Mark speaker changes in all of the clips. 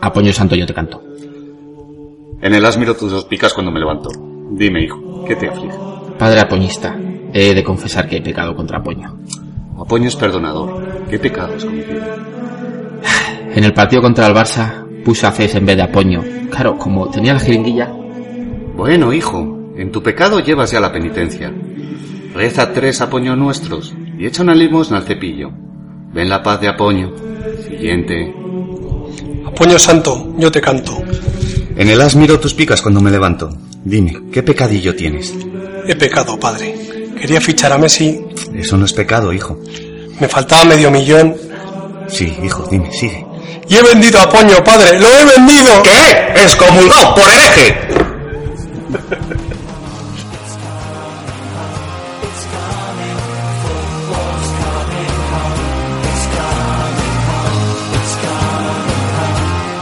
Speaker 1: A Poño Santo yo te canto.
Speaker 2: En el as miro tus dos picas cuando me levanto. Dime, hijo, ¿qué te aflige?
Speaker 1: Padre Apoñista, he de confesar que he pecado contra Poño.
Speaker 2: Apoño es perdonador. ¿Qué pecado has cometido?
Speaker 1: En el partido contra el Barça puse a Cés en vez de a Poño. Claro, como tenía la jeringuilla,
Speaker 2: Bueno, hijo, en tu pecado llevas ya la penitencia. Reza tres apoño nuestros y echa una limosna al cepillo. Ven la paz de apoño. Siguiente.
Speaker 3: Apoño santo, yo te canto.
Speaker 2: En el as miro tus picas cuando me levanto. Dime, ¿qué pecadillo tienes?
Speaker 3: He pecado, padre. Quería fichar a Messi,
Speaker 2: Eso no es pecado, hijo.
Speaker 3: me faltaba medio millón.
Speaker 2: Sí, hijo, dime, sigue.
Speaker 3: Y he vendido a Poño, padre, lo he vendido.
Speaker 2: ¿Qué? ¡Excomulgado por hereje!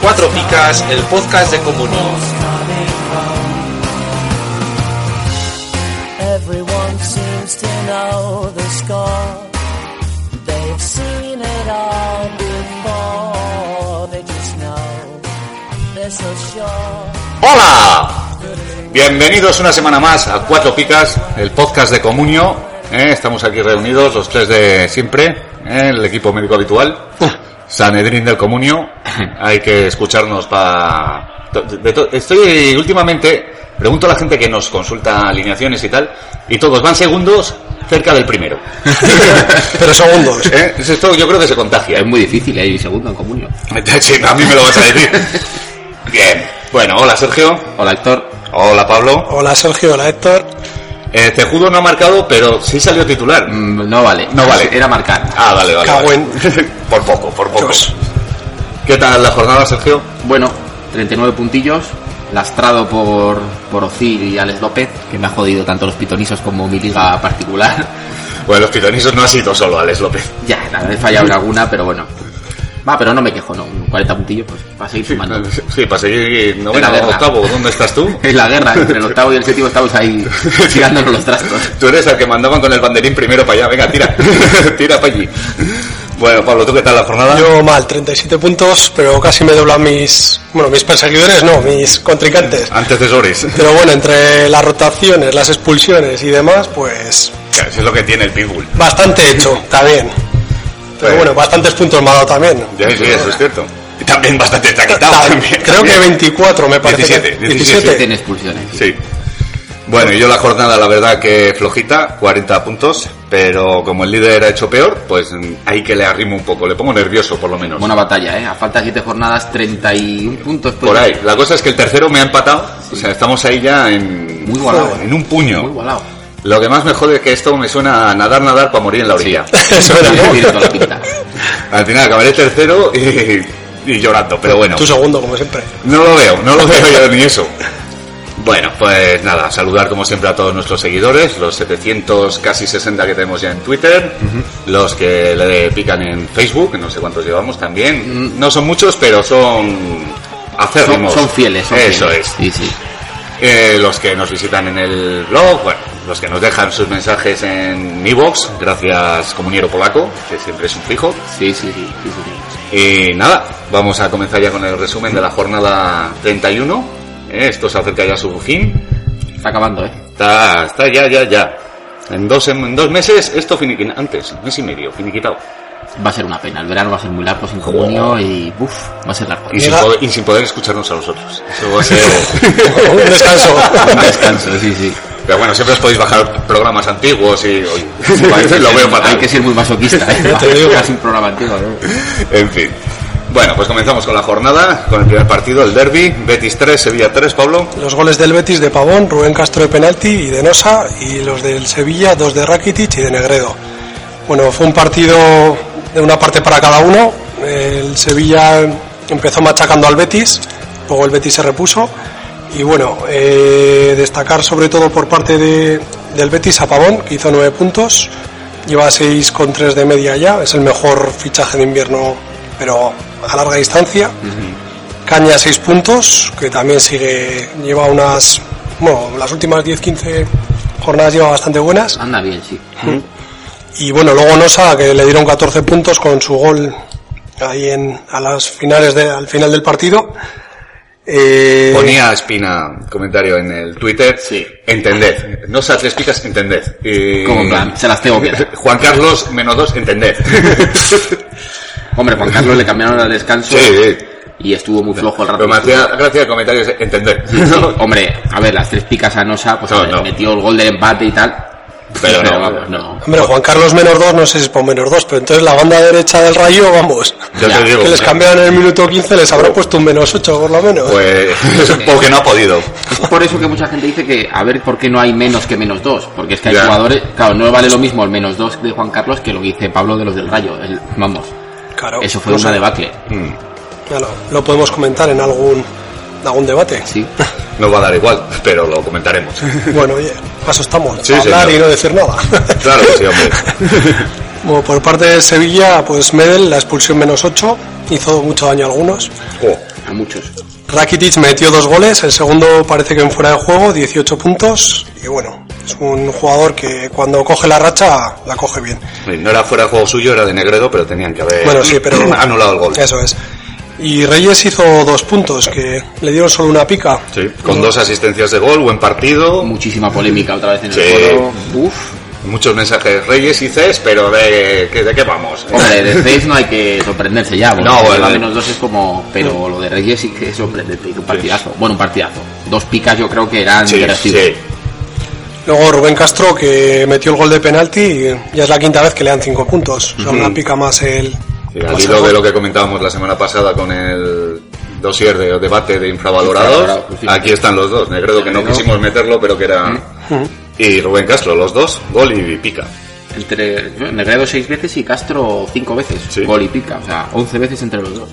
Speaker 4: Cuatro Picas, el podcast de Comunión.
Speaker 5: Everyone seems to know the score. They've seen it all before. They just know they're so sure.
Speaker 2: ¡Hola! Bienvenidos una semana más a Cuatro Picas, el podcast de Comunio. Eh, Estamos aquí reunidos los tres de siempre, eh, el equipo médico habitual. Sanedrín del Comunio. Hay que escucharnos para... Estoy últimamente, pregunto a la gente que nos consulta alineaciones y tal, y todos van segundos cerca del primero.
Speaker 3: Pero segundos.
Speaker 2: Eh, es Esto yo creo que se contagia.
Speaker 1: es muy difícil, hay segundo en comunio.
Speaker 2: Sí, a mí me lo vas a decir. Bien. Bueno, hola Sergio.
Speaker 1: Hola Héctor,
Speaker 2: Hola Pablo.
Speaker 3: Hola Sergio, hola Héctor.
Speaker 2: Eh, Cejudo no ha marcado, pero sí salió titular.
Speaker 1: Mm, no vale.
Speaker 2: No vale.
Speaker 1: Era marcar.
Speaker 2: Ah, vale, vale.
Speaker 3: Cago
Speaker 2: vale.
Speaker 3: en-
Speaker 2: por poco, por poco.
Speaker 3: Dios.
Speaker 2: ¿Qué tal la jornada, Sergio?
Speaker 1: Bueno, 39 puntillos, lastrado por, por Ozil y Alex López, que me ha jodido tanto los pitonisos como mi liga particular.
Speaker 2: Bueno, los pitonisos no ha sido solo Alex López.
Speaker 1: Ya, la verdad, he fallado en alguna, pero bueno. Va, pero no me quejo, no. 40 puntillos, pues, para seguir sumando.
Speaker 2: Sí, para seguir novena,
Speaker 1: En la guerra.
Speaker 2: octavo, ¿dónde estás tú?
Speaker 1: Es la guerra, entre el octavo y el séptimo estamos ahí tirándonos los trastos.
Speaker 2: Tú eres el que mandaban con el banderín primero para allá. Venga, tira. tira para allí. Bueno, Pablo, ¿tú qué tal la jornada?
Speaker 3: Yo mal, 37 puntos, pero casi me doblan mis, bueno, mis perseguidores, no, mis contrincantes.
Speaker 2: Antes de Sores.
Speaker 3: Pero bueno, entre las rotaciones, las expulsiones y demás, pues
Speaker 2: Eso es lo que tiene el Pitbull.
Speaker 3: bastante hecho también. Pero
Speaker 2: Sí.
Speaker 3: bueno, bastantes puntos me ha dado también.
Speaker 2: Pues- Ya, sí, eso es cierto. Y también bastante te ha quitado,
Speaker 3: Ta-
Speaker 2: también,
Speaker 3: Creo
Speaker 2: también.
Speaker 3: que 24 me parece.
Speaker 2: 17,
Speaker 3: que-
Speaker 2: 17.
Speaker 1: Tiene expulsiones. sí.
Speaker 2: Sí. Bueno, y yo la jornada, la verdad que flojita, 40 puntos, pero como el líder ha hecho peor, pues mm, ahí que le arrimo un poco, le pongo nervioso por lo menos.
Speaker 1: Buena batalla, ¿eh? A falta de 7 jornadas, 31 puntos. pues,
Speaker 2: por ahí. La cosa es que el tercero me ha empatado, o sea, estamos ahí ya en,
Speaker 1: Muy igualado,
Speaker 2: en un puño.
Speaker 1: Muy igualado.
Speaker 2: Lo que más me jode es que esto me suena a nadar, nadar para morir en la orilla.
Speaker 3: Eso era, ¿no?
Speaker 1: Tiene toda la pinta.
Speaker 2: Al final acabaré tercero y, y llorando, pero bueno.
Speaker 3: Tu segundo, como siempre.
Speaker 2: No lo veo, no lo veo yo ni eso. Bueno, pues nada, saludar como siempre a todos nuestros seguidores, los 700 casi 60 que tenemos ya en Twitter, los que le pican en Facebook, no sé cuántos llevamos también. No son muchos, pero son
Speaker 1: Son,
Speaker 2: acérrimos.
Speaker 1: son fieles, son
Speaker 2: Eso
Speaker 1: fieles.
Speaker 2: es.
Speaker 1: Sí, sí.
Speaker 2: Eh, los que nos visitan en el blog, bueno, los que nos dejan sus mensajes en mi box, gracias comuniero polaco, que siempre es un fijo.
Speaker 1: Sí, sí, sí. sí, sí.
Speaker 2: Y nada, vamos a comenzar ya con el resumen de la jornada 31. Eh, esto se acerca ya a su fin.
Speaker 1: Está acabando, ¿eh?
Speaker 2: Está, está ya, ya, ya. En dos, en dos meses, esto finiquitado. Antes, mes y medio, finiquitado.
Speaker 1: Va a ser una pena. El verano va a ser muy largo sin comunio y. Uf, va a ser largo.
Speaker 2: Y sin,
Speaker 3: Llega-
Speaker 2: poder, y sin poder escucharnos a nosotros. Eso va a ser.
Speaker 3: Un descanso.
Speaker 1: Un descanso, sí, sí.
Speaker 2: Pero bueno, siempre os podéis bajar programas antiguos y. oye, parece- lo veo fatal.
Speaker 1: Hay que ser muy masoquista, ¿eh?
Speaker 3: te digo.
Speaker 1: Casi un programa antiguo, ¿no?
Speaker 2: En fin. Bueno, pues comenzamos con la jornada, con el primer partido, el derby. Betis 3, Sevilla 3, Pablo.
Speaker 3: Los goles del Betis de Pavón, Rubén Castro de penalti y de Nosa, y los del Sevilla, dos de Rakitic y de Negredo. Bueno, fue un partido de una parte para cada uno. El Sevilla empezó machacando al Betis, luego el Betis se repuso. Y bueno, eh, destacar sobre todo por parte de- del Betis a Pavón, que hizo nueve puntos, lleva seis con tres de media ya, es el mejor fichaje de invierno, pero a larga distancia. Caña 6 puntos, que también sigue, lleva unas, bueno, las últimas 10-15 jornadas lleva bastante buenas.
Speaker 1: Anda
Speaker 2: Mm.
Speaker 1: bien, sí.
Speaker 3: Y bueno, luego Nosa, que le dieron 14 puntos con su gol ahí en, a las finales de, al final del partido. Eh,
Speaker 2: Ponía Espina comentario en el Twitter.
Speaker 1: Sí.
Speaker 2: Entended. No seas tres picas, entended. Y-
Speaker 1: Como en plan, se las tengo que dar.
Speaker 2: Juan Carlos, menos dos, entended.
Speaker 1: Hombre, Juan Carlos le cambiaron al descanso
Speaker 2: Sí, sí.
Speaker 1: y estuvo muy flojo el rato.
Speaker 2: Pero me hacía gracia el comentario ese, entended.
Speaker 1: Hombre, a ver, las tres picas a Nosa, pues
Speaker 2: No,
Speaker 1: hombre,
Speaker 2: no.
Speaker 1: metió el gol del empate y tal.
Speaker 2: Pero no,
Speaker 1: vamos, no.
Speaker 3: hombre, Juan Carlos menos dos, no sé si es por menos dos, pero entonces la banda derecha del Rayo, vamos,
Speaker 2: Yo
Speaker 1: Ya,
Speaker 2: te digo. pues,
Speaker 3: que les
Speaker 2: ya.
Speaker 3: cambiaron en el minuto 15, les habrá puesto un menos ocho por lo menos. ¿eh?
Speaker 2: Pues, porque no ha podido.
Speaker 1: Es por eso que mucha gente dice que a ver por qué no hay menos que menos dos. Porque es que hay
Speaker 2: Ya.
Speaker 1: jugadores. Claro, no vale lo mismo el menos dos de Juan Carlos que lo que dice Pablo de los del Rayo. El- vamos,
Speaker 3: claro,
Speaker 1: eso fue
Speaker 3: no
Speaker 1: una
Speaker 3: sé.
Speaker 1: debacle.
Speaker 2: Mm,
Speaker 3: Ya lo, lo podemos comentar en algún, en algún debate.
Speaker 1: Sí.
Speaker 2: Nos va a dar igual, pero lo comentaremos.
Speaker 3: Bueno, oye, paso estamos,
Speaker 2: Sí,
Speaker 3: hablar
Speaker 2: señor.
Speaker 3: y no decir nada.
Speaker 2: Claro que sí, hombre.
Speaker 3: Bueno, por parte de Sevilla, pues Medel, la expulsión menos 8, hizo mucho daño a algunos.
Speaker 2: Oh,
Speaker 1: A muchos.
Speaker 3: Rakitic metió dos goles, el segundo parece que en fuera de juego, 18 puntos. Y bueno, es un jugador que cuando coge la racha, la coge bien.
Speaker 2: no era fuera de juego suyo, era de Negredo, pero tenían que haber
Speaker 3: Bueno, sí, pero...
Speaker 2: anulado el gol.
Speaker 3: Eso es. Y Reyes hizo dos puntos, que le dieron solo una pica.
Speaker 2: Sí, con dos asistencias de gol, buen partido,
Speaker 1: Muchísima polémica otra vez en el
Speaker 2: Sí.
Speaker 1: foro. Uf.
Speaker 2: muchos mensajes Reyes y Cés, pero de, que- de qué vamos. eh?
Speaker 1: Hombre, de Face no hay que sorprenderse ya. porque
Speaker 2: No,
Speaker 1: si
Speaker 2: bueno,
Speaker 1: va
Speaker 2: eh.
Speaker 1: menos dos es como. Pero lo de Reyes sí que es sorprendente. Un partidazo. Bueno, un partidazo. Dos picas yo creo que eran
Speaker 2: Sí,
Speaker 1: merecidos.
Speaker 2: sí.
Speaker 3: Luego Rubén Castro, que metió el gol de penalti, y ya es la quinta vez que le dan cinco puntos. O sea, una pica más el...
Speaker 2: Sí, Eh, al
Speaker 3: más
Speaker 1: Pues
Speaker 3: el
Speaker 2: hilo
Speaker 3: gol.
Speaker 2: de lo que comentábamos la semana pasada con el dossier de debate de infravalorados,
Speaker 1: Infravalorados, pues sí.
Speaker 2: aquí están los dos. Negredo que no
Speaker 1: Negredo.
Speaker 2: quisimos meterlo, pero que era... Y Rubén Castro, los dos, gol y pica.
Speaker 1: Entre Negredo seis veces y Castro cinco veces.
Speaker 2: Sí.
Speaker 1: Gol y pica. O sea, once veces entre los dos.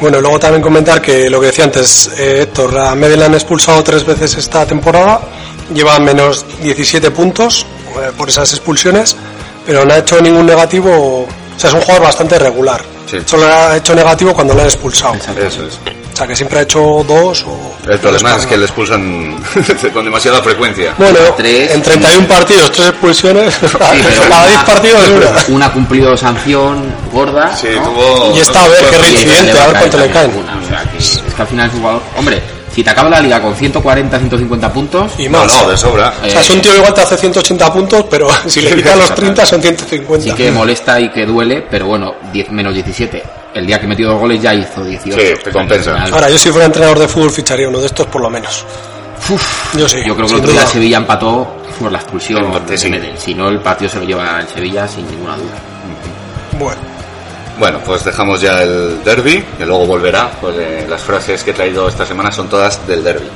Speaker 3: Bueno, y luego también comentar que lo que decía antes eh, Héctor, a Medel le han expulsado tres veces esta temporada, lleva menos 17 puntos eh, por esas expulsiones, pero no ha hecho ningún negativo, o sea, es un jugador bastante regular.
Speaker 2: Sí.
Speaker 3: Solo ha hecho negativo cuando lo han expulsado.
Speaker 2: Eso es.
Speaker 3: O sea, que siempre ha hecho dos o...
Speaker 2: El problema
Speaker 3: dos
Speaker 2: es que le expulsan con demasiada frecuencia.
Speaker 3: Bueno,
Speaker 1: Tres.
Speaker 3: en 31 partidos, tres expulsiones,
Speaker 1: Sí, pero
Speaker 3: cada 10
Speaker 1: una-
Speaker 3: partidos es una.
Speaker 1: Una ha cumplido sanción gorda.
Speaker 2: Sí,
Speaker 1: ¿no?
Speaker 2: tuvo...
Speaker 3: Y esta vez, qué
Speaker 1: Y
Speaker 3: reincidente,
Speaker 1: le va
Speaker 3: a ver
Speaker 1: caer
Speaker 3: cuánto le
Speaker 1: también
Speaker 3: caen.
Speaker 1: alguna, o sea, que es que al final es un jugador. Hombre, si te acaba la liga con 140, 150 puntos.
Speaker 3: Y
Speaker 2: No,
Speaker 3: más.
Speaker 2: no, de sobra.
Speaker 3: O sea, es
Speaker 1: Eh,
Speaker 3: un tío que igual te hace 180 puntos, pero si le quitas los 30 son 150.
Speaker 1: Sí que molesta y que duele, pero bueno, 10 menos 17. El día que metió dos goles ya hizo 18.
Speaker 2: Sí, te compensa.
Speaker 1: Al final,
Speaker 3: Ahora, yo si fuera entrenador de fútbol ficharía uno de estos por lo menos. yo sí.
Speaker 1: Yo creo que
Speaker 3: sin
Speaker 1: el otro día
Speaker 3: duda.
Speaker 1: Sevilla empató por la expulsión
Speaker 2: Empate,
Speaker 1: de
Speaker 2: sí.
Speaker 1: Medel. Si no, el patio se lo lleva el Sevilla sin ninguna duda.
Speaker 3: Bueno,
Speaker 2: Bueno, pues dejamos ya el derby, que luego volverá. Pues eh, las frases que he traído esta semana son todas del derby.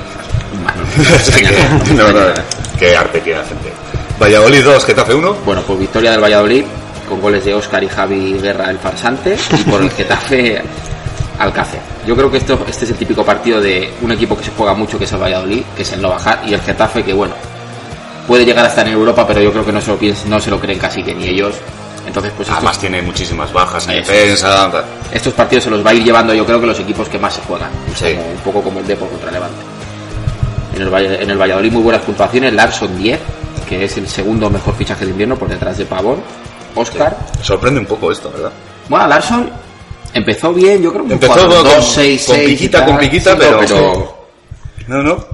Speaker 1: Bueno,
Speaker 2: Así que, no, no, no. eh, Qué arte que la gente. Valladolid 2, Getafe 1.
Speaker 1: Bueno, por victoria del Valladolid, con goles de Óscar y Javi Guerra el farsante, y por el Getafe Alcácer. Yo creo que esto, este es el típico partido de un equipo que se juega mucho, que es el Valladolid, que es el no bajar, y el Getafe que, bueno, puede llegar hasta en Europa, pero yo creo que no se lo, piens- no se lo creen casi que ni ellos. Entonces, pues estos,
Speaker 2: Además tiene muchísimas bajas en
Speaker 1: Eso.
Speaker 2: defensa. tal.
Speaker 1: estos partidos se los va a ir llevando yo creo que los equipos que más se juegan. O sea,
Speaker 2: Sí.
Speaker 1: como- un poco como el Depor contra Levante. En el, Valle- en el Valladolid muy buenas puntuaciones, Larson 10, que es el segundo mejor fichaje de invierno por detrás de Pavón, Óscar
Speaker 2: Sorprende un poco esto, ¿verdad?
Speaker 1: Bueno, Larson empezó bien, yo creo que
Speaker 2: Empezó
Speaker 1: cuatro,
Speaker 2: con-
Speaker 1: dos, seis,
Speaker 2: con
Speaker 1: seis y
Speaker 2: piquita,
Speaker 1: tal,
Speaker 2: con piquita,
Speaker 1: sí,
Speaker 2: pero-
Speaker 1: pero
Speaker 2: No, no.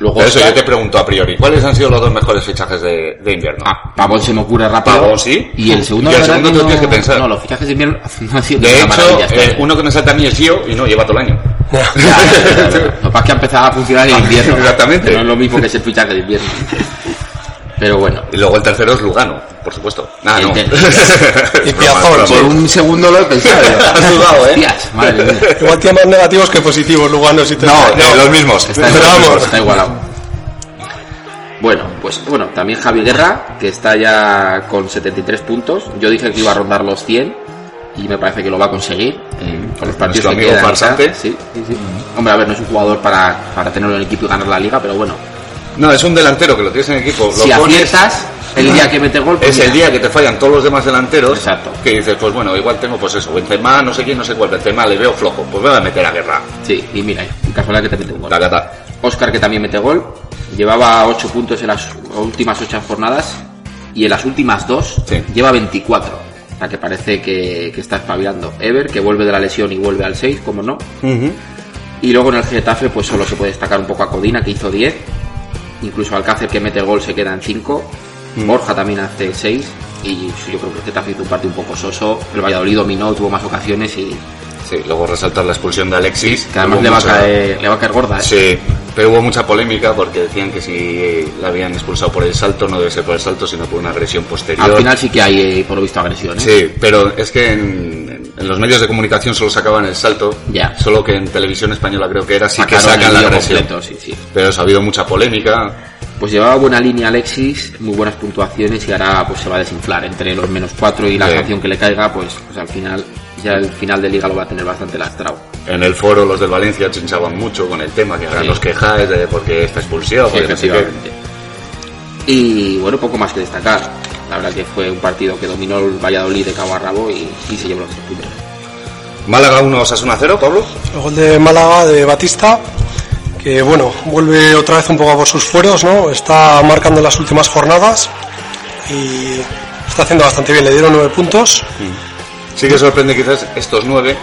Speaker 1: luego
Speaker 2: Pero eso
Speaker 1: Oscar-
Speaker 2: yo te pregunto a priori. ¿Cuáles han sido los dos mejores fichajes de, de invierno?
Speaker 1: Ah, Pavón se me ocurre rápido.
Speaker 2: Pavón, sí.
Speaker 1: Y el segundo,
Speaker 2: Y el
Speaker 1: la verdad
Speaker 2: segundo tú
Speaker 1: no-
Speaker 2: tienes que pensar.
Speaker 1: No, los fichajes de invierno no han sido
Speaker 2: de
Speaker 1: ninguna
Speaker 2: hecho,
Speaker 1: maravilla este
Speaker 2: eh,
Speaker 1: año.
Speaker 2: uno que me salta a mí es Gio y no lleva todo el año.
Speaker 1: Ya, ya, ya, ya. Lo que pasa es que ha empezado a funcionar en invierno.
Speaker 2: Exactamente.
Speaker 1: que No es lo mismo que ser fichaje de invierno. Pero bueno.
Speaker 2: Y luego el tercero es Lugano, por supuesto. Ah, no.
Speaker 1: Y el-
Speaker 3: y
Speaker 2: Broma,
Speaker 3: Piazón,
Speaker 2: broma.
Speaker 1: Por un segundo lo he pensado.
Speaker 2: Has dudado, ¿eh?
Speaker 1: Hostias, madre mía.
Speaker 3: igual tiene más negativos que positivos, Lugano, si te
Speaker 2: No, eh, los mismos.
Speaker 1: Está
Speaker 2: Pero
Speaker 1: igualado,
Speaker 2: vamos.
Speaker 1: está igualado. Bueno, pues bueno, también Javi Guerra, que está ya con 73 puntos. Yo dije que iba a rondar los 100 y me parece que lo va a conseguir eh, con los partidos que
Speaker 2: Mm. Nuestro amigo Mm.
Speaker 1: quedan y
Speaker 2: farsante.
Speaker 1: tal. Sí, sí, sí. Hombre, a ver, no es un jugador para, para tenerlo en el equipo y ganar la liga, pero bueno,
Speaker 2: No, es un delantero que lo tienes en equipo. Lo
Speaker 1: si
Speaker 2: pones,
Speaker 1: aciertas el día que mete gol, pues
Speaker 2: es el
Speaker 1: mira,
Speaker 2: día que te fallan todos los demás delanteros.
Speaker 1: Exacto.
Speaker 2: Que dices, pues bueno, igual tengo pues eso, Benzema, no sé quién, no sé cuál, Benzema, le veo flojo. Pues voy a meter a guerra.
Speaker 1: Sí, y mira, eh, en casualidad que te mete un gol.
Speaker 2: La gata.
Speaker 1: Oscar que también mete gol, llevaba 8 puntos en las últimas 8 jornadas y en las últimas 2
Speaker 2: Sí.
Speaker 1: lleva 24. O sea, que parece que, que está espabilando. Ever, que vuelve de la lesión y vuelve al 6, como no.
Speaker 3: ¿eh?
Speaker 6: Ujú.
Speaker 1: Y luego en el Getafe, pues solo se puede destacar un poco a Codina, que hizo 10. Incluso Alcácer, que mete gol, se queda en 5. Borja también hace 6. Y yo creo que el Getafe hizo un partido un poco soso. El Valladolid dominó, tuvo más ocasiones y
Speaker 2: Sí, luego resaltar la expulsión de Alexis.
Speaker 1: que además
Speaker 2: Hubo
Speaker 1: le va, a
Speaker 2: mucha-
Speaker 1: caer, le va a caer gorda. ¿eh?
Speaker 2: Sí, pero hubo mucha polémica porque decían que si la habían expulsado por el salto, no debe ser por el salto, sino por una agresión posterior.
Speaker 1: Al final sí que hay, eh, por lo visto, agresiones.
Speaker 2: Sí, pero es que en, en los medios de comunicación solo sacaban el salto,
Speaker 1: Ya.
Speaker 2: solo que en televisión española creo que era sí que
Speaker 1: Sacaron el
Speaker 2: sacan la
Speaker 1: lío
Speaker 2: agresión.
Speaker 1: completo, sí, sí.
Speaker 2: Pero eso, ha habido mucha polémica.
Speaker 1: Pues llevaba buena línea Alexis, muy buenas puntuaciones y ahora pues se va a desinflar entre los menos 4 y la
Speaker 2: Sí.
Speaker 1: sanción que le caiga, pues, pues, al final, ya el final de liga lo va a tener bastante lastrado.
Speaker 2: En el foro los del Valencia chinchaban mucho con el tema, que ahora
Speaker 1: Sí.
Speaker 2: nos quejáis de por qué está expulsado,
Speaker 1: Sí,
Speaker 2: porque no sé qué.
Speaker 1: efectivamente. Y bueno, poco más que destacar. La verdad que fue un partido que dominó el Valladolid de cabo a rabo y, y se llevó los tres primeros.
Speaker 2: Málaga 1, Osasuna 0, Pablo.
Speaker 3: El gol de Málaga de Batista, que bueno, vuelve otra vez un poco por sus fueros, ¿no? Está marcando en las últimas jornadas y está haciendo bastante bien. Le dieron nueve puntos.
Speaker 2: Sí que sorprende quizás estos 9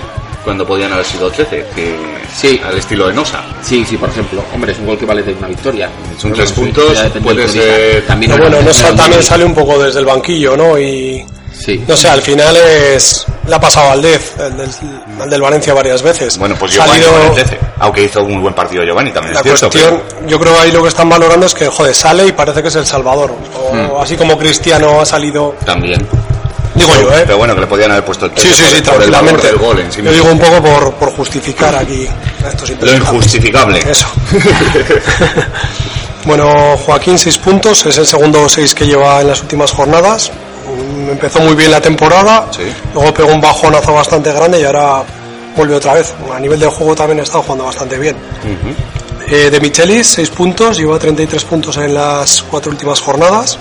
Speaker 2: cuando podían haber sido 13, que
Speaker 1: Sí.
Speaker 2: al estilo de Nosa.
Speaker 1: Sí, sí, por ejemplo. Hombre, es un gol que vale de una victoria.
Speaker 2: Son
Speaker 1: Pero
Speaker 2: tres
Speaker 1: bueno,
Speaker 2: puntos,
Speaker 1: ya depende
Speaker 2: puede
Speaker 1: del futbolista.
Speaker 2: ser-
Speaker 1: También
Speaker 3: Pero
Speaker 1: no
Speaker 3: bueno,
Speaker 1: vale
Speaker 3: no
Speaker 1: tener
Speaker 3: también
Speaker 1: un-
Speaker 3: sale un poco desde el banquillo, ¿no? Y
Speaker 1: Sí.
Speaker 3: no sé, al final es la ha pasado al Dez, al del, al del Valencia varias veces.
Speaker 2: Bueno, pues
Speaker 3: Ha
Speaker 2: Giovanni
Speaker 3: habido-
Speaker 2: con el 13, aunque hizo un buen partido Giovanni también.
Speaker 3: La
Speaker 2: es cierto,
Speaker 3: cuestión,
Speaker 2: pero-
Speaker 3: yo creo ahí lo que están valorando es que, joder, sale y parece que es el Salvador. O
Speaker 2: Hmm.
Speaker 3: así como Cristiano ha salido,
Speaker 2: También.
Speaker 3: digo yo, ¿eh?
Speaker 2: Pero bueno, que le podían haber puesto el 13
Speaker 3: Sí, sí,
Speaker 2: por,
Speaker 3: sí,
Speaker 2: el- por el valor
Speaker 3: tranquilamente.
Speaker 2: del gol en sí
Speaker 3: Yo
Speaker 2: mismo.
Speaker 3: digo un poco por, por justificar aquí a estos
Speaker 2: Lo
Speaker 3: impresentables.
Speaker 2: injustificable.
Speaker 3: Eso. bueno, Joaquín, seis puntos, es el segundo seis que lleva en las últimas jornadas. Mm, Empezó muy bien la temporada,
Speaker 2: Sí.
Speaker 3: luego pegó un bajonazo bastante grande y ahora vuelve otra vez. A nivel del juego también está jugando bastante bien. Eh, de Michelis, seis puntos, lleva 33 puntos en las cuatro últimas jornadas.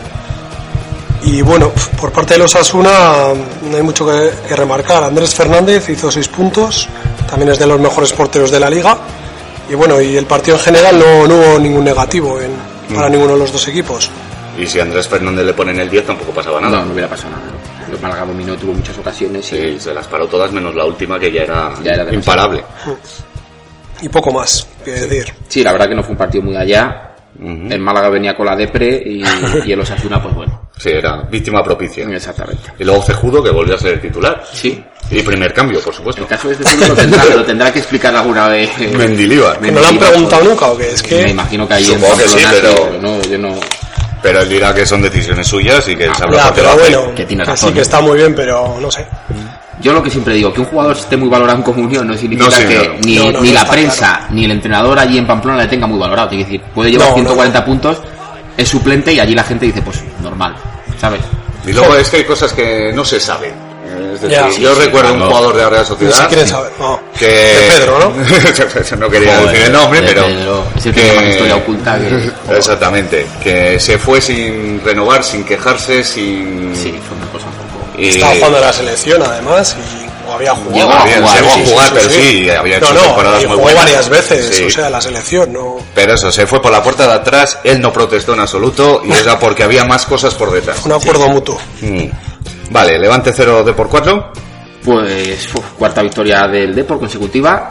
Speaker 3: Y bueno, pf, por parte de los Asuna no hay mucho que, que remarcar. Andrés Fernández hizo seis puntos, también es de los mejores porteros de la liga. Y bueno, y el partido en general no, no hubo ningún negativo en- para ninguno de los dos equipos.
Speaker 2: Y si a Andrés Fernández le ponen el 10 tampoco pasaba
Speaker 1: No,
Speaker 2: nada.
Speaker 1: no hubiera pasado nada. El Málaga dominó, tuvo muchas ocasiones y
Speaker 2: Sí, se las paró todas menos la última que ya era,
Speaker 1: Ya era demasiado.
Speaker 2: imparable.
Speaker 3: Y poco más que decir.
Speaker 1: Sí, la verdad que no fue un partido muy allá. El Málaga venía con la depre y, y el Osasuna, pues bueno,
Speaker 2: Sí, era víctima propicia.
Speaker 1: exactamente.
Speaker 2: Y luego Cejudo que volvió a ser el titular.
Speaker 1: Sí.
Speaker 2: Y primer cambio, por
Speaker 1: El
Speaker 2: supuesto.
Speaker 1: caso de este lo tendrá, lo tendrá que explicar alguna vez.
Speaker 2: Mendilibar.
Speaker 1: Me
Speaker 3: ¿No lo han
Speaker 1: imagino-
Speaker 3: preguntado nunca o qué? Es
Speaker 1: Me
Speaker 3: que
Speaker 1: imagino que ahí en
Speaker 2: Supongo que sí,
Speaker 1: Pamplona
Speaker 2: pero-
Speaker 1: no, yo no.
Speaker 2: Pero él dirá que son decisiones suyas y que él
Speaker 3: Ah,
Speaker 2: sabrá
Speaker 3: Ya,
Speaker 2: por qué
Speaker 3: pero
Speaker 2: lo hace.
Speaker 3: bueno,
Speaker 1: que tiene
Speaker 3: así
Speaker 1: razón,
Speaker 3: que
Speaker 1: ¿eh?
Speaker 3: está muy bien, pero no sé.
Speaker 1: Yo lo que siempre digo, que un jugador esté muy valorado en comunión no significa
Speaker 2: No, sí,
Speaker 1: que
Speaker 2: no, no.
Speaker 1: ni,
Speaker 3: No, no,
Speaker 1: ni
Speaker 3: no
Speaker 1: la
Speaker 3: está
Speaker 1: prensa
Speaker 3: claro.
Speaker 1: ni el entrenador allí en Pamplona le tenga muy valorado. Quiero decir, puede llevar
Speaker 3: No, no,
Speaker 1: 140 puntos, es suplente y allí la gente dice, pues normal, ¿sabes?
Speaker 2: Y luego es que hay cosas que no se saben. Es decir,
Speaker 3: Ya.
Speaker 2: yo recuerdo un jugador de la Real
Speaker 3: Ni
Speaker 2: Sociedad.
Speaker 3: siquiera saber. No.
Speaker 2: Que...
Speaker 3: De Pedro, ¿no?
Speaker 2: no quería
Speaker 1: Joder,
Speaker 2: decir el nombre,
Speaker 1: de
Speaker 2: pero.
Speaker 1: Pedro. Ese tiene más historia oculta que-
Speaker 2: Exactamente. Que se fue sin renovar, sin quejarse, sin.
Speaker 1: Sí, fue una cosa un poco.
Speaker 2: Y-
Speaker 3: Estaba jugando en la selección además y o había jugado.
Speaker 1: Llegó a
Speaker 2: Había-
Speaker 1: jugar,
Speaker 2: llegó a
Speaker 1: sí, sí,
Speaker 2: jugar,
Speaker 3: sí,
Speaker 2: pero
Speaker 3: sí.
Speaker 2: sí, había
Speaker 3: No,
Speaker 2: hecho
Speaker 3: no,
Speaker 2: temporadas
Speaker 3: y
Speaker 2: muy
Speaker 3: jugó
Speaker 2: buenas.
Speaker 3: varias veces,
Speaker 2: Sí.
Speaker 3: o sea, la selección, no.
Speaker 2: Pero eso, se fue por la puerta de atrás, él no protestó en absoluto y era porque había más cosas por detrás.
Speaker 3: Un acuerdo mutuo.
Speaker 2: Mm. Vale, levante 0 de por 4.
Speaker 1: Pues uf, cuarta victoria del Depor consecutiva.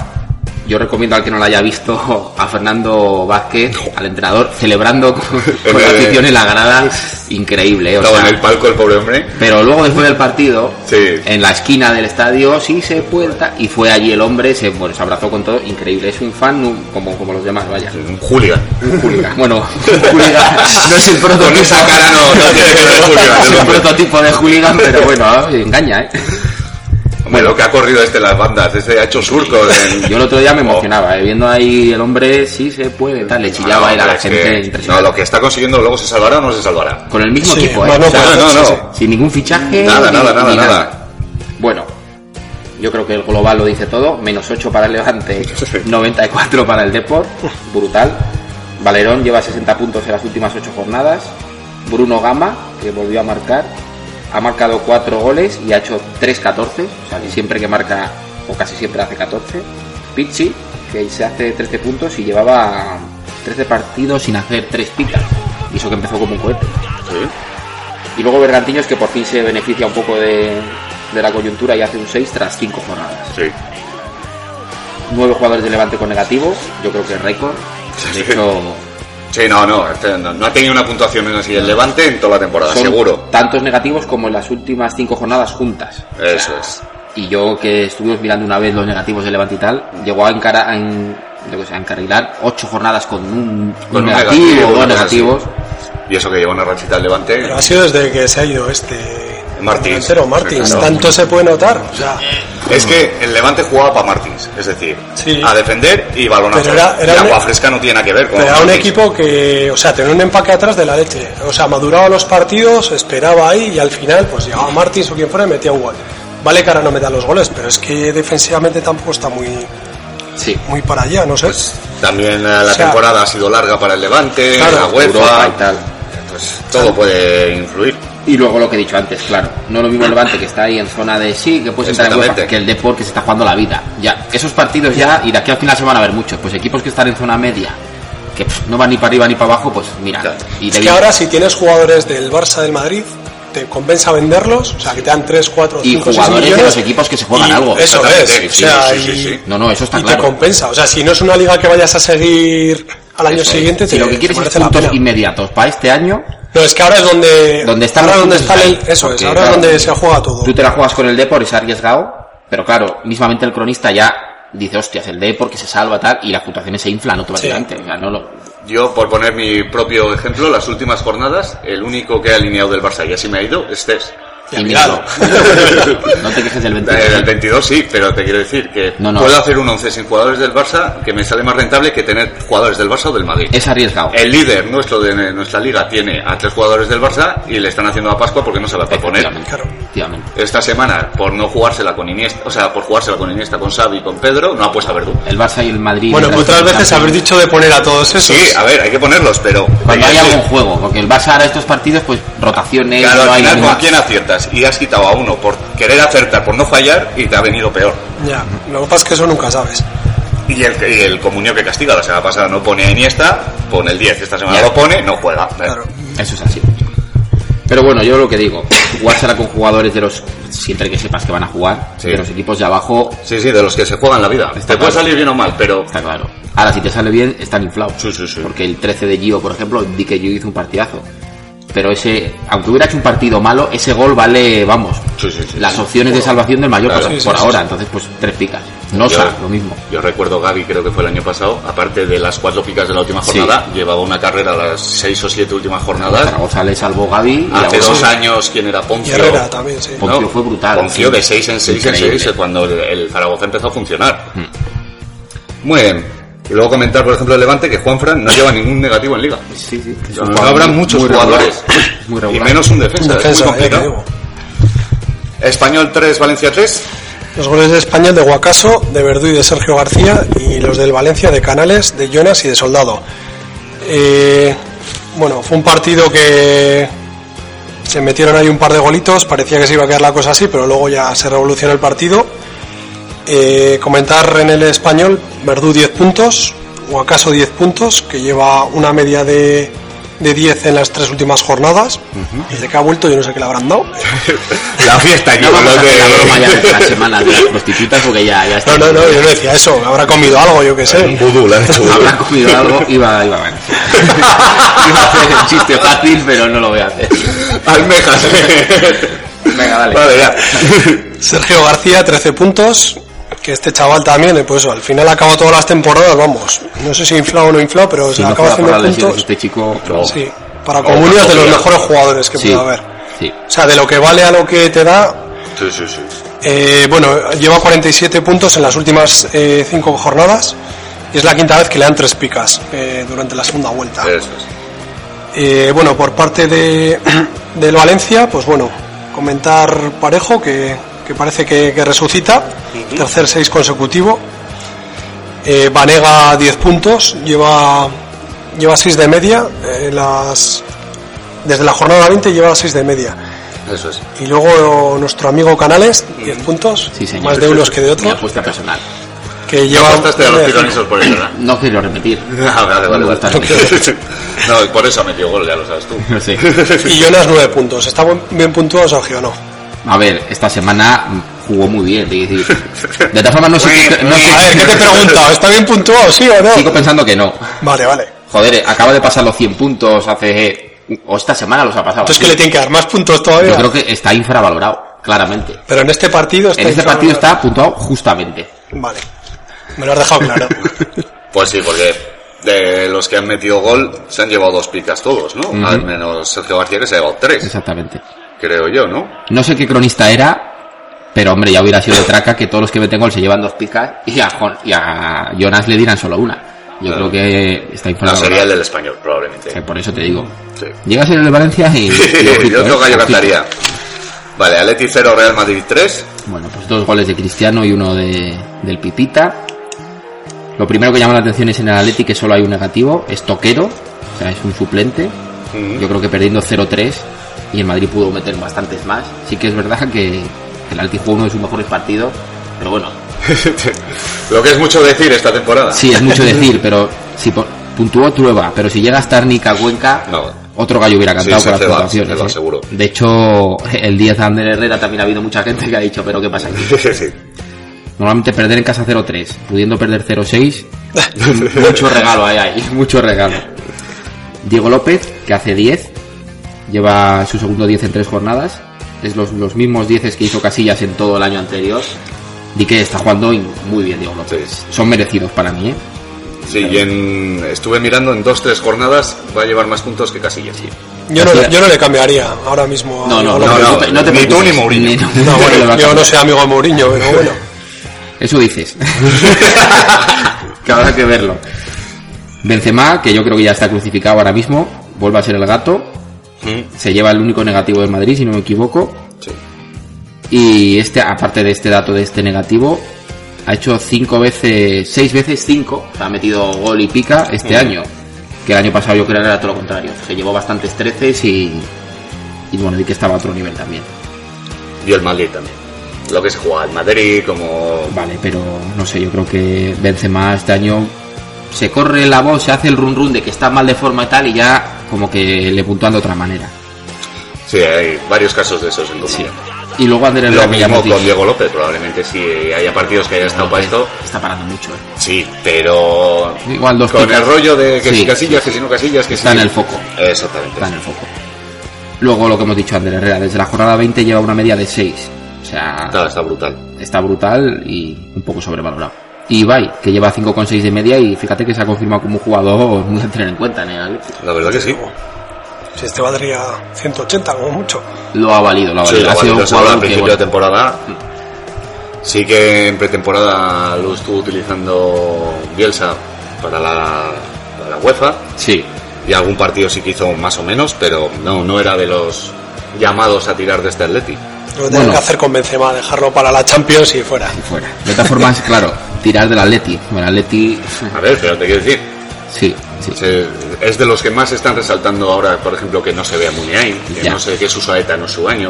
Speaker 1: Yo recomiendo al que no la haya visto a Fernando Vázquez, al entrenador, celebrando con, con la afición en la grada. Increíble, eh, o
Speaker 2: Estaba
Speaker 1: sea,
Speaker 2: en el palco el pobre hombre.
Speaker 1: Pero luego después del partido,
Speaker 2: Sí.
Speaker 1: en la esquina del estadio, sí se puerta y fue allí el hombre, se, bueno, se abrazó con todo. Increíble, es un fan un- como, como los demás, vaya.
Speaker 2: Un hooligan.
Speaker 1: Un hooligan. Bueno, un hooligan no es el
Speaker 2: Con
Speaker 1: prototipo.
Speaker 2: esa cara no, no tiene que ver
Speaker 1: es
Speaker 2: hooligan.
Speaker 1: un
Speaker 2: el hombre.
Speaker 1: prototipo de hooligan, pero bueno, eh, engaña, ¿eh?
Speaker 2: Hombre, lo que ha corrido este en las bandas, este ha hecho surcos. en-
Speaker 1: Yo el otro
Speaker 2: Oh.
Speaker 1: día me emocionaba, eh, viendo ahí el hombre, sí se puede, tal, le chillaba
Speaker 2: Ah, No,
Speaker 1: era la
Speaker 2: es que-
Speaker 1: gente
Speaker 2: No,
Speaker 1: impresionante.
Speaker 2: lo que está consiguiendo luego se salvará o no se salvará.
Speaker 1: Con el mismo
Speaker 3: Sí,
Speaker 1: equipo,
Speaker 3: más
Speaker 1: eh.
Speaker 3: no
Speaker 1: O sea,
Speaker 2: puede ser, sí,
Speaker 1: Sin ningún fichaje.
Speaker 2: Nada,
Speaker 1: ni-
Speaker 2: nada, nada,
Speaker 1: ni
Speaker 2: nada.
Speaker 1: Bueno, yo creo que el global lo dice todo. Menos 8 para el Levante, 94 para el Deport. Brutal. Valerón lleva 60 puntos en las últimas 8 jornadas. Bruno Gama, que volvió a marcar, ha marcado 4 goles y ha hecho 3-14. O sea, que siempre que marca, o casi siempre hace 14. Pichi, que se hace 13 puntos y llevaba 13 partidos sin hacer 3 picas. Y eso que empezó como un cohete. Y luego Bergantiños que por fin se beneficia un poco de, de la coyuntura y hace un 6 tras 5 jornadas.
Speaker 2: Sí.
Speaker 1: 9 jugadores de Levante con negativo, yo creo que es récord. De hecho,
Speaker 2: Sí, no, no, este no, no ha tenido una puntuación menos así el Levante en toda la temporada,
Speaker 1: son
Speaker 2: seguro.
Speaker 1: tantos negativos como en las últimas 5 jornadas juntas.
Speaker 2: Eso es.
Speaker 1: Y yo que estuvimos mirando una vez los negativos de Levante y tal, llegó a, encara- a en- yo qué sé, a encarrilar 8 jornadas con un,
Speaker 2: Con
Speaker 1: un
Speaker 2: un
Speaker 1: negativo,
Speaker 2: negativo,
Speaker 1: dos
Speaker 2: cosas
Speaker 1: negativos.
Speaker 2: Y eso que lleva una rachita el Levante.
Speaker 3: Pero ha sido desde que se ha ido este
Speaker 2: Martins.
Speaker 3: delantero, Martins.
Speaker 2: Sí, claro.
Speaker 3: Tanto se puede notar. O sea,
Speaker 2: Es que el Levante jugaba para Martins, es decir,
Speaker 3: Sí.
Speaker 2: a defender y balonazo.
Speaker 3: Pero era- era
Speaker 2: y
Speaker 3: un- e-
Speaker 2: agua fresca no tiene nada que ver con
Speaker 3: pero era un
Speaker 2: Martins.
Speaker 3: equipo que, o sea, tenía un empaque atrás de la leche. O sea, maduraba los partidos, esperaba ahí y al final, pues llegaba Martins o quien fuera y metía un gol. Vale que ahora no meta los goles, pero es que defensivamente tampoco está muy,
Speaker 1: Sí.
Speaker 3: muy para allá, no sé.
Speaker 1: Pues,
Speaker 2: También eh, la
Speaker 3: sea,
Speaker 2: temporada ha sido larga para el Levante,
Speaker 3: claro,
Speaker 2: la UEFA,
Speaker 1: Europa y tal.
Speaker 2: pues todo puede influir.
Speaker 1: Y luego lo que he dicho antes, claro, no lo mismo el Levante que está ahí en zona de sí, que puede estar en
Speaker 2: Exactamente.
Speaker 1: UEFA, que el Deport que se está jugando la vida. Ya, esos partidos ya, y de aquí al final se van a ver muchos. Pues equipos que están en zona media, que pff, no van ni para arriba ni para abajo, pues mira.
Speaker 2: Claro.
Speaker 1: Y
Speaker 3: Es
Speaker 1: de
Speaker 3: que ahora si tienes jugadores del Barça del Madrid, te compensa venderlos, o sea, que te dan 3, 4,
Speaker 1: Y
Speaker 3: 5, 6
Speaker 1: jugadores de
Speaker 3: millones.
Speaker 1: los equipos que se juegan
Speaker 3: y
Speaker 1: algo.
Speaker 3: Eso
Speaker 2: Exactamente,
Speaker 3: es,
Speaker 2: sí,
Speaker 3: o sea,
Speaker 2: sí, sí,
Speaker 3: y-
Speaker 2: sí.
Speaker 1: No, no, eso está
Speaker 3: y
Speaker 1: Ah, claro.
Speaker 3: te compensa. O sea, si no es una liga que vayas a seguir al año
Speaker 1: Eso es.
Speaker 3: siguiente, te,
Speaker 1: si lo que
Speaker 3: te
Speaker 1: quieres es
Speaker 3: merece la
Speaker 1: puntos
Speaker 3: pena.
Speaker 1: inmediatos para este año,
Speaker 3: No, es que ahora es donde.
Speaker 1: Donde están
Speaker 3: ahora
Speaker 1: los
Speaker 3: donde
Speaker 1: puntos
Speaker 3: está el,
Speaker 1: ahí.
Speaker 3: Eso
Speaker 1: Porque,
Speaker 3: es, ahora
Speaker 1: claro,
Speaker 3: donde se juega todo.
Speaker 1: tú te la juegas con el Deport y se ha arriesgado, pero claro, mismamente el cronista ya dice, hostias, el Deport que se salva tal, y las puntuaciones se inflan automáticamente. O sea, no lo-
Speaker 2: Yo, por poner mi propio ejemplo, las últimas jornadas, el único que ha alineado del Barça y así me ha ido es Cesc.
Speaker 1: y
Speaker 3: mirado.
Speaker 1: míralo. no te quejes del 22.
Speaker 2: El 22 sí, pero te quiero decir que
Speaker 1: No, no.
Speaker 2: puedo hacer un 11 sin jugadores del Barça que me sale más rentable que tener jugadores del Barça o del Madrid.
Speaker 1: Es
Speaker 3: Eh,
Speaker 1: arriesgado.
Speaker 2: El líder nuestro de nuestra liga tiene a tres jugadores del Barça y le están haciendo a Pascua porque no se la va a poner.
Speaker 1: Efectivamente,
Speaker 3: Claro.
Speaker 1: efectivamente.
Speaker 2: Esta semana, por no jugársela con Iniesta, o sea, por jugársela con Iniesta, con Xavi y con Pedro, no ha puesto a Verdú.
Speaker 1: El Barça y el Madrid.
Speaker 3: Bueno, que
Speaker 2: pues
Speaker 1: mientras
Speaker 3: otras
Speaker 1: están
Speaker 3: veces
Speaker 1: campeones,
Speaker 3: habéis dicho de poner a todos esos.
Speaker 2: Sí, a ver, hay que ponerlos, pero...
Speaker 1: Cuando hay
Speaker 2: Sí.
Speaker 1: algún juego, porque el Barça ahora estos partidos, pues rotaciones, no
Speaker 2: Claro, al
Speaker 1: hay
Speaker 2: final con
Speaker 1: ninguna-
Speaker 2: quién aciertas y has quitado a uno por querer acertar, por no fallar y te ha venido peor.
Speaker 3: Ya, lo que pasa es que eso nunca sabes.
Speaker 2: Y el, y el comunio que castiga la semana pasada no pone a Iniesta, pone el 10, esta semana
Speaker 1: Ya.
Speaker 2: lo pone, no juega.
Speaker 3: Claro.
Speaker 1: Eso es así. Pero bueno, yo lo que digo, jugársela con jugadores de los. Siempre que sepas que van a jugar,
Speaker 2: Sí.
Speaker 1: de los equipos de abajo,
Speaker 2: Sí, sí, de los que se juegan la vida.
Speaker 1: Está
Speaker 2: te puede
Speaker 1: claro.
Speaker 2: salir bien o mal, pero
Speaker 1: está claro. Ahora, si te sale bien, están inflados.
Speaker 2: Sí, sí, sí.
Speaker 1: Porque el 13 de Gio, por ejemplo, di que Gio hizo un partidazo. Pero ese, aunque hubiera hecho un partido malo, ese gol vale, vamos,
Speaker 2: Sí, sí, sí.
Speaker 1: las opciones de salvación del mayor
Speaker 2: Claro.
Speaker 1: por,
Speaker 2: Sí, sí,
Speaker 1: por
Speaker 3: sí,
Speaker 1: ahora. Entonces, pues tres picas. No
Speaker 2: Yo-
Speaker 1: lo mismo.
Speaker 2: Yo recuerdo Gaby, creo que fue el año pasado, aparte de las cuatro picas de la última
Speaker 1: Sí.
Speaker 2: jornada, llevaba una carrera a las seis o siete últimas jornadas.
Speaker 1: Zaragoza le salvó Gaby y
Speaker 2: Hace
Speaker 1: ahora
Speaker 2: dos años, ¿quién era
Speaker 3: Y
Speaker 2: Poncio?
Speaker 3: Herrera también, sí.
Speaker 1: Por- Poncio fue brutal.
Speaker 2: Poncio de seis en seis en
Speaker 1: Increíble. Hmm.
Speaker 2: seis eh, cuando el, el Zaragoza empezó a funcionar. Muy bien. Y luego comentar, por ejemplo, el Levante que Juanfran no lleva ningún negativo en Liga.
Speaker 1: Sí, sí.
Speaker 2: No, no habrá muchos
Speaker 1: Muy regular.
Speaker 2: jugadores.
Speaker 1: Muy
Speaker 2: y
Speaker 1: regular.
Speaker 2: menos un defensa. es
Speaker 3: Defensa,
Speaker 2: muy
Speaker 3: ya te
Speaker 2: complicado.
Speaker 3: digo.
Speaker 2: Español 3, Valencia 3.
Speaker 3: Los goles de Español de Guacaso, de Verdú y de Sergio García y los del Valencia de Canales, de Jonas y de Soldado. Eh, bueno, fue un partido que se metieron ahí un par de golitos, parecía que se iba a quedar la cosa así, pero luego ya se revolucionó el partido. Eh, comentar en el español, Verdú 10 puntos, Guacaso 10 puntos, que lleva una media de, de 10 en las tres últimas jornadas. Desde que ha vuelto yo no sé qué le habrán dado.
Speaker 2: La fiesta,
Speaker 1: No
Speaker 2: yo,
Speaker 1: vamos a
Speaker 2: lo
Speaker 1: hacer la
Speaker 2: que-
Speaker 1: broma ya de la semana de las prostitutas porque ya, ya está.
Speaker 3: No, no, no, yo no decía eso, habrá comido algo, yo qué sé.
Speaker 2: Vudú,
Speaker 1: eh,
Speaker 2: la han hecho vudú.
Speaker 1: Habrá comido algo, iba, iba, bueno. iba a hacer el chiste fácil, pero no lo voy a hacer.
Speaker 2: Almejas.
Speaker 1: Venga, dale.
Speaker 2: Vale, ya.
Speaker 3: Sergio García, 13 puntos. Que este chaval también, eh, pues al final acaba todas las temporadas, vamos. No sé si inflado o no inflado, pero se
Speaker 1: Si no
Speaker 3: acaba
Speaker 1: fuera por
Speaker 3: haciendo
Speaker 1: las lesiones
Speaker 3: puntos.
Speaker 1: este chico... no.
Speaker 3: Sí, para
Speaker 2: No,
Speaker 3: Comunio es de los
Speaker 2: Comunio.
Speaker 3: mejores jugadores que
Speaker 1: Sí,
Speaker 3: puede haber.
Speaker 1: sí.
Speaker 3: O sea, de lo que vale a lo que te da,
Speaker 2: Sí, sí, sí.
Speaker 3: eh, bueno, lleva 47 puntos en las últimas 5 jornadas. Y es la quinta vez que le dan tres picas eh, durante la segunda vuelta.
Speaker 2: Eso es.
Speaker 3: Eh, bueno, por parte de, del Valencia, pues bueno, comentar Parejo, que, que parece que, que resucita, tercer seis consecutivo. Eh, Vanega 10 puntos, lleva lleva 6 de media, eh, las, desde la jornada 20 lleva 6 de media.
Speaker 2: Eso es.
Speaker 3: Y luego nuestro amigo Canales, 10 puntos,
Speaker 1: Sí, pues, señor.
Speaker 3: más de unos que de
Speaker 1: Mi
Speaker 3: otros,
Speaker 1: apuesta personal.
Speaker 3: que
Speaker 2: Ya
Speaker 3: lleva...
Speaker 2: bastaste a los
Speaker 3: eh,
Speaker 2: tironisos por ahí, ¿verdad?
Speaker 1: No quiero repetir.
Speaker 2: Ah, vale, vale, vale.
Speaker 1: No quiero.
Speaker 2: No, por eso ha metido gol, ya lo sabes tú.
Speaker 1: No sé.
Speaker 3: y Jonas 9 puntos. ¿Está buen- bien puntuado Sergio o no?
Speaker 1: A ver, esta semana jugó muy bien, te quiero decir. De todas formas, no sé.
Speaker 2: Bueno,
Speaker 1: no sé-
Speaker 3: A ver, ¿qué te he preguntado? ¿Está bien puntuado, sí o no?
Speaker 1: Sigo pensando que no.
Speaker 3: Vale, vale.
Speaker 1: Joder, eh, acaba de pasar los 100 puntos hace. O esta semana los ha pasado.
Speaker 3: Entonces
Speaker 1: sí.
Speaker 3: que le tienen que dar más puntos todavía.
Speaker 1: Yo creo que está infravalorado, claramente.
Speaker 3: Pero en este partido está
Speaker 1: En este partido
Speaker 3: infravalorado.
Speaker 1: está apuntado justamente.
Speaker 3: Vale. Me lo has dejado claro.
Speaker 2: Pues sí, porque de los que han metido gol se han llevado dos picas todos, ¿no? Al menos Sergio García que se ha llevado tres,
Speaker 1: Exactamente.
Speaker 2: creo yo, ¿no?
Speaker 1: No sé qué cronista era, pero hombre, ya hubiera sido de traca que todos los que meten gol se llevan dos picas y a, Jon- y a Jonas le dirán solo una. Yo creo
Speaker 2: Claro.
Speaker 1: que está
Speaker 2: No,
Speaker 1: infravalorado.
Speaker 2: Ah, sería el del español, probablemente.
Speaker 1: Eh, Por eso te digo.
Speaker 2: Sí.
Speaker 1: Llegas en el de Valencia y... y ojito,
Speaker 2: yo
Speaker 1: ¿eh?
Speaker 2: creo que yo
Speaker 1: Ojito.
Speaker 2: cantaría. Vale, Atleti 0, Real Madrid 3.
Speaker 1: Bueno, pues dos goles de Cristiano y uno de, del Pipita. Lo primero que llama la atención es en el Atleti que solo hay un negativo, es Toquero, o sea, es un suplente.
Speaker 2: Mm.
Speaker 1: Yo creo que perdiendo 0-3 y el Madrid pudo meter bastantes más. Sí que es verdad que el Atleti jugó uno de sus mejores partidos, pero bueno,
Speaker 2: Lo que es mucho decir esta temporada.
Speaker 1: sí, es mucho decir, pero si po- puntuó Trueba, pero si llega a estar Nica Cuenca,
Speaker 2: No.
Speaker 1: otro gallo hubiera cantado
Speaker 2: Sí, se
Speaker 1: por las
Speaker 2: te va,
Speaker 1: puntuaciones.
Speaker 2: se te va,
Speaker 1: ¿eh?
Speaker 2: seguro.
Speaker 1: De hecho, el 10 de Ander Herrera también ha habido mucha gente que ha dicho, pero ¿qué pasa aquí?
Speaker 2: Sí.
Speaker 1: Normalmente perder en casa 0-3, pudiendo perder 0-6, mucho regalo hay ahí, mucho regalo. Diego López, que hace 10, lleva su segundo 10 en tres jornadas, es los, los mismos 10 que hizo Casillas en todo el año anterior. Di que está jugando in- muy bien Diego López.
Speaker 2: Sí.
Speaker 1: Son merecidos para mí, ¿eh?
Speaker 2: Sí, y en- estuve mirando en dos, tres jornadas va a llevar más puntos que Casillas.
Speaker 3: Yo no, le- yo no le cambiaría ahora mismo. a
Speaker 1: No, no,
Speaker 3: Diego
Speaker 1: no,
Speaker 3: López.
Speaker 2: Oh, no,
Speaker 1: te preocupes, te
Speaker 2: ni tú
Speaker 1: preocupes.
Speaker 2: ni Mourinho.
Speaker 1: Ni- le
Speaker 3: No,
Speaker 1: va
Speaker 3: bueno,
Speaker 1: a
Speaker 3: yo no
Speaker 1: cambiar.
Speaker 3: soy amigo de Mourinho, pero bueno.
Speaker 1: Eso dices. que habrá que verlo. Benzema, que yo creo que ya está crucificado ahora mismo, vuelve a ser el gato. Se lleva el único negativo de Madrid, si no me equivoco.
Speaker 2: Sí.
Speaker 1: Y este, aparte de este dato de este negativo, ha hecho cinco veces, seis veces cinco, o sea, ha metido gol y pica este año. Que el año pasado yo creo que era todo lo contrario, que llevó bastantes treces y, y bueno, di que estaba a otro nivel también.
Speaker 2: Y el Madrid también. Lo que se juega el Madrid, como...
Speaker 1: Vale, pero no sé, yo creo que Benzema este año se corre la voz, se hace el run run de que está mal de forma y tal y ya como que le puntúan de otra manera.
Speaker 2: Sí, hay varios casos de esos en común.
Speaker 1: Sí. Y luego Ander
Speaker 2: Lo
Speaker 1: Herrera, que ya
Speaker 2: mismo
Speaker 1: hemos dicho,
Speaker 2: con Diego López, probablemente si haya partidos que haya estado para esto.
Speaker 1: está parando mucho, eh.
Speaker 2: Sí, pero...
Speaker 1: Igual dos
Speaker 2: Con
Speaker 1: picas.
Speaker 2: el rollo de que
Speaker 1: Sí,
Speaker 2: si Casillas, que si no Casillas, que
Speaker 1: Está
Speaker 2: si-
Speaker 1: en el foco.
Speaker 2: Exactamente.
Speaker 1: Está en el foco. Luego lo que hemos dicho Ander Herrera, desde la jornada 20 lleva una media de 6. O sea,
Speaker 2: Está, está brutal.
Speaker 1: está brutal y un poco sobrevalorado. Y Ibai, que lleva 5,6 de media y fíjate que se ha confirmado como un jugador muy a tener en cuenta ¿eh? en el Atlético.
Speaker 2: La verdad que sí.
Speaker 3: Si este valdría 180 como mucho.
Speaker 1: Lo ha valido, lo ha
Speaker 2: Sí,
Speaker 1: valido.
Speaker 2: lo
Speaker 1: ha sido un
Speaker 2: cual, al
Speaker 1: jugador que,
Speaker 2: principio
Speaker 1: bueno,
Speaker 2: de temporada. Sí que en pretemporada lo estuvo utilizando Bielsa para la, para la UEFA
Speaker 1: sí,
Speaker 2: y algún partido sí que hizo más o menos, pero no, no era de los llamados a tirar de este Atleti.
Speaker 3: Lo que tienen
Speaker 1: Bueno.
Speaker 3: que hacer con Benzema, dejarlo para la Champions y fuera.
Speaker 1: fuera. De todas formas, claro, tirar del Atleti. Bueno, Atleti,
Speaker 2: A ver, pero te quiero decir,
Speaker 1: sí, sí.
Speaker 2: se- es de los que más están resaltando ahora, por ejemplo, que no se vea Muniain, que
Speaker 1: Ya.
Speaker 2: no sé qué es Usaeta no es su año,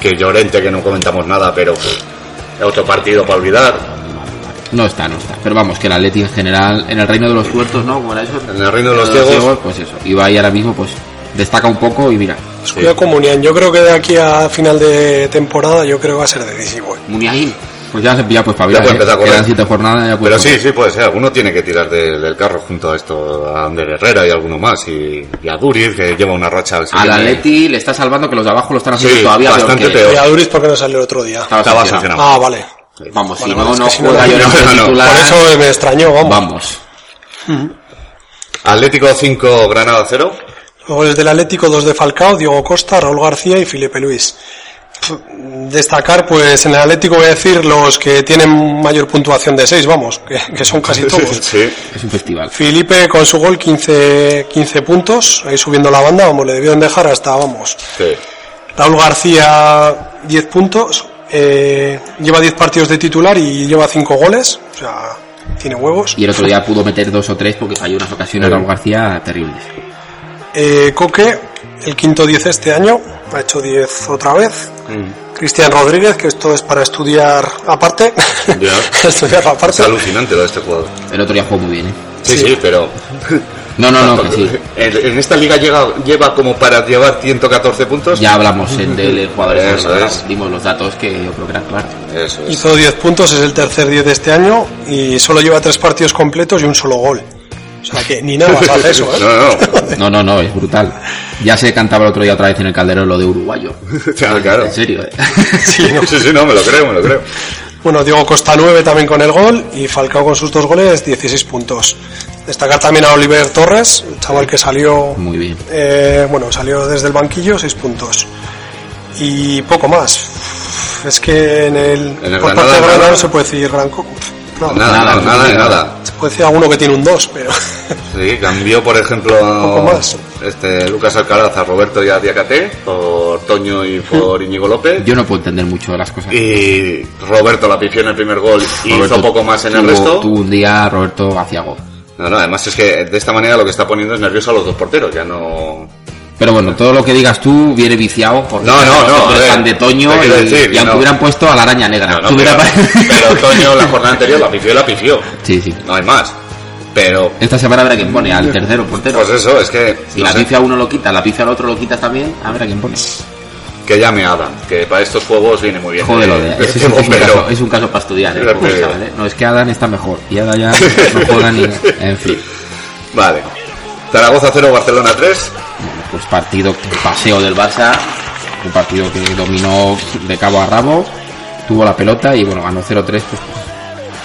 Speaker 2: que Llorente, que no comentamos nada, pero pff, otro partido para olvidar.
Speaker 1: No está, no está. Pero vamos, que el Atleti en general, en el reino de los tuertos, ¿no? Bueno, eso.
Speaker 2: En el reino de los ciegos.
Speaker 1: Pues eso. Y Ibai ahora mismo, pues, destaca un poco y mira,
Speaker 2: Sí.
Speaker 3: Pues Cuidado con Muniain. Yo creo que de aquí a final de temporada, yo creo que va a ser decisivo. ¿eh?
Speaker 1: Muniain. Pues ya se pilla, pues, para
Speaker 2: Ya puede empezar a correr.
Speaker 1: Quedan siete jornadas, ya puede
Speaker 2: Pero
Speaker 1: correr.
Speaker 2: sí, sí, puede ser. Alguno tiene que tirar de- del carro junto a esto, a Ander Herrera y alguno más. Y, y a Duriz, que lleva una racha. sí
Speaker 1: Al
Speaker 2: que-
Speaker 1: Atleti le está salvando que los de abajo lo están haciendo
Speaker 2: Sí,
Speaker 1: todavía
Speaker 2: bastante
Speaker 1: peor que-
Speaker 2: peor.
Speaker 3: Y a Duris porque no salió el otro día.
Speaker 1: Estaba
Speaker 2: Estaba
Speaker 1: sancionado.
Speaker 2: sancionado.
Speaker 3: Ah, vale.
Speaker 1: Vamos, si
Speaker 3: Bueno,
Speaker 1: no,
Speaker 3: es
Speaker 1: no
Speaker 3: que si no-
Speaker 1: juega yo
Speaker 2: No, no, no.
Speaker 1: titular.
Speaker 3: Por eso me extrañó, vamos.
Speaker 1: Vamos.
Speaker 2: Atlético 5, Granada 0.
Speaker 3: Los goles del Atlético, dos de Falcao, Diego Costa, Raúl García y Felipe Luis. Pf, Destacar, pues en el Atlético voy a decir los que tienen mayor puntuación de 6, vamos, que, que son casi todos.
Speaker 2: sí.
Speaker 1: Es un festival.
Speaker 3: Felipe con su gol 15, 15 puntos, ahí subiendo la banda, vamos, le debieron dejar hasta, vamos.
Speaker 2: sí.
Speaker 3: Raúl García 10 puntos, eh, lleva 10 partidos de titular y lleva 5 goles, o sea, tiene huevos.
Speaker 1: Y el otro día pudo meter dos o tres porque falló unas ocasiones Raúl García terribles.
Speaker 3: Eh, Coque, el quinto 10 este año, ha hecho 10 otra vez.
Speaker 1: Mm.
Speaker 3: Cristian Rodríguez, que esto es para estudiar aparte.
Speaker 2: Ya.
Speaker 3: estudiar
Speaker 2: Es
Speaker 3: aparte.
Speaker 2: alucinante lo de este jugador.
Speaker 1: El otro día jugó muy bien, ¿eh?
Speaker 2: Sí, sí, pero
Speaker 1: No, no, no, que sí.
Speaker 2: En, en esta liga llega, lleva como para llevar 114 puntos.
Speaker 1: Ya hablamos en del jugador de
Speaker 2: Eso
Speaker 1: Barcelona,
Speaker 2: es.
Speaker 1: dimos los datos que yo creo que eran claros.
Speaker 2: Eso es.
Speaker 3: Hizo 10 puntos, es el tercer 10 de este año y solo lleva tres partidos completos y un solo gol. O sea que ni nada más hace eso, ¿eh?
Speaker 2: No, no.
Speaker 1: No, no, no, es brutal. Ya se cantaba el otro día otra vez en el calderón lo de uruguayo.
Speaker 2: Claro, claro.
Speaker 1: En serio, eh.
Speaker 2: Sí, sí, sí, no, me lo creo, me lo creo.
Speaker 3: Bueno, Diego Costa 9 también con el gol y Falcao con sus dos goles 16 puntos. Destacar también a Oliver Torres, el chaval que salió,
Speaker 1: Muy bien.
Speaker 3: eh, bueno, salió desde el banquillo 6 puntos. Y poco más. Es que en el,
Speaker 2: En el
Speaker 3: por
Speaker 2: Granada,
Speaker 3: parte de Granada
Speaker 2: nada.
Speaker 3: no se puede decir gran co- no,
Speaker 2: Nada, nada,
Speaker 1: Nada,
Speaker 2: nada,
Speaker 1: nada.
Speaker 2: nada.
Speaker 3: se puede decir alguno que tiene un 2, pero
Speaker 2: Sí, cambió, por
Speaker 3: poco
Speaker 2: ejemplo,
Speaker 3: más.
Speaker 2: este, Lucas Alcaraz a Roberto y a Diacate por Toño y por Íñigo López.
Speaker 1: Yo no puedo entender mucho de las cosas.
Speaker 2: Y Roberto la pifió en el primer gol y hizo
Speaker 1: Roberto
Speaker 2: poco más en el
Speaker 1: tuvo-
Speaker 2: resto.
Speaker 1: Tuvo un día Roberto Aciago.
Speaker 2: No, no, además es que de esta manera lo que está poniendo es nervioso a los dos porteros, ya no...
Speaker 1: Pero bueno, todo lo que digas tú viene viciado por
Speaker 2: No, no, no, a ver,
Speaker 1: de Toño
Speaker 2: te
Speaker 1: y,
Speaker 2: quiero decir,
Speaker 1: y aunque
Speaker 2: no.
Speaker 1: hubieran puesto a la araña negra.
Speaker 2: No, no,
Speaker 1: tú
Speaker 2: pero,
Speaker 1: hubiera pa-
Speaker 2: pero Toño la jornada anterior la pifió y la pifió.
Speaker 1: Sí, sí.
Speaker 2: No hay más. Pero,
Speaker 1: Esta semana habrá quien pone al tercero portero.
Speaker 2: pues eso, es que...
Speaker 1: si
Speaker 2: no
Speaker 1: la
Speaker 2: sé.
Speaker 1: pifia a uno lo quita, la pifia al otro lo quitas también, a ver a quién pone.
Speaker 2: que llame Adam, que para estos juegos viene muy bien.
Speaker 1: Joder,
Speaker 2: Eh,
Speaker 1: es, es,
Speaker 2: pero-
Speaker 1: un caso, es un caso para estudiar. ¿eh?
Speaker 2: Pero-
Speaker 1: Pobre chaval, ¿eh? No, es que Adán está mejor. Y Adán ya no juega ni. En fin.
Speaker 2: Vale. Zaragoza 0, Barcelona 3.
Speaker 1: Bueno, pues partido, paseo del Barça. Un partido que dominó de cabo a rabo. Tuvo la pelota y bueno, ganó 0-3. Pues,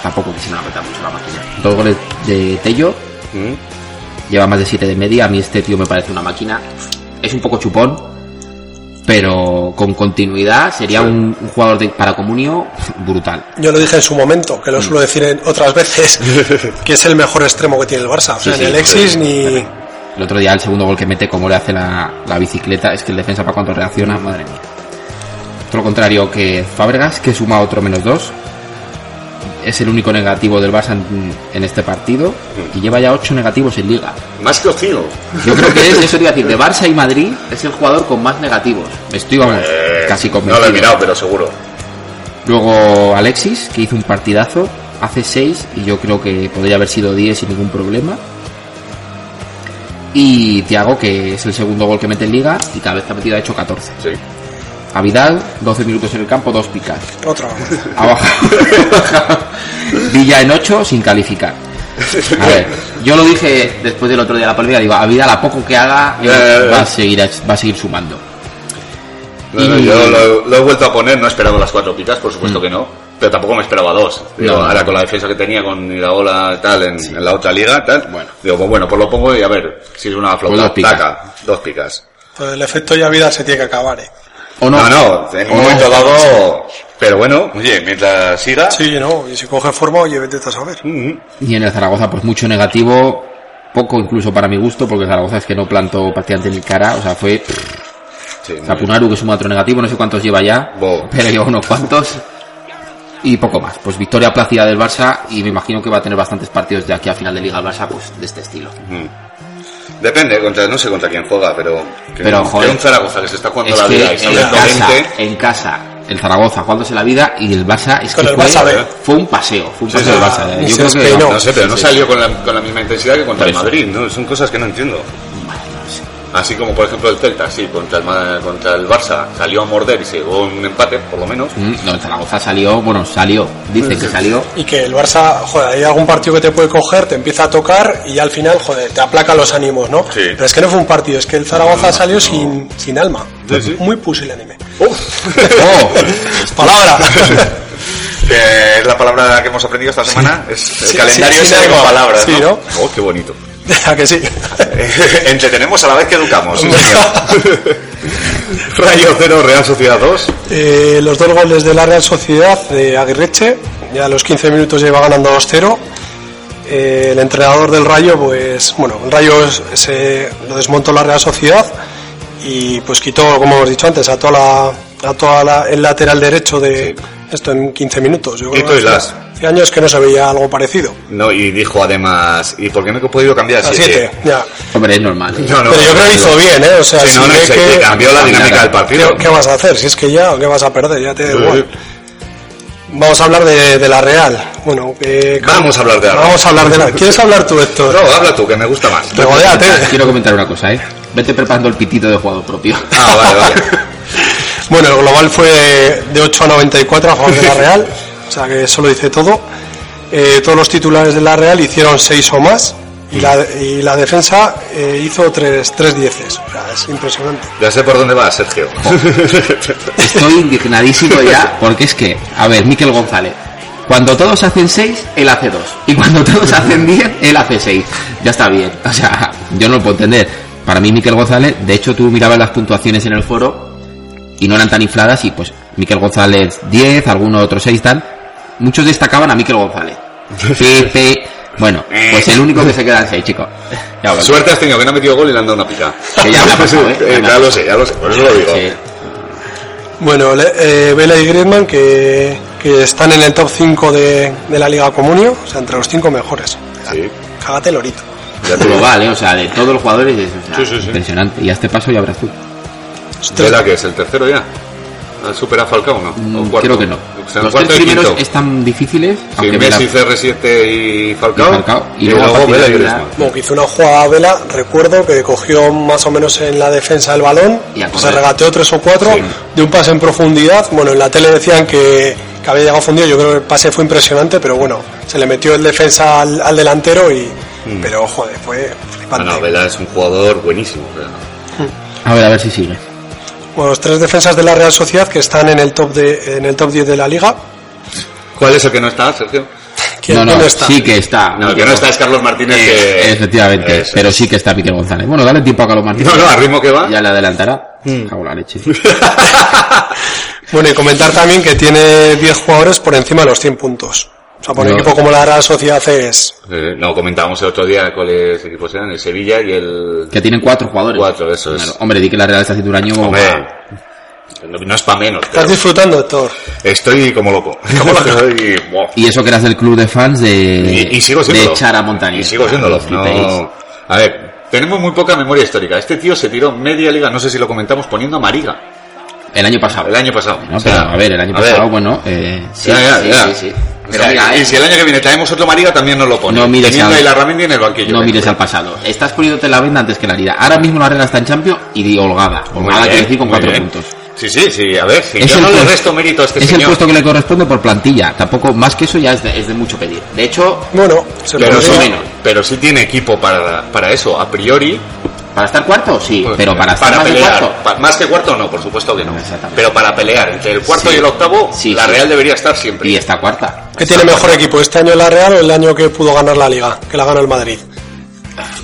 Speaker 1: tampoco que se nos apretaba mucho la máquina. Dos goles de Tello. Lleva más de 7 de media. A mí este tío me parece una máquina. Es un poco chupón. Pero con continuidad sería un, un jugador de, para comunio brutal.
Speaker 3: yo lo dije en su momento, que lo suelo decir en otras veces, que es el mejor extremo que tiene el Barça. O sea,
Speaker 1: Sí,
Speaker 3: ni
Speaker 1: sí,
Speaker 3: Alexis
Speaker 1: sí.
Speaker 3: ni...
Speaker 1: El otro día el segundo gol que mete, como le hace la, la bicicleta, es que el defensa para cuando reacciona, madre mía. Todo lo contrario que Fábregas, que suma otro menos dos. Es el único negativo del Barça en, en este partido y lleva ya ocho negativos en liga.
Speaker 2: Más que Ocino.
Speaker 1: Yo creo que es, eso te iba a decir, de Barça y Madrid es el jugador con más negativos. Estoy vamos, casi
Speaker 2: Eh, No
Speaker 1: convencido.
Speaker 2: lo he mirado, pero seguro.
Speaker 1: Luego Alexis, que hizo un partidazo, hace 6 y yo creo que podría haber sido 10 sin ningún problema. Y Thiago, que es el segundo gol que mete en liga y cada vez que ha metido ha hecho 14.
Speaker 2: Sí.
Speaker 1: A Vidal, 12 minutos en el campo, dos picas.
Speaker 3: Otra.
Speaker 1: Ha bajado. Villa en 8 sin calificar. A ver, yo lo dije después del otro día de la polémica, digo, a Vidal a poco que haga
Speaker 2: Ya, ya, ya.
Speaker 1: va a seguir, va a seguir sumando.
Speaker 2: No, no,
Speaker 1: Y- Mm.
Speaker 2: yo lo, lo he vuelto a poner, no he esperado las cuatro picas, por supuesto que no. Pero tampoco me esperaba dos. Digo,
Speaker 1: No, no,
Speaker 2: ahora
Speaker 1: no.
Speaker 2: con la defensa que tenía con Iraola tal, en, en la otra liga, tal. Bueno. Digo, pues bueno, pues lo pongo y a ver si es una flota.
Speaker 1: Pues dos picas.
Speaker 2: Taca, dos picas.
Speaker 3: Pues el efecto ya vida se tiene que acabar, ¿eh?
Speaker 1: ¿O no?
Speaker 2: No, no, en un
Speaker 1: ¿O no?
Speaker 2: momento dado. Pero bueno, oye, mientras siga.
Speaker 3: Sí, no, y si coge forma, oye, vete tú a saber.
Speaker 2: Mm,
Speaker 1: Y en el Zaragoza, pues mucho negativo, poco incluso para mi gusto, porque el Zaragoza es que no plantó prácticamente ni cara, o sea, fue
Speaker 2: sí, muy bien.
Speaker 1: Zapunaru que suma otro negativo, no sé cuántos lleva ya,
Speaker 2: Bo.
Speaker 1: pero lleva unos cuantos. Y poco más, pues victoria plácida del Barça y me imagino que va a tener bastantes partidos de aquí a final de liga el Barça, pues de este estilo.
Speaker 2: Depende, contra, no sé contra quién juega, pero. Que,
Speaker 1: Pero,
Speaker 2: que
Speaker 1: joder.
Speaker 2: un Zaragoza que se está jugando
Speaker 1: Es
Speaker 2: la vida
Speaker 1: que
Speaker 2: y
Speaker 1: en
Speaker 2: sale el
Speaker 1: casa,
Speaker 2: 20.
Speaker 1: en casa, el Zaragoza jugándose la vida y el Barça es
Speaker 3: Con
Speaker 1: que
Speaker 3: el
Speaker 1: fue,
Speaker 3: Barça B.
Speaker 1: fue un paseo, fue un
Speaker 2: Sí,
Speaker 1: paseo
Speaker 2: sí.
Speaker 1: del Barça. ¿eh?
Speaker 3: Y
Speaker 1: Yo
Speaker 3: se
Speaker 1: creo que
Speaker 3: despeinó.
Speaker 2: No sé, pero no
Speaker 1: Sí,
Speaker 2: salió con la, con la misma intensidad que contra el
Speaker 1: Por eso.
Speaker 2: Madrid, ¿no? Son cosas que no entiendo. Así como, por ejemplo, el Celta, sí, contra el, Ma- contra el Barça salió a morder y se llevó un empate, por lo menos.
Speaker 1: Mm, No, el Zaragoza salió, bueno, salió, dicen que salió.
Speaker 3: Y que el Barça, joder, hay algún partido que te puede coger, te empieza a tocar y al final, joder, te aplaca los ánimos, ¿no?
Speaker 2: Sí.
Speaker 3: Pero es que no fue un partido, es que el Zaragoza salió sin, sin alma.
Speaker 2: Sí, sí.
Speaker 3: Muy pusilánime.
Speaker 1: ¡Oh!
Speaker 3: Palabra.
Speaker 2: Que es la palabra que hemos aprendido esta semana. Es el
Speaker 3: Sí,
Speaker 2: calendario
Speaker 3: sí, sí,
Speaker 2: ese
Speaker 3: sí,
Speaker 2: con
Speaker 3: sí.
Speaker 2: palabras,
Speaker 3: Sí,
Speaker 2: ¿no?
Speaker 3: ¿no?
Speaker 2: Oh, qué bonito.
Speaker 3: ¿A que sí?
Speaker 2: Entretenemos a la vez que educamos. sí, señor. Rayo 0, Real Sociedad 2.
Speaker 3: Eh, los dos goles de la Real Sociedad de Aguirreche, ya a los 15 minutos ya iba ganando 2-0. Eh, el entrenador del Rayo, pues, bueno, el Rayo es- se lo desmontó la Real Sociedad y pues quitó, como hemos dicho antes, a toda la, a toda la- el lateral derecho de esto en 15 minutos. Yo
Speaker 2: Quito y
Speaker 3: que
Speaker 2: las.
Speaker 3: hace años que no se veía algo parecido.
Speaker 2: No, y dijo además, ¿y por qué me he podido cambiar?
Speaker 3: A
Speaker 2: Sí, sí.
Speaker 3: 7, ya.
Speaker 1: Hombre, es normal. ¿eh?
Speaker 2: No, no,
Speaker 3: Pero yo creo que hizo bien, ¿eh? O sea,
Speaker 2: Sí,
Speaker 3: si
Speaker 2: no, no,
Speaker 3: ve
Speaker 2: se-
Speaker 3: que-
Speaker 2: cambió la dinámica del partido.
Speaker 3: ¿Qué vas a hacer? Si es que ya, ¿qué vas a perder? Ya te da igual. Vamos a hablar de, de la Real. Bueno, eh,
Speaker 2: Vamos a hablar de la Real.
Speaker 3: Vamos a hablar de la. ¿Quieres hablar tú, Héctor?
Speaker 2: No, habla tú, que me gusta más.
Speaker 3: Regodeate.
Speaker 1: Quiero comentar una cosa, ¿eh? Vete preparando el pitito de jugador propio.
Speaker 2: Ah, vale, vale.
Speaker 3: Bueno, el global fue de 8 a 94 a favor de la Real, o sea que eso lo dice todo. Eh, todos los titulares de la Real hicieron 6 o más y la, y la defensa eh, hizo 3 tres dieces, o sea, es impresionante.
Speaker 2: Ya sé por dónde va, Sergio.
Speaker 1: Estoy indignadísimo ya, porque es que, a ver, Miquel González. Cuando todos hacen 6, él hace 2. Y cuando todos hacen 10, él hace 6. Ya está bien. O sea, yo no lo puedo entender. Para mí, Miquel González, de hecho, tú mirabas las puntuaciones en el foro y no eran tan infladas. Y pues, Miquel González 10, alguno otro 6, tal. Muchos destacaban a Miquel González. Pepe. Bueno, pues el único que se queda en 6, chicos. Ya hablo.
Speaker 2: Suerte has tenido que no ha metido gol y le han dado una pica.
Speaker 1: Que ya me ha pasado, ¿eh?
Speaker 2: Eh, ya lo sé, ya lo sé, por eso lo digo.
Speaker 1: Sí.
Speaker 3: Bueno, le- eh, Vela y Griezmann que, que están en el top 5 de, de la Liga Comunio, o sea, entre los 5 mejores.
Speaker 2: Sí.
Speaker 3: Cágate el orito.
Speaker 2: Ya te digo.
Speaker 1: global, ¿eh? O sea, de todos los jugadores es o sea,
Speaker 2: Sí, sí, sí.
Speaker 1: impresionante. Y a este paso ya habrás tú.
Speaker 2: ¿Vela que es el tercero ya? ¿Ha superado a Falcao no? ¿O
Speaker 1: Mm,
Speaker 2: cuarto?
Speaker 1: Creo que no.
Speaker 2: O sea,
Speaker 1: Los tres
Speaker 2: cuarto y
Speaker 1: primeros
Speaker 2: quinto.
Speaker 1: están difíciles,
Speaker 2: Sí,
Speaker 1: aunque
Speaker 2: Messi,
Speaker 1: Vela-
Speaker 2: CR7 y Falcao.
Speaker 1: Y Falcao. Y
Speaker 2: Y
Speaker 1: luego a
Speaker 2: luego
Speaker 1: partir de
Speaker 2: Vela
Speaker 1: ahí
Speaker 2: y
Speaker 1: ya-
Speaker 2: Griezmann.
Speaker 3: Bueno, que hizo una jugada a Vela, recuerdo que cogió más o menos en la defensa el balón,
Speaker 1: Y a
Speaker 3: se
Speaker 1: correr.
Speaker 3: regateó tres o cuatro,
Speaker 2: Sí.
Speaker 3: de un pase en profundidad. Bueno, en la tele decían que, que había llegado fundido, yo creo que el pase fue impresionante, pero bueno, se le metió el defensa al, al delantero y.
Speaker 1: Mm.
Speaker 3: Pero joder, fue flipante.
Speaker 2: Bueno, Vela es un jugador buenísimo. o sea,
Speaker 1: A ver, a ver si sigue.
Speaker 3: Bueno, los tres defensas de la Real Sociedad que están en el top de en el top 10 de la liga.
Speaker 2: ¿Cuál es el que no está, Sergio?
Speaker 3: ¿Quién
Speaker 1: no, no,
Speaker 3: dónde está?
Speaker 1: sí que está. Eh,
Speaker 2: No, el que no está es Carlos Martínez. que-
Speaker 1: Efectivamente,
Speaker 2: Eso
Speaker 1: pero
Speaker 2: es.
Speaker 1: sí que está Miquel González. Bueno, dale tiempo a Carlos Martínez.
Speaker 2: No, no, al ritmo que va.
Speaker 1: Ya le adelantará.
Speaker 3: Mm.
Speaker 1: Cago en la leche.
Speaker 3: Bueno, y comentar también que tiene 10 jugadores por encima de los 100 puntos. O sea, por
Speaker 1: No.
Speaker 3: un equipo como la Real Sociedad es
Speaker 2: Eh, no, comentábamos el otro día cuáles equipos eran, el Sevilla y el...
Speaker 1: Que tienen cuatro jugadores.
Speaker 2: Cuatro, eso es.
Speaker 1: Claro, hombre, di que la Real está haciendo un año.
Speaker 2: Hombre, no, no es para menos, pero
Speaker 3: Estás disfrutando, Héctor.
Speaker 2: estoy como loco. Estoy- buah.
Speaker 1: Y eso que eras del club de fans de,
Speaker 2: Y, y sigo
Speaker 1: de
Speaker 2: siéndolo.
Speaker 1: echar a Montañés.
Speaker 2: Y sigo siéndolo.
Speaker 1: Los flipéis.
Speaker 2: No. A ver, tenemos muy poca memoria histórica. Este tío se tiró media liga, no sé si lo comentamos, poniendo a Mariga
Speaker 1: El año pasado.
Speaker 2: el año pasado.
Speaker 1: No,
Speaker 2: O sea,
Speaker 1: pero a ver, el año
Speaker 2: a
Speaker 1: pasado,
Speaker 2: ver.
Speaker 1: bueno, eh, sí,
Speaker 2: Ya, ya,
Speaker 1: sí,
Speaker 2: ya.
Speaker 1: sí, sí.
Speaker 2: O
Speaker 1: Pero
Speaker 2: sea,
Speaker 1: mira,
Speaker 2: y
Speaker 1: eh,
Speaker 2: si el año que viene traemos otro Mariga, también nos lo pone.
Speaker 1: No mires
Speaker 2: Teniendo
Speaker 1: al-
Speaker 2: a Ilarramendi en el banquillo.
Speaker 1: no
Speaker 2: ¿eh?
Speaker 1: mires al pasado. Estás poniéndote la venda antes que la herida. Ahora mismo la regla está en Champions y di holgada.
Speaker 2: Muy
Speaker 1: Holgada
Speaker 2: bien,
Speaker 1: quiere decir con
Speaker 2: muy
Speaker 1: cuatro
Speaker 2: bien.
Speaker 1: puntos.
Speaker 2: Sí, sí, sí, a ver, si
Speaker 1: Es
Speaker 2: yo
Speaker 1: el
Speaker 2: no le
Speaker 1: puesto-
Speaker 2: resto mérito a este
Speaker 1: es el
Speaker 2: señor.
Speaker 1: puesto que le corresponde por plantilla. Tampoco, más que eso ya es de, es de mucho pedir. De hecho,
Speaker 3: Bueno, se
Speaker 2: Pero
Speaker 1: Más o
Speaker 2: sí,
Speaker 3: podría-
Speaker 1: menos.
Speaker 2: pero sí tiene equipo para, para eso, a priori.
Speaker 1: para estar cuarto, sí. Pero para estar más de
Speaker 2: Pues pelear.
Speaker 1: cuarto.
Speaker 2: pa- más que cuarto, no, por supuesto que no.
Speaker 1: No, exactamente.
Speaker 2: Pero para pelear entre el cuarto
Speaker 1: Sí.
Speaker 2: y el octavo,
Speaker 1: Sí,
Speaker 2: la
Speaker 1: sí.
Speaker 2: Real debería estar siempre.
Speaker 1: Y está cuarta.
Speaker 3: ¿Qué tiene mejor equipo? ¿Este año la Real o el año que pudo ganar la Liga? Que la ganó el Madrid.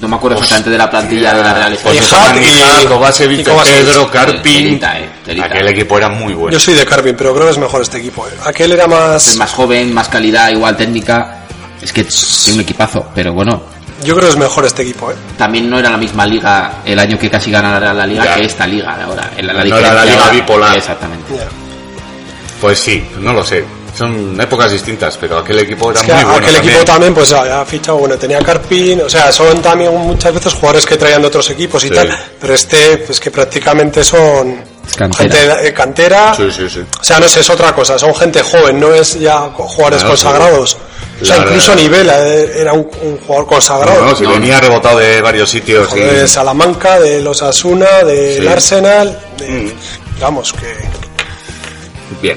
Speaker 1: No me acuerdo exactamente de la plantilla de la Real
Speaker 2: Pues
Speaker 1: Sociedad.
Speaker 3: Hija, Fijad
Speaker 2: Manija,
Speaker 3: y-
Speaker 2: Kovacevic,
Speaker 3: y Kovacevic.
Speaker 2: Pedro, Carpin.
Speaker 1: Telita, eh, telita.
Speaker 2: Aquel equipo era muy bueno.
Speaker 3: Yo soy de Carvin, pero creo que es mejor este equipo. ¿eh? Aquel era
Speaker 1: Es
Speaker 3: más.
Speaker 1: más joven, más calidad, igual técnica. Es que tiene un equipazo, pero bueno,
Speaker 3: Yo creo que es mejor este equipo, ¿eh?
Speaker 1: también no era la misma liga el año que casi ganara la liga
Speaker 2: Ya.
Speaker 1: que esta liga de ahora. El- La,
Speaker 2: No
Speaker 1: diferencia
Speaker 2: era la liga
Speaker 1: ahora-
Speaker 2: bipolar.
Speaker 1: Exactamente.
Speaker 3: Ya.
Speaker 2: Pues sí, no lo sé. Son épocas distintas, pero aquel equipo era
Speaker 3: Es que
Speaker 2: muy bueno.
Speaker 3: aquel equipo
Speaker 2: también.
Speaker 3: también, pues había fichado, bueno, tenía Carpin, o sea, son también muchas veces jugadores que traían de otros equipos y
Speaker 2: Sí.
Speaker 3: tal, pero este, pues que prácticamente son
Speaker 1: Es cantera.
Speaker 3: gente de de cantera,
Speaker 2: Sí, sí, sí.
Speaker 3: o sea, no sé, es otra cosa, son gente joven, no es ya co- jugadores
Speaker 2: Claro, sí.
Speaker 3: consagrados. O sea,
Speaker 2: La-
Speaker 3: incluso Nivela eh, era un, un jugador consagrado.
Speaker 2: No, no, si
Speaker 1: No,
Speaker 2: venía rebotado de varios sitios. y-
Speaker 3: de Salamanca, de los Asuna, del
Speaker 2: Sí. Mm.
Speaker 3: Arsenal, de- vamos que
Speaker 2: Bien.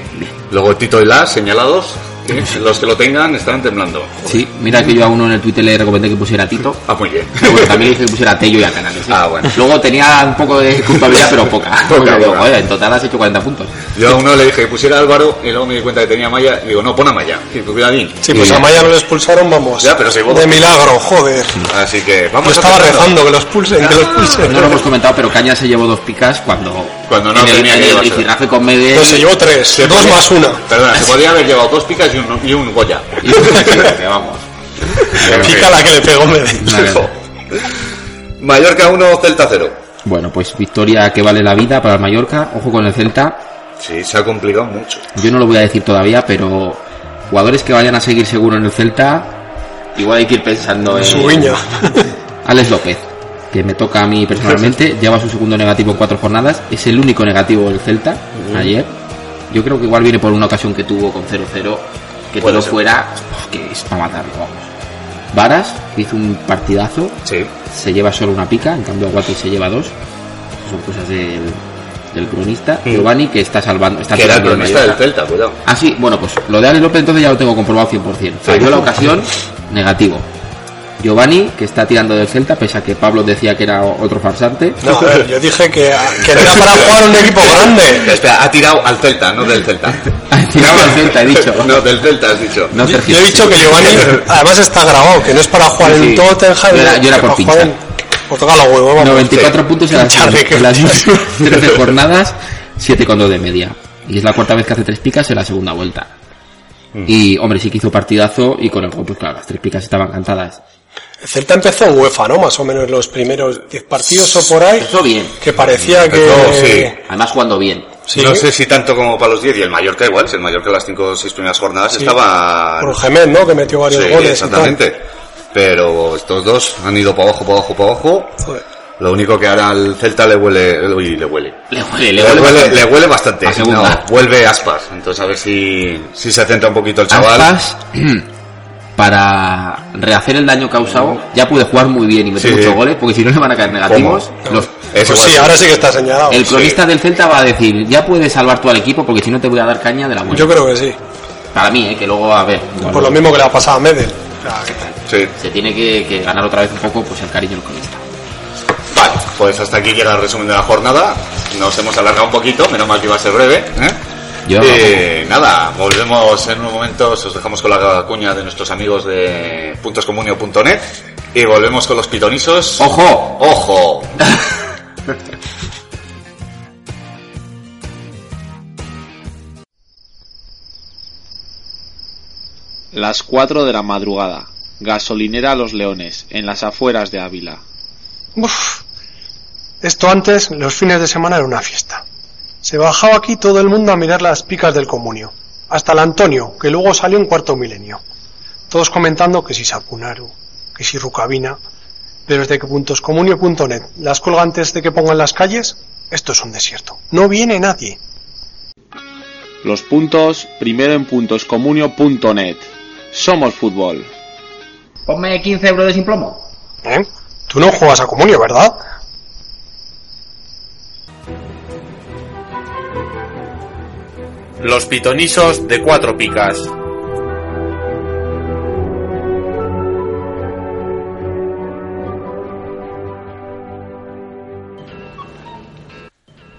Speaker 2: Luego Tito y Las, señalados. ¿sí? Los que lo tengan están temblando.
Speaker 1: Sí, mira que yo a uno en el Twitter le recomendé que pusiera a Tito.
Speaker 2: Ah, muy bien.
Speaker 1: Pero bueno, también le dije que pusiera a Tello y a Canales. ¿eh?
Speaker 2: Ah, bueno.
Speaker 1: Luego tenía un poco de culpabilidad, pero poca. Porque digo,
Speaker 2: poca.
Speaker 1: "Joder, en total has hecho 40 puntos.
Speaker 2: Yo a uno le dije que pusiera Álvaro y luego me di cuenta que tenía Maya. Y digo, no, pon a Maya. Y pusiera a Dean.
Speaker 3: sí, pues
Speaker 2: Y-
Speaker 3: a Maya no lo expulsaron, vamos.
Speaker 2: Ya, pero sí, vos-
Speaker 3: de milagro, joder.
Speaker 2: Así que
Speaker 3: Yo
Speaker 2: vamos
Speaker 3: estaba
Speaker 2: aceptando.
Speaker 3: rezando que los pulsen, que los pulsen.
Speaker 1: No lo
Speaker 2: pues,
Speaker 1: hemos comentado, pero Caña se llevó dos picas cuando...
Speaker 2: Cuando no
Speaker 1: en el,
Speaker 2: tenía que
Speaker 1: en el
Speaker 2: llevarse.
Speaker 1: rifirrafe con Medel.
Speaker 3: Pues se llevó tres,
Speaker 2: Se
Speaker 3: dos
Speaker 2: podía-
Speaker 3: más una.
Speaker 2: Perdona, se podía haber llevado dos picas y un, y un Goya.
Speaker 1: Y- que vamos.
Speaker 2: En fin.
Speaker 3: Pica la que le pegó Medellín.
Speaker 1: Una vez.
Speaker 2: Mallorca 1, Celta 0.
Speaker 1: Bueno, pues victoria que vale la vida para el Mallorca. Ojo con el Celta.
Speaker 2: Sí, se ha complicado mucho.
Speaker 1: Yo no lo voy a decir todavía, pero jugadores que vayan a seguir seguro en el Celta, igual hay que ir pensando en
Speaker 3: Su guiño.
Speaker 1: Alex López, que me toca a mí personalmente, lleva su segundo negativo en cuatro jornadas, es el único negativo del Celta ayer. Yo creo que igual viene por una ocasión que tuvo con 0-0, que
Speaker 2: Puede
Speaker 1: todo
Speaker 2: ser.
Speaker 1: fuera, oh, que es para matarlo, vamos. Varas, que hizo un partidazo,
Speaker 2: Sí.
Speaker 1: se lleva solo una pica, en cambio Aguati se lleva dos. Son cosas del, del cronista. Giovanni, que está salvando. Está
Speaker 2: Mm. Que era el
Speaker 1: tirando
Speaker 2: cronista
Speaker 3: ¿eh?
Speaker 2: del
Speaker 1: Mallorca.
Speaker 2: Celta, cuidado.
Speaker 1: Ah, sí, bueno, pues lo de Ale López entonces ya lo tengo comprobado 100%. Falló la ocasión, negativo. Giovanni, que está tirando del Celta, pese a que Pablo decía que era otro farsante.
Speaker 3: No, a ver, yo dije que, que era para jugar un equipo grande.
Speaker 2: Eh, Espera, ha tirado al Celta, no del Celta.
Speaker 1: Ha tirado al Celta, he dicho.
Speaker 2: No, del Celta has dicho.
Speaker 1: No,
Speaker 3: Yo,
Speaker 1: Sergio.
Speaker 3: yo he dicho que Giovanni, además está grabado, que no es para jugar
Speaker 1: Sí, sí.
Speaker 3: en Tottenham.
Speaker 1: Yo era- yo era
Speaker 3: que
Speaker 1: por
Speaker 3: para jugar en- Por tocar los huevos, vamos.
Speaker 1: 94 puntos en las,
Speaker 3: Charlie, qué
Speaker 1: en las
Speaker 3: chacho.
Speaker 1: 13 jornadas, 7,2 de media. Y es la cuarta vez que hace tres picas en la segunda vuelta. Y, hombre, sí que hizo partidazo y con el gol, pues claro, las tres picas estaban cantadas.
Speaker 3: El Celta empezó en UEFA, ¿no? Más o menos los primeros 10 partidos o por ahí,
Speaker 1: Empezó bien,
Speaker 3: que parecía que...
Speaker 2: Empezó, sí.
Speaker 1: además jugando bien.
Speaker 3: Sí.
Speaker 2: No sé si tanto como para los 10 y el Mallorca igual, si el Mallorca las 5 o 6 primeras jornadas estaba...
Speaker 3: Por Gemés, ¿no? Que metió varios
Speaker 2: Sí,
Speaker 3: goles. y
Speaker 2: exactamente. Pero estos dos han ido para abajo, para abajo, para abajo.
Speaker 3: tal. Joder.
Speaker 2: Lo único que ahora al Celta le huele... Uy, le huele.
Speaker 1: Le huele, le huele.
Speaker 2: Le huele,
Speaker 1: bastante.
Speaker 2: le huele bastante.
Speaker 1: A segunda.
Speaker 2: No, vuelve Aspas. Entonces a ver si, si se centra un poquito el chaval.
Speaker 1: Aspas, para rehacer el daño causado, ya puede jugar muy bien y meter
Speaker 2: Sí,
Speaker 1: muchos
Speaker 2: sí.
Speaker 1: goles, porque si no le van a caer negativos. Los-
Speaker 2: Es
Speaker 3: Pues
Speaker 2: igual.
Speaker 3: sí, ahora sí que está señalado.
Speaker 1: el cronista del Celta va a decir, ya puedes salvar tú al equipo, porque si no te voy a dar caña de la buena.
Speaker 3: Yo creo que sí.
Speaker 1: Para mí, ¿eh? que luego, a ver, igual
Speaker 3: Por lo mismo que le ha pasado a Medel.
Speaker 2: Sí.
Speaker 1: se tiene que, que ganar otra vez un poco pues el cariño del cronista.
Speaker 2: Vale, pues hasta aquí llega el resumen de la jornada. Nos hemos alargado un poquito, menos mal que iba a ser breve. ¿eh?
Speaker 1: Yo
Speaker 2: Eh, nada, volvemos en unos momentos, os dejamos con la cuña de nuestros amigos de puntoscomunio.net y volvemos con los pitonisos.
Speaker 1: ¡Ojo!
Speaker 2: ¡Ojo!
Speaker 6: Las 4 de la madrugada. Gasolinera Los Leones, en las afueras de Ávila.
Speaker 7: Uf. Esto antes, los fines de semana era una fiesta. Se bajaba aquí todo el mundo a mirar las picas del comunio. Hasta el Antonio, que luego salió en cuarto milenio. Todos comentando que si Sapunaru, que si Rucabina. Pero desde que puntoscomunio.net las cuelga antes de que pongan las calles, esto es un desierto. No viene nadie.
Speaker 6: Los puntos, primero en puntoscomunio.net. Somos fútbol.
Speaker 8: Ponme 15 euros de sin plomo.
Speaker 7: ¿Eh? Tú no juegas a comunio, ¿verdad?
Speaker 4: Los pitonisos de cuatro picas.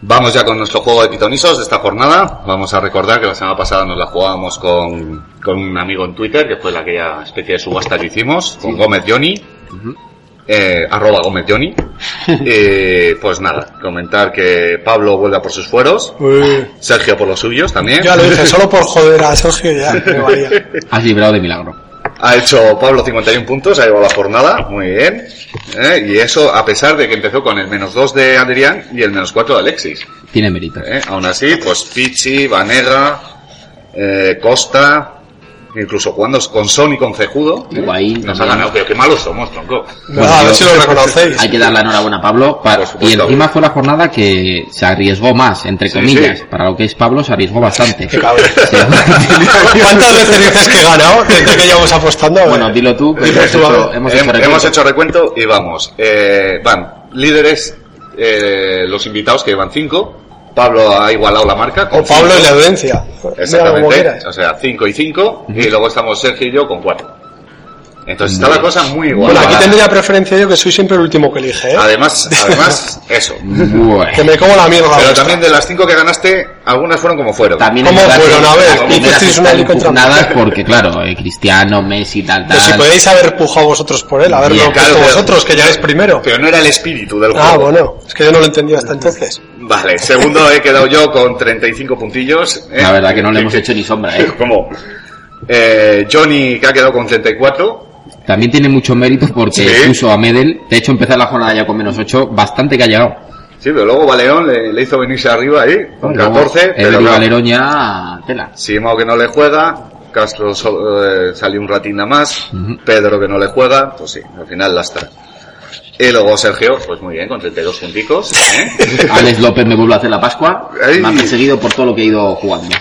Speaker 2: Vamos ya con nuestro juego de pitonisos de esta jornada. Vamos a recordar que la semana pasada nos la jugábamos con, con un amigo en Twitter, que fue la aquella especie de subasta que hicimos, con Gómez Johnny. eh, arroba Gómez Johnny. Eh, pues nada, comentar que Pablo vuelve a por sus fueros,
Speaker 3: Uy,
Speaker 2: Sergio por los suyos también.
Speaker 3: ya lo dije, solo por joder a Sergio ya me valía.
Speaker 1: Has librado de milagro.
Speaker 2: Ha hecho Pablo 51 puntos, ha llevado la jornada, muy bien. Eh, y eso a pesar de que empezó con el menos 2 de Adrián y el menos 4 de Alexis.
Speaker 1: Tiene mérito.
Speaker 2: Eh, aún así, pues Pichi, Vanega, eh, Costa, incluso jugando con Son y con Cejudo, eh,
Speaker 1: Higuaín
Speaker 2: nos ha
Speaker 1: también.
Speaker 2: ganado. Pero qué malos somos, tronco.
Speaker 3: Nada, a ver si lo reconocéis.
Speaker 1: Hay que dar la enhorabuena a Pablo. para-
Speaker 2: Por supuesto.
Speaker 1: y encima fue la jornada que se arriesgó más, entre
Speaker 2: Sí,
Speaker 1: comillas.
Speaker 2: sí.
Speaker 1: Para lo que es Pablo, se arriesgó bastante.
Speaker 3: cabrón.
Speaker 1: Sí.
Speaker 3: ¿Cuántas veces dices que he ganado desde que llevamos apostando? A ver.
Speaker 1: bueno, dilo tú. que hemos, hecho, hemos hecho
Speaker 2: Eh, Hem-
Speaker 1: recuento.
Speaker 2: hemos hecho recuento y vamos. Eh, van líderes eh, los invitados que van 5. Pablo ha igualado la marca. con
Speaker 3: o Pablo
Speaker 2: cinco.
Speaker 3: y la audiencia. Mira, como
Speaker 2: Exactamente.
Speaker 3: quieras.
Speaker 2: O sea, 5 y 5. Y luego estamos Sergio y yo con 4. Entonces está la cosa muy igual.
Speaker 3: Bueno, aquí tendría preferencia yo que soy siempre el último que elige, ¿eh?
Speaker 2: Además, además, eso.
Speaker 1: Bueno.
Speaker 3: Que me como la mierda.
Speaker 2: Pero
Speaker 3: vuestra.
Speaker 2: también de las 5 que ganaste, algunas fueron como fueron.
Speaker 1: También es
Speaker 3: ¿Cómo
Speaker 1: verdad
Speaker 3: fueron?
Speaker 1: que
Speaker 3: A ver,
Speaker 1: las
Speaker 3: ¿qué
Speaker 1: primeras
Speaker 3: hicisteis una
Speaker 1: están
Speaker 3: ley contra-
Speaker 1: impugnadas porque, claro, eh, Cristiano, Messi, tal, tal.
Speaker 3: Pues si podéis haber pujado vosotros por él, haberlo
Speaker 2: Bien, claro,
Speaker 3: puesto
Speaker 2: pero-
Speaker 3: vosotros, que llegáis primero.
Speaker 2: Pero no era el espíritu del juego.
Speaker 3: Ah, bueno, es que yo no lo entendía hasta entonces.
Speaker 2: Vale, segundo he quedado yo con 35 puntillos. ¿eh?
Speaker 1: La verdad que no le hemos hecho ni sombra, ¿eh?
Speaker 2: ¿Cómo? Eh, Johnny que ha quedado con 34.
Speaker 1: También tiene mucho mérito porque
Speaker 2: Sí.
Speaker 1: puso a Medel. De hecho, empezar la jornada ya con menos 8, bastante que ha llegado.
Speaker 2: Sí, pero luego Valeón le, le hizo venirse arriba ahí, con
Speaker 1: Luego,
Speaker 2: 14.
Speaker 1: Ever
Speaker 2: Pero
Speaker 1: y
Speaker 2: claro,
Speaker 1: Valerón ya tela.
Speaker 2: Simao que no le juega. Castro so- eh, salió un ratín nada más. Pedro que no le juega. Pues sí, al final lastra. Y luego Sergio, pues muy bien, con 32 punticos. ¿eh?
Speaker 3: Este.
Speaker 1: Alex López me vuelve a hacer la Pascua.
Speaker 2: Ay.
Speaker 1: Me han perseguido por todo lo que he ido jugando.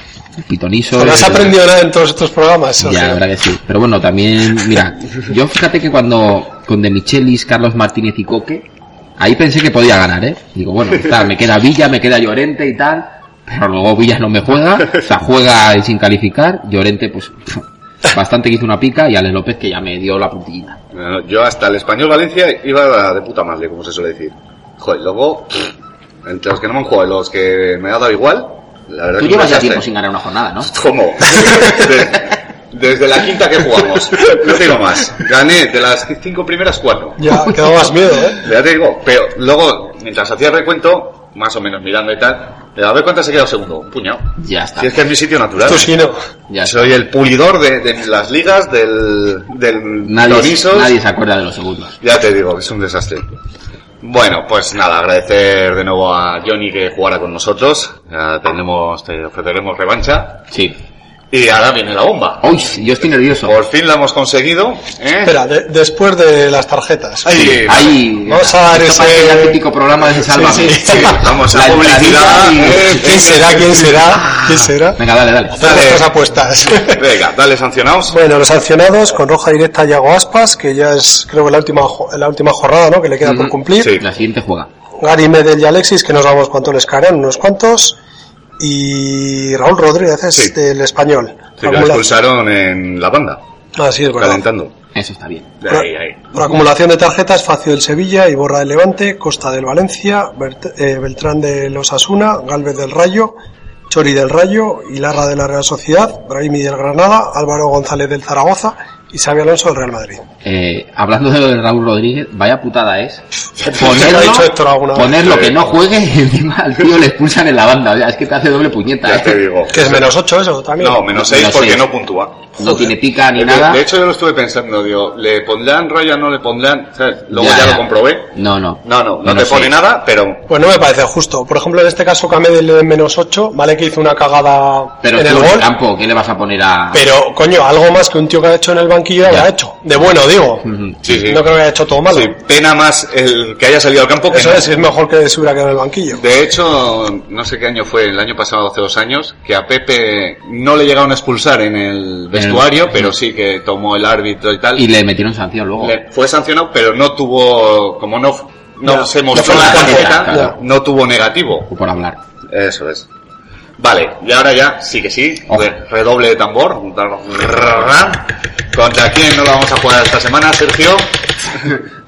Speaker 1: Pitoniso.
Speaker 3: No has
Speaker 1: eh,
Speaker 3: aprendido nada en todos estos programas. Sergio.
Speaker 1: Ya, la verdad que sí. Pero bueno, también, mira, yo fíjate que cuando con De Michelis, Carlos Martínez y Coque, ahí pensé que podía ganar, ¿eh? Digo, bueno, está, me queda Villa, me queda Llorente y tal, pero luego Villa no me juega, o sea, juega sin calificar, Llorente pues bastante que hizo una pica y Alex López que ya me dio la puntillita.
Speaker 2: Bueno, yo hasta el español Valencia iba de puta madre, como se suele decir. Joder, luego, pff, entre los que no me han jugado y los que me ha dado igual, la
Speaker 1: Tú
Speaker 3: Pues
Speaker 2: verdad es que me
Speaker 1: llevas ya
Speaker 2: desastre.
Speaker 1: tiempo sin ganar una jornada, ¿no?
Speaker 2: ¿Cómo? Desde, desde la quinta que jugamos. No te digo más. Gané de las cinco primeras cuatro.
Speaker 3: Ya, que daba más miedo, ¿eh?
Speaker 2: Ya te digo, pero luego, mientras hacía el recuento, más o menos mirando y tal, le digo, a ver cuántas se quedado segundo. Un puñado.
Speaker 1: Ya está.
Speaker 2: Si es que es mi sitio natural.
Speaker 3: Tú sí, no.
Speaker 1: Ya está.
Speaker 2: Soy el pulidor de, de las ligas, del, del
Speaker 1: Nadie,
Speaker 2: Dionisos.
Speaker 1: nadie se acuerda de los segundos.
Speaker 2: Ya te digo, es un desastre. Bueno, pues nada, agradecer de nuevo a Johnny que jugara con nosotros. Ya tenemos, te ofreceremos revancha.
Speaker 1: Sí.
Speaker 2: Y ahora viene la bomba.
Speaker 1: Uy, yo estoy nervioso.
Speaker 2: Por fin la hemos conseguido. ¿eh?
Speaker 3: Espera, de- después de las tarjetas.
Speaker 2: Ahí,
Speaker 1: Ahí,
Speaker 3: Vamos a dar
Speaker 1: esto
Speaker 3: ese-
Speaker 1: parece el típico programa de Sálvame.
Speaker 3: sí,
Speaker 2: sí, vamos a
Speaker 1: La entradilla
Speaker 2: publicidad.
Speaker 1: y-
Speaker 2: eh,
Speaker 3: ¿Quién será? ¿Quién será? ¿Quién será?
Speaker 1: Venga, dale, dale.
Speaker 3: Hacer nuestras apuestas.
Speaker 2: Venga, dale sancionados.
Speaker 3: Bueno, los sancionados con roja directa a Yago Aspas, que ya es creo que la última jo- la última jornada, ¿no? Que le queda por
Speaker 1: Ujú,
Speaker 3: cumplir.
Speaker 2: sí.
Speaker 1: La siguiente juega.
Speaker 3: Gary Medel y Alexis, que no sabemos cuánto les caerán, unos cuantos. Y Raúl Rodríguez es
Speaker 2: Sí.
Speaker 3: del español.
Speaker 2: Se la
Speaker 3: Acumula-
Speaker 2: expulsaron en la banda,
Speaker 3: Ah, sí, es verdad.
Speaker 2: calentando.
Speaker 1: Eso está bien.
Speaker 3: Por,
Speaker 2: Ahí, ahí.
Speaker 3: por acumulación de tarjetas, Facio del Sevilla, Iborra del Levante, Costa del Valencia, Bert- eh, Beltrán de los Asuna, Galvez del Rayo, Chori del Rayo, Hilarra de la Real Sociedad, Brahimi del Granada, Álvaro González del Zaragoza y Xavi Alonso del Real Madrid.
Speaker 1: Eh, hablando de Raúl Rodríguez, vaya putada es.
Speaker 3: Pues Ya lo ha
Speaker 1: Ponerlo,
Speaker 3: dicho Héctor alguna vez.
Speaker 1: ponerlo
Speaker 2: Sí.
Speaker 1: que no juegue y encima al tío le expulsan en la banda. O sea, es que te hace doble puñeta.
Speaker 2: Ya
Speaker 1: ¿eh?
Speaker 2: te digo.
Speaker 3: Que es menos 8 eso también.
Speaker 2: No, menos
Speaker 1: Menos
Speaker 2: 6 porque
Speaker 1: seis.
Speaker 2: no puntúa.
Speaker 1: No tiene pica ni
Speaker 2: De,
Speaker 1: nada.
Speaker 2: de hecho, yo lo estuve pensando, digo, ¿le pondrán raya no le pondrán? ¿Sabes? Luego
Speaker 1: Ya,
Speaker 2: ya,
Speaker 1: ya.
Speaker 2: lo comprobé.
Speaker 1: No, no.
Speaker 2: No, no, no
Speaker 1: Menos
Speaker 2: te pone
Speaker 1: seis.
Speaker 2: nada, pero
Speaker 3: Pues no me parece justo. Por ejemplo, en este caso Camede le den menos 8, vale que hizo una cagada
Speaker 1: Pero
Speaker 3: en el
Speaker 1: tú en
Speaker 3: gol,
Speaker 1: el campo, ¿qué le vas a poner a.?
Speaker 3: pero coño, algo más que un tío que ha hecho en el banquillo
Speaker 1: Ya.
Speaker 3: ha hecho. De bueno, digo.
Speaker 1: Ujú.
Speaker 2: Sí, sí.
Speaker 3: No creo que haya hecho todo malo.
Speaker 2: Sí, pena más el que haya salido al campo que
Speaker 3: Eso
Speaker 2: no.
Speaker 3: es, es mejor que se hubiera quedado en el banquillo.
Speaker 2: De hecho, no sé qué año fue, el año pasado, hace dos años, que a Pepe no le llegaron a expulsar en el vestuario, pero sí que tomó el árbitro y tal.
Speaker 1: Y le metieron sanción luego.
Speaker 2: Le- fue sancionado, pero no tuvo, como no, no
Speaker 3: Ya,
Speaker 2: se
Speaker 3: no
Speaker 2: mostró
Speaker 1: fue
Speaker 2: la
Speaker 1: la tarjeta,
Speaker 2: tarjeta,
Speaker 1: claro.
Speaker 2: no tuvo negativo.
Speaker 1: Por hablar.
Speaker 2: Eso es. Vale, y ahora ya, sí que sí,
Speaker 1: Ojo.
Speaker 2: re- redoble de tambor. un tar- ¿Contra quién no la vamos a jugar esta semana, Sergio?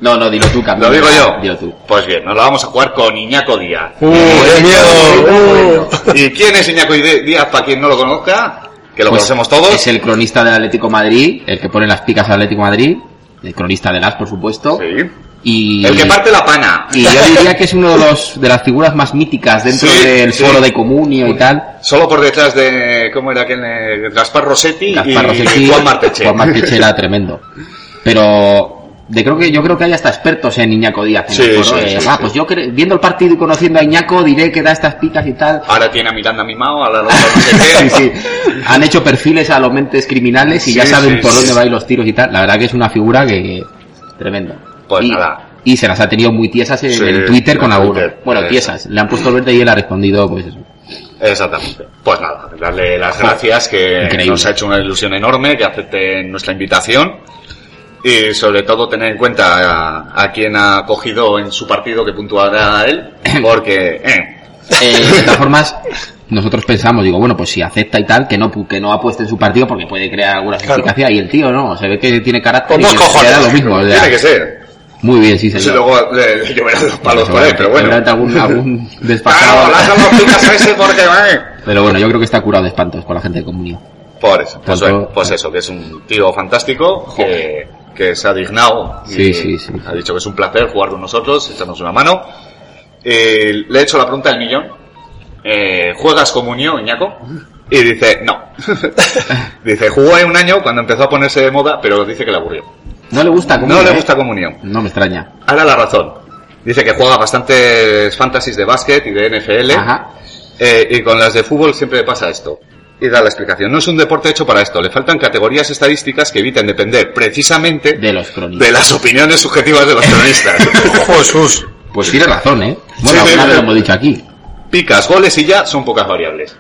Speaker 1: No, no, dilo tú, Camilo.
Speaker 2: Lo digo yo.
Speaker 1: Dilo tú.
Speaker 2: Pues bien, nos la vamos a jugar con Iñaco Díaz.
Speaker 3: ¡Uh, qué miedo! ¡Uh!
Speaker 2: ¿Y quién es Iñaco Ide- Díaz para quien no lo conozca? Que lo
Speaker 1: Pues
Speaker 2: conocemos todos.
Speaker 1: Es el cronista del Atlético Madrid, el que pone las picas al Atlético Madrid, el cronista del AS, por supuesto.
Speaker 2: Sí.
Speaker 1: Y
Speaker 2: El que parte la pana.
Speaker 1: Y yo diría que es uno de los de las figuras más míticas dentro
Speaker 2: Sí,
Speaker 1: del
Speaker 2: sí.
Speaker 1: foro de Comunio y tal.
Speaker 2: Solo por detrás de, ¿cómo era aquel? eh, Gaspar Rossetti,
Speaker 1: Gaspar
Speaker 2: y,
Speaker 1: Rossetti,
Speaker 2: Juan Marteche.
Speaker 1: Juan Marteche era tremendo. Pero de creo que yo creo que hay hasta expertos en Iñaco Díaz. en
Speaker 2: Sí,
Speaker 1: el foro.
Speaker 2: sí,
Speaker 1: Eh,
Speaker 2: sí,
Speaker 1: ah,
Speaker 2: sí.
Speaker 1: pues yo cre- viendo el partido y conociendo a Iñaco diré que da estas picas y tal.
Speaker 2: Ahora tiene a Miranda Mimao, ahora lo no sé qué.
Speaker 1: Sí, sí. Han hecho perfiles a los mentes criminales y ya
Speaker 2: Sí,
Speaker 1: saben
Speaker 2: sí,
Speaker 1: por
Speaker 2: sí.
Speaker 1: dónde van los tiros y tal. La verdad que es una figura que, que- tremenda.
Speaker 2: Pues
Speaker 1: y,
Speaker 2: nada.
Speaker 1: y se las ha tenido muy tiesas en,
Speaker 2: Sí,
Speaker 1: en Twitter con
Speaker 2: en
Speaker 1: algunos.
Speaker 2: Twitter.
Speaker 1: Bueno,
Speaker 2: Eso.
Speaker 1: tiesas. Le han puesto el verde y él ha respondido, pues eso.
Speaker 2: Exactamente. Pues nada, darle las gracias que
Speaker 1: Increíble.
Speaker 2: nos ha hecho una ilusión enorme que acepte nuestra invitación y sobre todo tener en cuenta a, a quien ha cogido en su partido que puntuará él, porque eh,
Speaker 1: Eh, de todas formas, nosotros pensamos, digo, bueno, pues si acepta y tal, que no, pu- que no apueste en su partido porque puede crear alguna
Speaker 3: Claro.
Speaker 1: suspicacia y el tío, ¿no? Se ve que tiene carácter
Speaker 3: Con
Speaker 1: y
Speaker 3: dos
Speaker 1: le
Speaker 3: cojones.
Speaker 1: da lo mismo. o sea,
Speaker 2: tiene que ser.
Speaker 1: Muy bien, sí,
Speaker 2: Y
Speaker 1: señor.
Speaker 2: luego eh, le, le lloverán los palos por él,
Speaker 1: Seguramente-
Speaker 2: pero bueno.
Speaker 1: seguramente algún, algún
Speaker 2: Claro,
Speaker 1: despachado.
Speaker 2: lázalo a Picas ese porque eh.
Speaker 1: Pero bueno, yo creo que está curado de espantos con la gente de comunión.
Speaker 2: Por eso, pues,
Speaker 1: Tanto-
Speaker 2: bueno, pues eso, que es un tío fantástico que, que se ha dignado. y
Speaker 1: Sí, sí, sí.
Speaker 2: Ha dicho que es un placer jugar con nosotros, echarnos una mano. Eh, le he hecho la pregunta del millón. Eh, ¿Juegas comunión, Iñaco? Y dice, no. dice, jugó ahí un año cuando empezó a ponerse de moda, pero dice que le aburrió.
Speaker 1: No le gusta
Speaker 2: No
Speaker 1: comunión.
Speaker 2: le
Speaker 1: ¿eh?
Speaker 2: gusta comunión.
Speaker 1: No me extraña.
Speaker 2: Ahora la razón. Dice que juega bastantes fantasies de básquet y de NFL.
Speaker 1: Ajá.
Speaker 2: Eh, y con las de fútbol siempre pasa esto. y da la explicación. No es un deporte hecho para esto. Le faltan categorías estadísticas que eviten depender precisamente
Speaker 1: De los cronistas.
Speaker 2: de las opiniones subjetivas de los cronistas.
Speaker 3: Jesús.
Speaker 1: Pues tiene razón, ¿eh? Bueno,
Speaker 2: Sí, sí,
Speaker 1: claro,
Speaker 2: sí.
Speaker 1: lo hemos dicho aquí.
Speaker 2: Picas, goles y ya son pocas variables.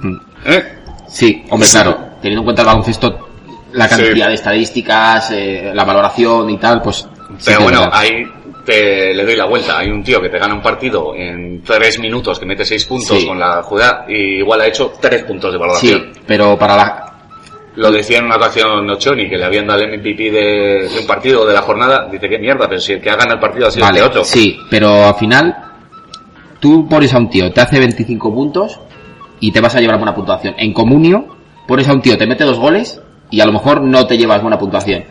Speaker 1: Mm.
Speaker 2: ¿Eh?
Speaker 1: Sí, hombre, claro, teniendo en cuenta el baloncesto, la cantidad
Speaker 2: Sí.
Speaker 1: de estadísticas, eh, la valoración y tal, pues... sí que
Speaker 2: Pero
Speaker 1: es
Speaker 2: bueno,
Speaker 1: verdad.
Speaker 2: ahí te, le doy la vuelta. Hay un tío que te gana un partido en tres minutos, que mete seis puntos
Speaker 1: Sí.
Speaker 2: con la jugada y igual ha hecho tres puntos de valoración.
Speaker 1: Sí, pero para la...
Speaker 2: Lo decía en una ocasión Ochoni, que le habían dado el MVP de, de un partido de la jornada. Dice, qué mierda, pero si el que ha ganado el partido ha sido el
Speaker 1: Vale,
Speaker 2: de otro.
Speaker 1: sí, pero al final tú pones a un tío, te hace 25 puntos y te vas a llevar buena puntuación. En Comunio pones a un tío, te mete dos goles y a lo mejor no te llevas buena puntuación.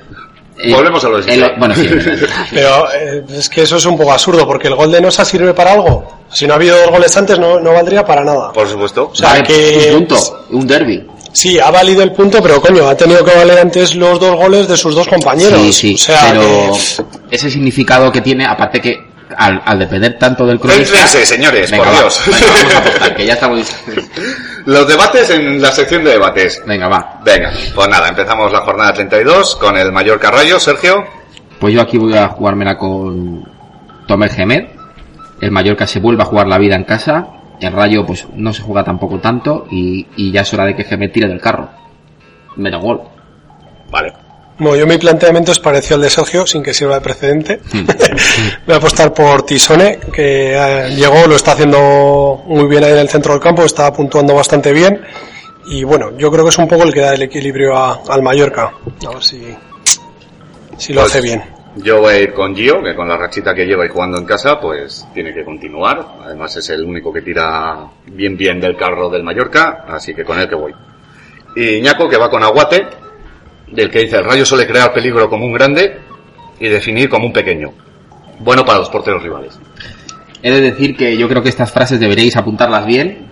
Speaker 1: Eh,
Speaker 2: Volvemos a lo de
Speaker 1: el-
Speaker 2: siempre.
Speaker 1: Bueno, sí, es verdad.
Speaker 3: Pero eh, es que eso es un poco absurdo, porque el gol de Nosa sirve para algo. Si no ha habido dos goles antes, no, no valdría para nada.
Speaker 2: Por supuesto.
Speaker 3: O sea
Speaker 1: Vale,
Speaker 3: que.
Speaker 1: Un punto, un derby.
Speaker 3: Sí, ha valido el punto, pero coño, ha tenido que valer antes los dos goles de sus dos compañeros.
Speaker 1: Sí, sí,
Speaker 3: o sea,
Speaker 1: pero
Speaker 3: que-
Speaker 1: ese significado que tiene, aparte que al, al depender tanto del cronista...
Speaker 2: Céntrense, señores,
Speaker 1: Venga,
Speaker 2: por
Speaker 1: va,
Speaker 2: Dios.
Speaker 1: venga, vamos a apostar, que ya estamos...
Speaker 2: Los debates en la sección de debates.
Speaker 1: Venga, va.
Speaker 2: Venga, pues nada, empezamos la jornada 32 con el mayor Rayo, Sergio.
Speaker 1: Pues yo aquí voy a jugármela con Tomel Gemed. El Mallorca se vuelve a jugar la vida en casa. El Rayo pues no se juega tampoco tanto y, y ya es hora de que Gemed tire del carro. Menos gol.
Speaker 2: Vale.
Speaker 3: Bueno, yo mi planteamiento es parecido al de Sergio, sin que sirva de precedente.
Speaker 1: Hmm.
Speaker 3: Voy a apostar por Tisone, que eh, llegó, lo está haciendo muy bien ahí en el centro del campo, está puntuando bastante bien. Y bueno, yo creo que es un poco el que da el equilibrio a- al Mallorca. A ver si, si lo
Speaker 2: Pues-
Speaker 3: hace bien.
Speaker 2: Yo voy a ir con Gio, que con la rachita que lleva y jugando en casa, pues tiene que continuar. Además es el único que tira bien bien del carro del Mallorca, así que con él que voy. Y Iñaco, que va con Aguate, del que dice, el rayo suele crear peligro como un grande y definir como un pequeño. Bueno para los porteros rivales.
Speaker 1: He de decir que yo creo que estas frases deberíais apuntarlas bien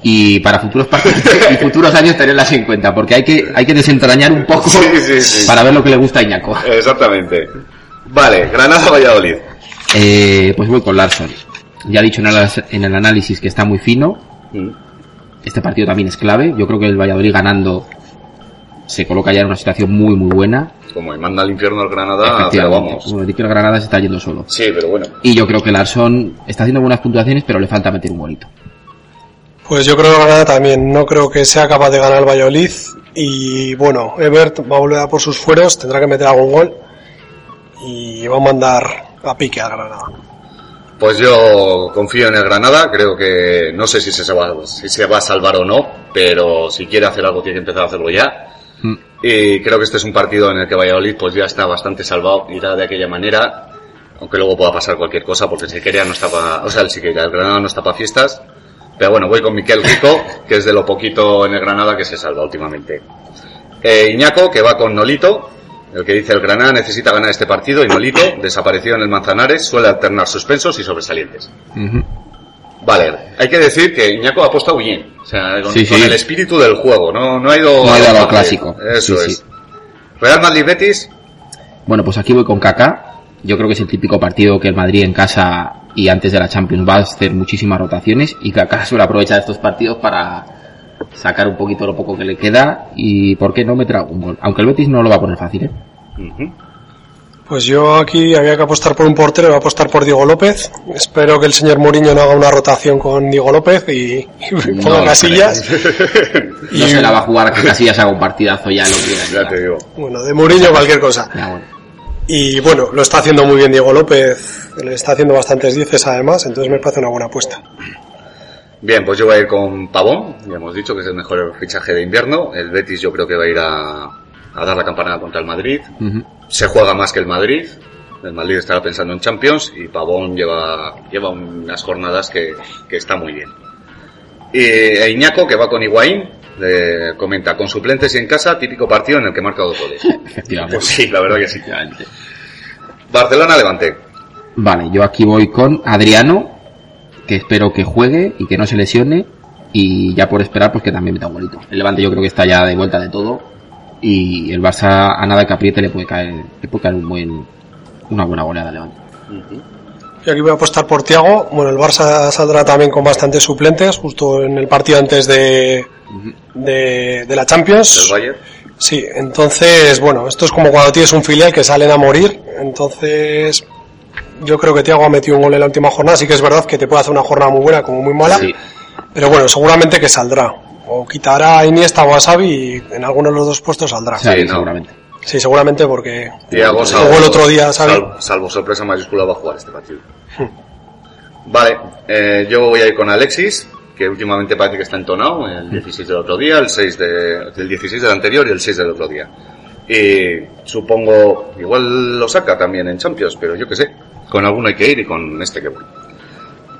Speaker 1: y para futuros partidos y futuros años tenerlas en cuenta porque hay que hay que desentrañar un poco
Speaker 2: Sí, sí, sí.
Speaker 1: para ver lo que le gusta a Iñaco.
Speaker 2: Exactamente. Vale, Granada-Valladolid.
Speaker 1: Eh, pues voy con Larson. Ya he dicho en el, en el análisis que está muy fino. Este partido también es clave. Yo creo que el Valladolid ganando se coloca ya en una situación muy muy buena.
Speaker 2: Como el manda al infierno el Granada, pero
Speaker 1: Efectivamente.
Speaker 2: Ah, vamos.
Speaker 1: Como que el Granada se está yendo solo.
Speaker 2: Sí, pero bueno.
Speaker 1: Y yo creo que Larson está haciendo buenas puntuaciones, pero le falta meter un golito.
Speaker 3: Pues yo creo que Granada también. No creo que sea capaz de ganar el Valladolid. Y bueno, Ebert va a volver a por sus fueros, tendrá que meter algún gol. Y va a mandar a pique a Granada.
Speaker 2: Pues yo confío en el Granada, creo que no sé si se, va, si se va a salvar o no, pero si quiere hacer algo tiene que empezar a hacerlo ya.
Speaker 1: Mm.
Speaker 2: Y creo que este es un partido en el que Valladolid pues ya está bastante salvado, irá de aquella manera, aunque luego pueda pasar cualquier cosa, porque el Siqueira no está para, o sea, el Siqueira, el Granada no está para fiestas. Pero bueno, voy con Miquel Rico, que es de lo poquito en el Granada que se salva últimamente. Eh, Iñaco, que va con Nolito, el que dice el Granada necesita ganar este partido, y Nolito, desaparecido en el Manzanares, suele alternar suspensos y sobresalientes.
Speaker 1: Ujú.
Speaker 2: Vale, hay que decir que Iñaco ha apostado bien, o sea, con,
Speaker 1: Sí, sí.
Speaker 2: con el espíritu del juego, no, no ha ido
Speaker 1: No ha ido a lo
Speaker 2: fácil.
Speaker 1: clásico.
Speaker 2: Eso
Speaker 1: Sí,
Speaker 2: es.
Speaker 1: sí.
Speaker 2: Real Madrid Betis,
Speaker 1: Bueno, pues aquí voy con Kaká. Yo creo que es el típico partido que el Madrid en casa y antes de la Champions va a hacer muchísimas rotaciones y Kaká suele aprovechar estos partidos para sacar un poquito lo poco que le queda y por qué no meter algún gol. Aunque el Betis no lo va a poner fácil, ¿eh?
Speaker 3: Pues yo aquí había que apostar por un portero, voy a apostar por Diego López. Espero que el señor Mourinho no haga una rotación con Diego López y, y
Speaker 1: No,
Speaker 3: ponga
Speaker 1: no
Speaker 3: casillas.
Speaker 1: No se la va a jugar que Casillas haga un partidazo ya lo que
Speaker 2: ya te digo.
Speaker 3: Bueno, de Mourinho cualquier cosa.
Speaker 1: Ya, bueno.
Speaker 3: Y bueno, lo está haciendo muy bien Diego López, le está haciendo bastantes dieces además, entonces me parece una buena apuesta.
Speaker 2: Bien, pues yo voy a ir con Pavón, ya hemos dicho que es el mejor fichaje de invierno. El Betis yo creo que va a ir a, a dar la campanada contra el Madrid.
Speaker 1: Ujú.
Speaker 2: Se juega más que el Madrid. El Madrid estará pensando en Champions y Pavón lleva, lleva unas jornadas que, que está muy bien. Y e Iñaco, que va con Higuaín, le comenta, con suplentes y en casa, típico partido en el que marca dos goles.
Speaker 1: Efectivamente.
Speaker 2: Pues sí, la verdad que sí.
Speaker 1: Efectivamente.
Speaker 2: Barcelona-Levante.
Speaker 1: Vale, yo aquí voy con Adriano, que espero que juegue y que no se lesione. Y ya por esperar, pues que también meta un golito. El Levante yo creo que está ya de vuelta de todo. Y el Barça a nada que apriete le puede caer, le puede caer un buen, una buena goleada al Levante.
Speaker 3: Yo Y aquí voy a apostar por Tiago. Bueno, el Barça saldrá también con bastantes suplentes, justo en el partido antes de, de, de la Champions.
Speaker 2: Bayern.
Speaker 3: Sí, entonces, bueno, esto es como cuando tienes un filial que salen a morir. Entonces, yo creo que Tiago ha metido un gol en la última jornada. Sí que es verdad que te puede hacer una jornada muy buena como muy mala.
Speaker 1: Sí.
Speaker 3: Pero bueno, seguramente que saldrá. O quitará a Iniesta o a Xavi y en alguno de los dos puestos saldrá.
Speaker 1: Xavi,
Speaker 2: no.
Speaker 1: seguramente.
Speaker 3: Sí, seguramente porque
Speaker 2: Tiago, salvo,
Speaker 3: jugó el otro día, ¿sabe?
Speaker 2: Salvo, salvo sorpresa mayúscula, va a jugar este partido. vale, eh, yo voy a ir con Alexis, que últimamente parece que está entonado,
Speaker 3: Mm.
Speaker 2: el 16 del otro día, el 6 de, el 16 del anterior y el 6 del otro día. Y supongo, igual lo saca también en Champions, pero yo qué sé, con alguno hay que ir y con este que voy.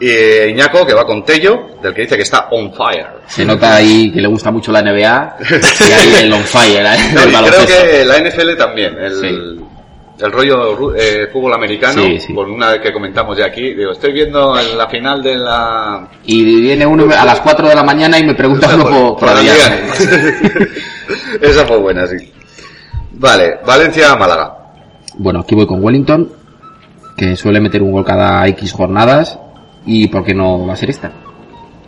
Speaker 2: Y Iñaco, que va con Tello, del que dice que está on fire.
Speaker 1: Se nota ahí que le gusta mucho la NBA y ahí el on fire, ¿eh?
Speaker 2: No,
Speaker 1: el
Speaker 2: y creo
Speaker 1: baloncesto.
Speaker 2: que la NFL también. El,
Speaker 1: Sí.
Speaker 2: el rollo ru- eh, fútbol americano,
Speaker 1: Sí, sí.
Speaker 2: con una que comentamos ya aquí, digo, estoy viendo en la final de la...
Speaker 1: Y viene uno a las 4 de la mañana y me pregunta uno por, por
Speaker 2: la
Speaker 1: Adrián.
Speaker 2: liga. Esa fue buena, sí. Vale, Valencia-Málaga.
Speaker 1: Bueno, aquí voy con Wellington, que suele meter un gol cada X jornadas. ¿Y por qué no va a ser esta?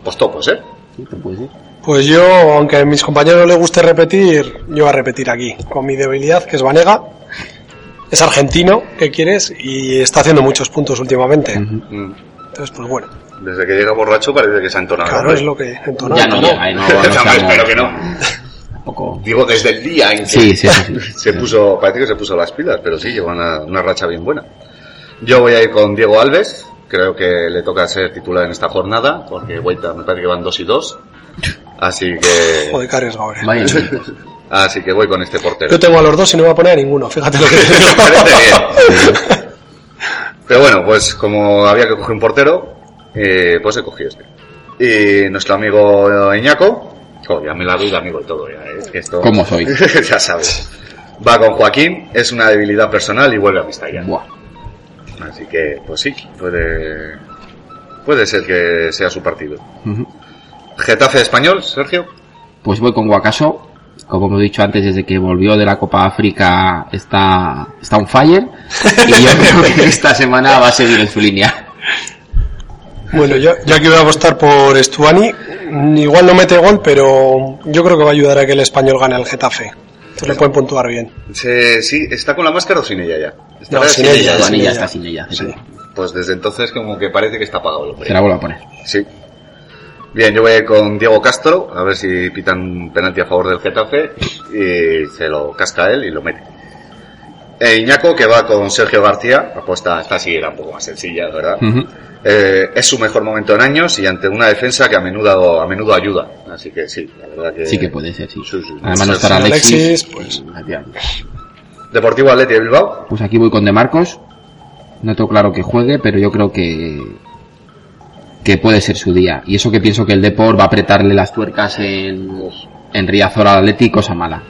Speaker 2: Pues topos, ¿eh?
Speaker 1: Sí, te puedes ir.
Speaker 3: Pues yo, aunque a mis compañeros les guste repetir, yo voy a repetir aquí, con mi debilidad, que es Vanega. Es argentino, ¿qué quieres? Y está haciendo muchos puntos últimamente.
Speaker 1: Ujú.
Speaker 2: Mm.
Speaker 3: Entonces, pues bueno,
Speaker 2: Desde que llega borracho parece que se ha entonado.
Speaker 3: claro,
Speaker 2: hombre.
Speaker 3: es lo que entonado.
Speaker 1: Ya no
Speaker 2: no.
Speaker 1: llega, ¿eh? No, no
Speaker 2: También
Speaker 1: estamos-
Speaker 2: espero que no.
Speaker 1: Tampoco.
Speaker 2: Digo, desde el día en que
Speaker 1: Sí, sí, sí, sí.
Speaker 2: se puso, parece que se puso las pilas, pero sí, lleva una, una racha bien buena. Yo voy a ir con Diego Alves, creo que le toca ser titular en esta jornada, porque Guaita me parece que van dos y dos. Así que,
Speaker 3: Joder, qué arriesgado eres.
Speaker 1: Vaya, chicos.
Speaker 2: así que voy con este portero.
Speaker 3: Yo tengo a los dos y no voy a poner a ninguno, fíjate lo que te digo.
Speaker 2: Parece bien. Pero bueno, pues como había que coger un portero, eh, pues he cogido este. Y nuestro amigo Iñaco, joder, ya me la vida amigo y todo, ya, es que esto...
Speaker 1: ¿Cómo soy?
Speaker 2: ya sabes. Va con Joaquín, es una debilidad personal y vuelve a amistad ya.
Speaker 1: Buah.
Speaker 2: Así que, pues sí, puede, puede ser que sea su partido.
Speaker 1: Ujú.
Speaker 2: Getafe español, Sergio.
Speaker 1: Pues voy con Guacaso. Como hemos dicho antes, desde que volvió de la Copa África está, está on fire. Y yo creo que esta semana va a seguir en su línea.
Speaker 3: Bueno, yo, yo aquí voy a apostar por Estuani. Mm, Igual no mete gol, pero yo creo que va a ayudar a que el español gane al Getafe. Entonces le pueden puntuar bien.
Speaker 2: Se- sí, está con la máscara o sin ella ya. Estará
Speaker 3: No, sin ella,
Speaker 1: Giovanni
Speaker 3: sin
Speaker 1: ya
Speaker 3: ella.
Speaker 1: está sin ella.
Speaker 3: Sí.
Speaker 2: Pues desde entonces como que parece que está apagado el hombre.
Speaker 1: Se la vuelvo a poner.
Speaker 2: Sí. Bien, yo voy a ir con Diego Castro, a ver si pitan un penalti a favor del Getafe y se lo casca él y lo mete. E Iñaco, que va con Sergio García, apuesta, esta sí era un poco más sencilla, la ¿verdad?
Speaker 1: Ujú.
Speaker 2: Eh, es su mejor momento en años y ante una defensa que a menudo, a menudo ayuda. Así que sí, la verdad que...
Speaker 1: Sí que puede ser, sí.
Speaker 2: Sí, sí.
Speaker 1: Además no
Speaker 2: Sí,
Speaker 1: estará
Speaker 3: sí.
Speaker 1: Alexis.
Speaker 3: Alexis, pues.
Speaker 2: Deportivo Atleti de Bilbao.
Speaker 1: Pues aquí voy con De Marcos. No tengo claro que juegue, pero yo creo que que puede ser su día. Y eso que pienso que el Depor va a apretarle las tuercas en, en Riazor al Atleti, cosa mala.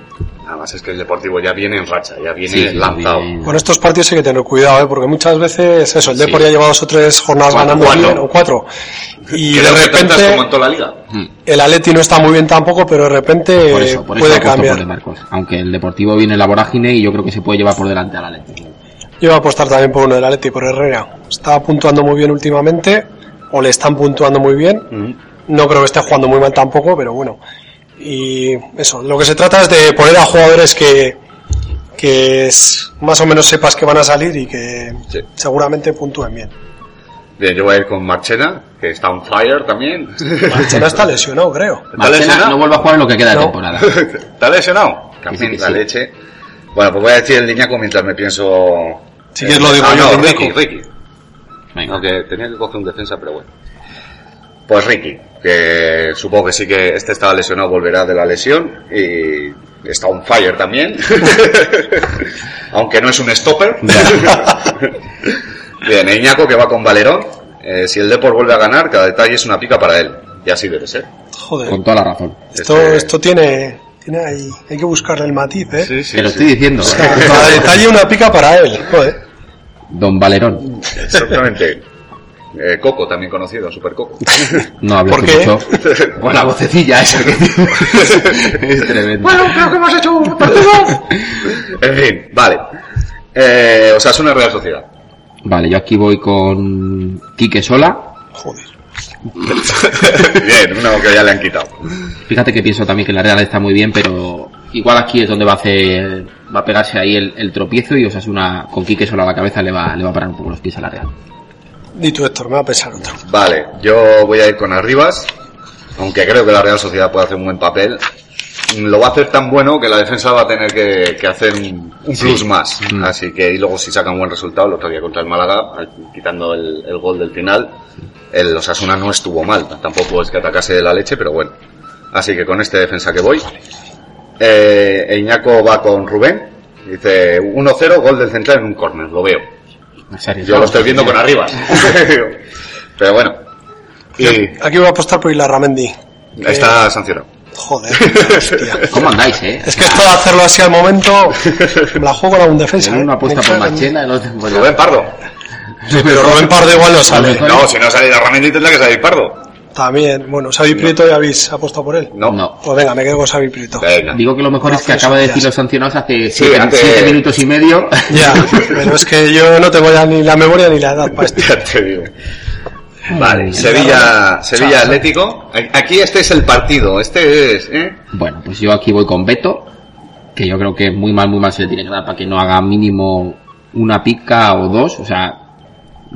Speaker 2: Además es que el Deportivo ya viene en racha, ya viene
Speaker 1: Sí, sí,
Speaker 2: lanzado.
Speaker 1: viene-
Speaker 3: Con estos partidos hay que tener cuidado, ¿eh? porque muchas veces eso, el Depor ya lleva dos o tres jornadas
Speaker 2: Cuatro,
Speaker 3: ganando
Speaker 2: cuatro.
Speaker 3: bien, o cuatro. Y
Speaker 2: Creo
Speaker 3: de
Speaker 2: que tantas
Speaker 3: repente
Speaker 2: como en toda la liga.
Speaker 1: Mm.
Speaker 3: el Atleti no está muy bien tampoco, pero de repente
Speaker 1: Por eso, por eso
Speaker 3: puede
Speaker 1: apuesto por De
Speaker 3: cambiar.
Speaker 1: Marcos. Aunque el Deportivo viene en la vorágine y yo creo que se puede llevar por delante al Atleti.
Speaker 3: Yo voy a apostar también por uno del Atleti, por Herrera. Está puntuando muy bien últimamente, o le están puntuando muy bien. No creo que esté jugando muy mal tampoco, pero bueno. Y eso, lo que se trata es de poner a jugadores que, que es- más o menos sepas que van a salir y que
Speaker 2: Sí.
Speaker 3: seguramente puntúen bien.
Speaker 2: Bien, yo voy a ir con Marchena, que está on fire también.
Speaker 3: Marchena está lesionado, creo.
Speaker 1: Marcena
Speaker 2: lesionado?
Speaker 1: no vuelve a jugar en lo que queda de
Speaker 3: No.
Speaker 1: temporada.
Speaker 2: ¿Está lesionado?
Speaker 1: Dice que
Speaker 2: También la
Speaker 1: sí.
Speaker 2: leche. Bueno, pues voy a decir el Iñaco mientras me pienso... eh,
Speaker 3: Si quieres lo digo yo,
Speaker 2: no,
Speaker 3: el
Speaker 2: Ricky,
Speaker 3: Iñaco.
Speaker 2: Ricky.
Speaker 1: Venga.
Speaker 2: Aunque tenía que coger un defensa, pero bueno. Pues Ricky, que supongo que sí que este estaba lesionado, volverá de la lesión y está on fire también. Aunque no es un stopper. Bien, e Iñaco que va con Valerón. Eh, si el Depor vuelve a ganar, cada detalle es una pica para él. Y así debe ser.
Speaker 3: Joder,
Speaker 1: Con toda la razón.
Speaker 3: esto,
Speaker 2: Este-
Speaker 3: esto tiene, tiene ahí, hay que buscarle el matiz, ¿eh?
Speaker 1: Te lo estoy diciendo.
Speaker 3: O sea,
Speaker 1: ¿eh?
Speaker 3: Cada detalle una pica para él, joder.
Speaker 1: Don Valerón.
Speaker 2: Exactamente. Eh, Coco, también conocido, Super Coco.
Speaker 1: No hables
Speaker 3: ¿Por
Speaker 1: tú
Speaker 3: qué?
Speaker 1: mucho. Con la vocecilla esa que tiene. Es tremendo.
Speaker 8: creo que hemos hecho un partido.
Speaker 2: En fin, vale. Eh, Osasuna Real Sociedad.
Speaker 1: Vale, yo aquí voy con Quique Sola.
Speaker 3: Joder.
Speaker 2: Bien, uno que ya le han quitado.
Speaker 1: Fíjate que pienso también que la Real está muy bien, pero igual aquí es donde va a hacer, va a pegarse ahí el, el tropiezo y Osasuna con Quique Sola a la cabeza le va, le va a parar un poco los pies a la Real.
Speaker 3: Di tú, Héctor, me va a pensar otro.
Speaker 2: Vale, yo voy a ir con Arribas, aunque creo que la Real Sociedad puede hacer un buen papel. Lo va a hacer tan bueno que la defensa va a tener que, que hacer un, un plus más. Así que, y luego si saca un buen resultado, el otro día contra el Málaga, al- quitando el, el gol del final, el Osasuna no estuvo mal. Tampoco es que atacase de la leche, pero bueno. Así que con este defensa que voy. Eh, e Iñaco va con Rubén. Dice 1-0, gol del central en un córner, lo veo. Yo lo estoy viendo con arriba. Pero bueno. Y
Speaker 3: Aquí voy a apostar por Ilarramendi.
Speaker 2: está
Speaker 1: eh,
Speaker 2: sancionado.
Speaker 3: Joder.
Speaker 1: ¿Cómo andáis, eh?
Speaker 3: Es que esto de hacerlo así al momento, me la juego a un defensa.
Speaker 1: En
Speaker 3: ¿eh?
Speaker 1: una apuesta
Speaker 3: Me
Speaker 1: por
Speaker 3: cago en-
Speaker 1: Marchena, el otro por
Speaker 2: Rubén Pardo.
Speaker 3: Pero Rubén Pardo igual no sale.
Speaker 2: No, si no sale la herramienta tendrá que salir Pardo.
Speaker 3: También, bueno, Xavi Prieto ya habéis apostado por él.
Speaker 2: No.
Speaker 1: No.
Speaker 3: Pues venga, me quedo con Xavi Prieto.
Speaker 2: Venga.
Speaker 1: Digo que lo mejor es que acaba de decir los sancionados hace
Speaker 2: Sí,
Speaker 1: 7
Speaker 2: hace-
Speaker 1: minutos y medio.
Speaker 3: Ya, pero es que yo no tengo ya ni la memoria ni la edad para esto.
Speaker 2: Ya te digo. Vale, Sevilla, Sevilla Atlético. Aquí este es el partido. Este es, ¿eh?
Speaker 1: Bueno, pues yo aquí voy con Beto, que yo creo que muy mal, muy mal se le tiene que dar para que no haga mínimo una pica o dos. O sea,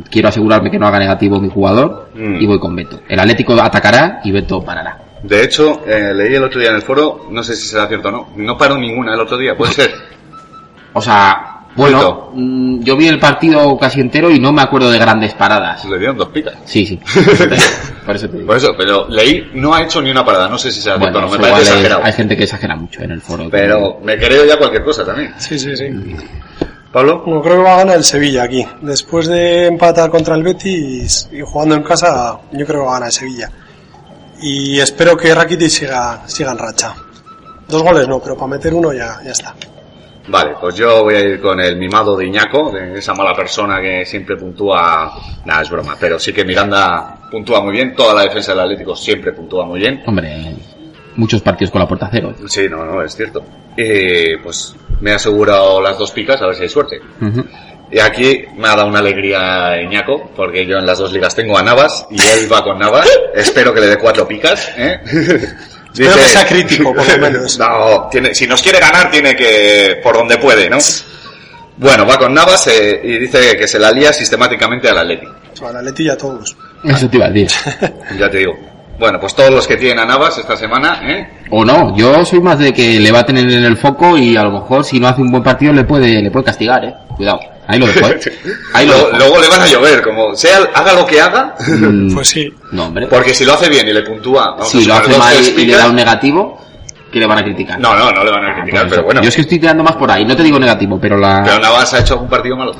Speaker 1: quiero asegurarme que no haga negativo mi jugador
Speaker 2: Mm.
Speaker 1: y voy con Beto. El Atlético atacará y Beto parará.
Speaker 2: De hecho, eh, leí el otro día en el foro, no sé si será cierto o no. No paró ninguna el otro día, puede ser.
Speaker 1: O sea, bueno,
Speaker 2: Beto.
Speaker 1: mm, yo vi el partido casi entero y no me acuerdo de grandes paradas.
Speaker 2: Le dieron dos picas.
Speaker 1: Sí, sí. Por eso te digo.
Speaker 2: Por eso, pero leí, no ha hecho ni una parada. No sé si será cierto o
Speaker 1: Bueno,
Speaker 2: no. Me
Speaker 1: eso
Speaker 2: parece
Speaker 1: igual es-
Speaker 2: exagerado.
Speaker 1: hay gente que exagera mucho en el foro.
Speaker 2: Pero me creo ya cualquier cosa también.
Speaker 3: Sí, sí, sí.
Speaker 2: Pablo.
Speaker 3: Bueno, creo que va a ganar el Sevilla aquí. Después de empatar contra el Betis y jugando en casa, yo creo que va a ganar el Sevilla. Y espero que Rakitic siga, siga en racha. Dos goles no, pero para meter uno ya, ya está.
Speaker 2: Vale, pues yo voy a ir con el mimado de Iñaco, de esa mala persona que siempre puntúa. Nada, es broma, pero sí que Miranda puntúa muy bien. Toda la defensa del Atlético siempre puntúa muy bien.
Speaker 1: Hombre, muchos partidos con la puerta cero.
Speaker 2: Sí, no, no, es cierto. Y pues me he asegurado las dos picas, a ver si hay suerte.
Speaker 1: Ujú.
Speaker 2: Y aquí me ha dado una alegría Iñaco, porque yo en las dos ligas tengo a Navas y él va con Navas. Espero que le dé cuatro picas. ¿eh? Dice-
Speaker 3: que sea crítico, por lo menos.
Speaker 2: no, tiene- si nos quiere ganar, tiene que por donde puede, ¿no? Bueno, va con Navas eh, y dice que se la lía sistemáticamente al Atleti.
Speaker 3: O sea, la Leti y a todos.
Speaker 1: Eso te iba a decir.
Speaker 2: Ya te digo. Bueno, pues todos los que tienen a Navas esta semana, ¿eh?
Speaker 1: O no, yo soy más de que le va a tener en el foco y a lo mejor si no hace un buen partido le puede, le puede castigar, eh. Cuidado. Ahí lo dejo, eh. Ahí lo
Speaker 2: Lo-
Speaker 1: dejo.
Speaker 2: luego le van a llover, como sea, haga lo que haga.
Speaker 1: Mm,
Speaker 3: Pues sí.
Speaker 1: No, hombre.
Speaker 2: Porque si lo hace bien y le puntúa, vamos a
Speaker 1: Si lo
Speaker 2: sumar
Speaker 1: hace
Speaker 2: dos,
Speaker 1: mal
Speaker 2: tres
Speaker 1: y le
Speaker 2: picas.
Speaker 1: da un negativo, que le van a criticar.
Speaker 2: No, no, no le van a
Speaker 1: Pues
Speaker 2: criticar,
Speaker 1: eso.
Speaker 2: pero bueno.
Speaker 1: Yo es que estoy tirando más por ahí, no te digo negativo, pero la...
Speaker 2: Pero Navas ha hecho algún partido malo.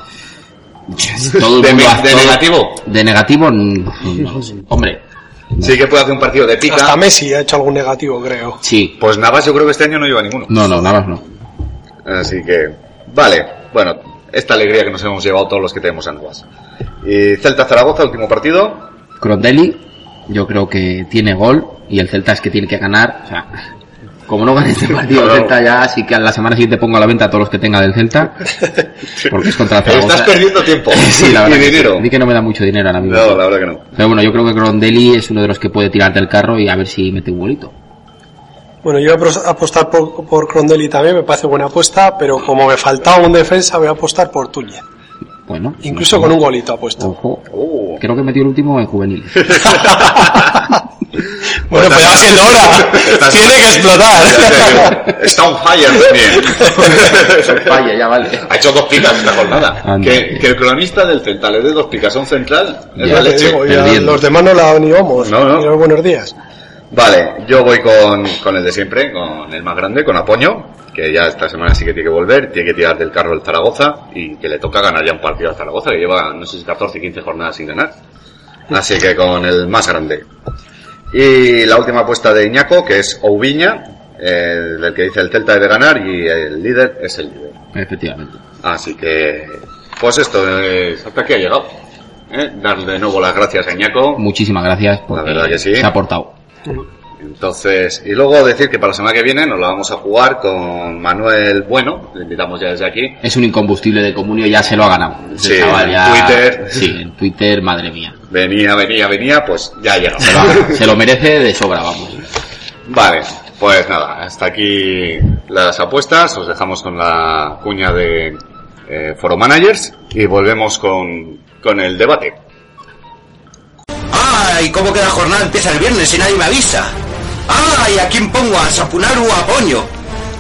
Speaker 1: todo el
Speaker 2: de
Speaker 1: mundo
Speaker 2: me-
Speaker 1: hace
Speaker 2: de
Speaker 1: todo-
Speaker 2: negativo.
Speaker 1: De negativo, mm, no lo sé. hombre,
Speaker 2: Sí que puede hacer un partido de pica.
Speaker 3: Hasta Messi ha hecho algún negativo, creo.
Speaker 1: sí.
Speaker 2: Pues Navas yo creo que este año no lleva ninguno.
Speaker 1: No, no, nada más no.
Speaker 2: Así que, vale, bueno, esta alegría que nos hemos llevado todos los que tenemos a Navas. Y Celta Zaragoza, último partido.
Speaker 1: Crondelli, yo creo que tiene gol y el Celta es que tiene que ganar. O sea, como no gane este partido el
Speaker 2: Claro.
Speaker 1: Celta ya, así que a la semana siguiente pongo a la venta a todos los que tenga del Celta. Porque es contra el Zaragoza.
Speaker 2: Estás perdiendo tiempo
Speaker 1: Sí, la
Speaker 2: y
Speaker 1: verdad. que sí.
Speaker 2: dinero.
Speaker 1: Di que no me da mucho dinero ahora mismo.
Speaker 2: No, la verdad que no.
Speaker 1: Pero bueno, yo creo que Crondelli es uno de los que puede tirar del carro y a ver si mete un golito.
Speaker 3: Bueno, yo voy a apro- apostar por, por Crondelli también, me parece buena apuesta, pero como me faltaba un defensa, voy a apostar por Tuñez.
Speaker 1: Bueno.
Speaker 3: Incluso con un golito apuesto.
Speaker 1: Pues Ojo.
Speaker 2: Uh,
Speaker 1: Creo que metió el último en juvenil.
Speaker 3: Bueno, pues ya va siendo hora. Tiene que
Speaker 2: ya
Speaker 3: explotar.
Speaker 2: te digo, Está on fire también.
Speaker 1: Vaya, ya vale.
Speaker 2: Ha hecho dos picas esta jornada.
Speaker 1: Anda.
Speaker 2: Que, que el cronista del Celta le dé dos picas a un central es
Speaker 1: Ya
Speaker 2: la
Speaker 1: te
Speaker 2: leche.
Speaker 3: Digo, ya
Speaker 1: perdiendo.
Speaker 3: los demás no la ni vamos.
Speaker 2: No, no.
Speaker 3: Ni los buenos días.
Speaker 2: Vale, yo voy con, con el de siempre, con el más grande, con Apoño, que ya esta semana sí que tiene que volver, tiene que tirar del carro el Zaragoza y que le toca ganar ya un partido al Zaragoza, que lleva, no sé si 14, 15 jornadas sin ganar. Así que con el más grande. Y la última apuesta de Iñaco, que es Oubiña, eh, del que dice el Celta debe ganar y el líder es el líder.
Speaker 1: Efectivamente.
Speaker 2: Así que, pues esto es hasta aquí ha llegado. ¿eh? Dar de nuevo las gracias a Iñaco.
Speaker 1: Muchísimas gracias porque
Speaker 2: verdad que sí.
Speaker 1: se ha aportado.
Speaker 2: Entonces, y luego decir que para la semana que viene nos la vamos a jugar con Manuel Bueno, le invitamos ya desde aquí.
Speaker 1: Es un incombustible de comunio, ya se lo ha ganado. Ese
Speaker 2: Sí, en
Speaker 1: ya-
Speaker 2: Twitter.
Speaker 1: Sí, en Twitter, madre mía.
Speaker 2: Venía, venía, venía, pues ya llega.
Speaker 1: Se lo, ha- se lo merece de sobra, vamos.
Speaker 2: Vale, pues nada, hasta aquí las apuestas. Os dejamos con la cuña de eh, Foro Managers y volvemos con, con el debate.
Speaker 9: ¡Ay! ¿Cómo que la jornada empieza el viernes y nadie me avisa? ¡Ay! ¿A quién pongo? ¿A Sapunaru o a Poño?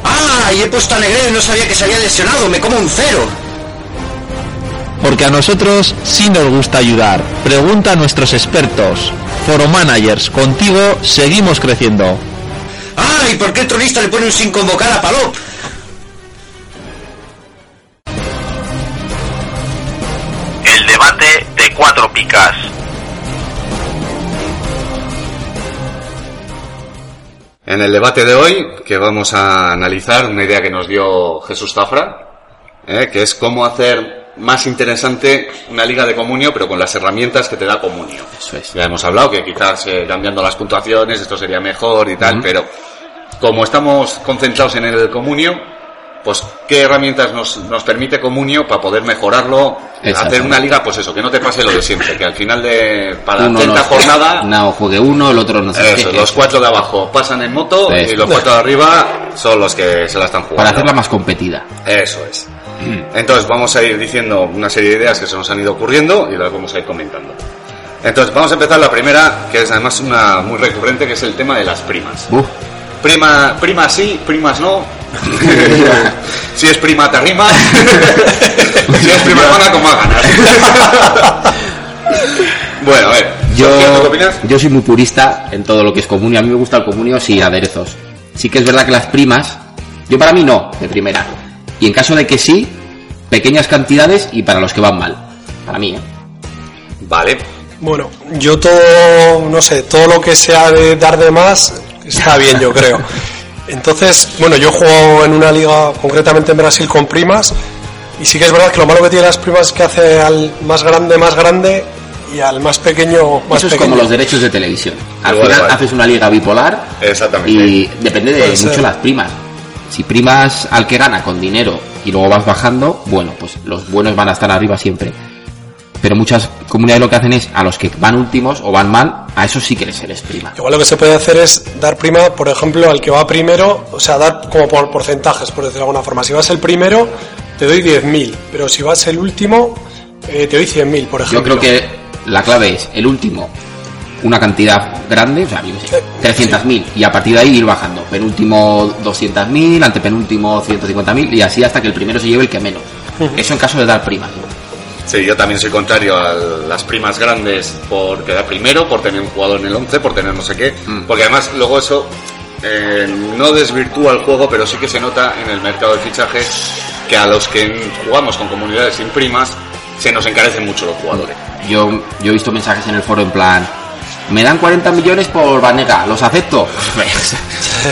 Speaker 9: ¡Ay! He puesto a Negredo y no sabía que se había lesionado. ¡Me como un cero!
Speaker 10: Porque a nosotros sí nos gusta ayudar. Pregunta a nuestros expertos. Foro Managers, contigo seguimos creciendo.
Speaker 9: ¡Ay! ¿Por qué el tronista le pone un sin convocar a Palop?
Speaker 4: El debate de cuatro picas.
Speaker 2: En el debate de hoy, que vamos a analizar una idea que nos dio Jesús Zafra, ¿eh? que es cómo hacer más interesante una liga de comunio, pero con las herramientas que te da comunio.
Speaker 1: Eso es.
Speaker 2: Ya hemos hablado que quizás eh, cambiando las puntuaciones esto sería mejor y tal, pero como estamos concentrados en el comunio, pues qué herramientas nos, nos permite comunio para poder mejorarlo, Eh,
Speaker 1: Exacto.
Speaker 2: hacer una liga, pues eso, que no te pase lo de siempre, que al final de, para la
Speaker 1: Uno
Speaker 2: quinta
Speaker 1: no-
Speaker 2: jornada,
Speaker 1: No, juegue uno, el otro no sé
Speaker 2: eso,
Speaker 1: qué.
Speaker 2: los cuatro de abajo pasan en moto
Speaker 1: Eso.
Speaker 2: y los cuatro de arriba son los que se la están jugando.
Speaker 1: Para hacerla más competida.
Speaker 2: Eso es. Entonces vamos a ir diciendo una serie de ideas que se nos han ido ocurriendo y las vamos a ir comentando. Entonces vamos a empezar la primera, que es además una muy recurrente, que es el tema de las primas.
Speaker 1: Uf,
Speaker 2: Prima, prima sí, primas no. si es prima te arrimas. si es prima hermana, como a ganar. bueno, a ver.
Speaker 1: yo,
Speaker 2: Sergio, ¿tú qué opinas?
Speaker 1: yo soy muy purista en todo lo que es comunio. A mí me gusta el comunio sin aderezos. Sí que es verdad que las primas, yo para mí no, de primera. Y en caso de que sí, pequeñas cantidades y para los que van mal. Para mí, ¿eh?
Speaker 2: Vale.
Speaker 3: Bueno, yo todo, no sé, todo lo que sea de dar de más está bien, yo creo. Entonces, bueno, yo juego en una liga, concretamente en Brasil, con primas. Y sí que es verdad que lo malo que tiene las primas es que hace al más grande más grande y al más pequeño más
Speaker 1: Eso es
Speaker 3: Pues pequeño.
Speaker 1: como los derechos de televisión. Al
Speaker 2: Igual,
Speaker 1: final
Speaker 2: igual.
Speaker 1: haces una liga bipolar
Speaker 2: Exactamente.
Speaker 1: y depende de
Speaker 3: Pues Puede
Speaker 1: mucho
Speaker 3: ser.
Speaker 1: las primas. Si primas al que gana con dinero y luego vas bajando, bueno, pues los buenos van a estar arriba siempre. Pero muchas comunidades lo que hacen es a los que van últimos o van mal, a esos sí que les eres prima.
Speaker 3: Igual lo que se puede hacer es dar prima, por ejemplo, al que va primero, o sea, dar como por porcentajes, por decirlo de alguna forma. Si vas el primero, te doy 10.000, pero si vas el último, eh, te doy 100.000, por
Speaker 1: Yo
Speaker 3: ejemplo.
Speaker 1: creo que la clave es el último, una cantidad grande, o sea, yo qué sé, 300.000 y a partir de ahí ir bajando. Penúltimo 200.000, antepenúltimo 150.000 y así hasta que el primero se lleve el que menos. Eso en caso de dar prima.
Speaker 2: Sí, yo también soy contrario a las primas grandes por quedar primero, por tener un jugador en el 11, por tener no sé qué. Porque además luego eso eh, no desvirtúa el juego, pero sí que se nota en el mercado de fichajes que a los que jugamos con comunidades sin primas se nos encarecen mucho los jugadores.
Speaker 1: Yo, yo he visto mensajes en el foro en plan, me dan 40 millones por Vanega, ¿los acepto?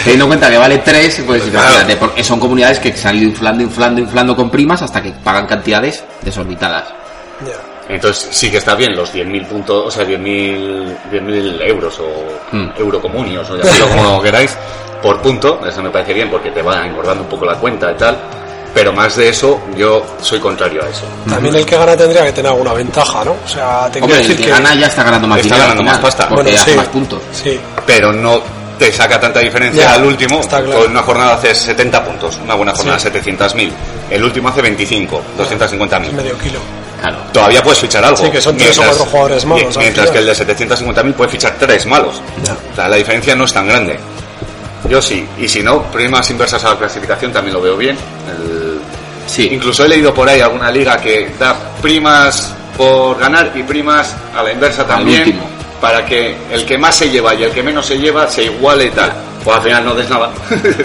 Speaker 1: Teniendo en cuenta que vale 3, pues imagínate, porque son comunidades que se han ido inflando, inflando, inflando con primas hasta que pagan cantidades desorbitadas.
Speaker 3: Ya.
Speaker 2: Entonces sí que está bien los 10.000 puntos, o sea, 10.000 10.000 euros o
Speaker 3: Hmm.
Speaker 1: Mm.
Speaker 2: eurocomunios o llamadlo como queráis por punto, eso me parece bien porque te va engordando un poco la cuenta y tal, pero más de eso yo soy contrario a eso.
Speaker 3: También el que gana tendría que tener alguna ventaja, ¿no? O sea,
Speaker 1: Hombre,
Speaker 3: te quiero
Speaker 1: el
Speaker 3: decir
Speaker 1: que
Speaker 3: que...
Speaker 1: gana ya está ganando más
Speaker 2: Está
Speaker 1: dinero al
Speaker 2: ganando más
Speaker 1: final,
Speaker 2: pasta.
Speaker 1: Porque
Speaker 3: Bueno,
Speaker 1: hace
Speaker 3: sí.
Speaker 1: más puntos.
Speaker 3: Sí,
Speaker 2: Pero no te saca tanta diferencia
Speaker 3: Ya,
Speaker 2: al último,
Speaker 3: está claro.
Speaker 2: con una jornada haces 70 puntos, una buena jornada 700.000, el último hace 25, 250.000.
Speaker 3: es medio kilo.
Speaker 1: Claro.
Speaker 2: Todavía puedes fichar algo.
Speaker 3: Sí, que son tres o cuatro jugadores malos,
Speaker 2: mie-
Speaker 3: al
Speaker 2: Mientras que el
Speaker 3: final.
Speaker 2: de 750.000 puede fichar tres malos. O sea, la diferencia no es tan grande. Yo sí. Y si no, primas inversas a la clasificación también lo veo bien. El-
Speaker 1: Sí.
Speaker 2: Incluso he leído por ahí alguna liga que da primas por ganar y primas a la inversa también.
Speaker 1: último.
Speaker 2: Para que el que más se lleva y el que menos se lleva se iguale y tal. Pues al final no des nada.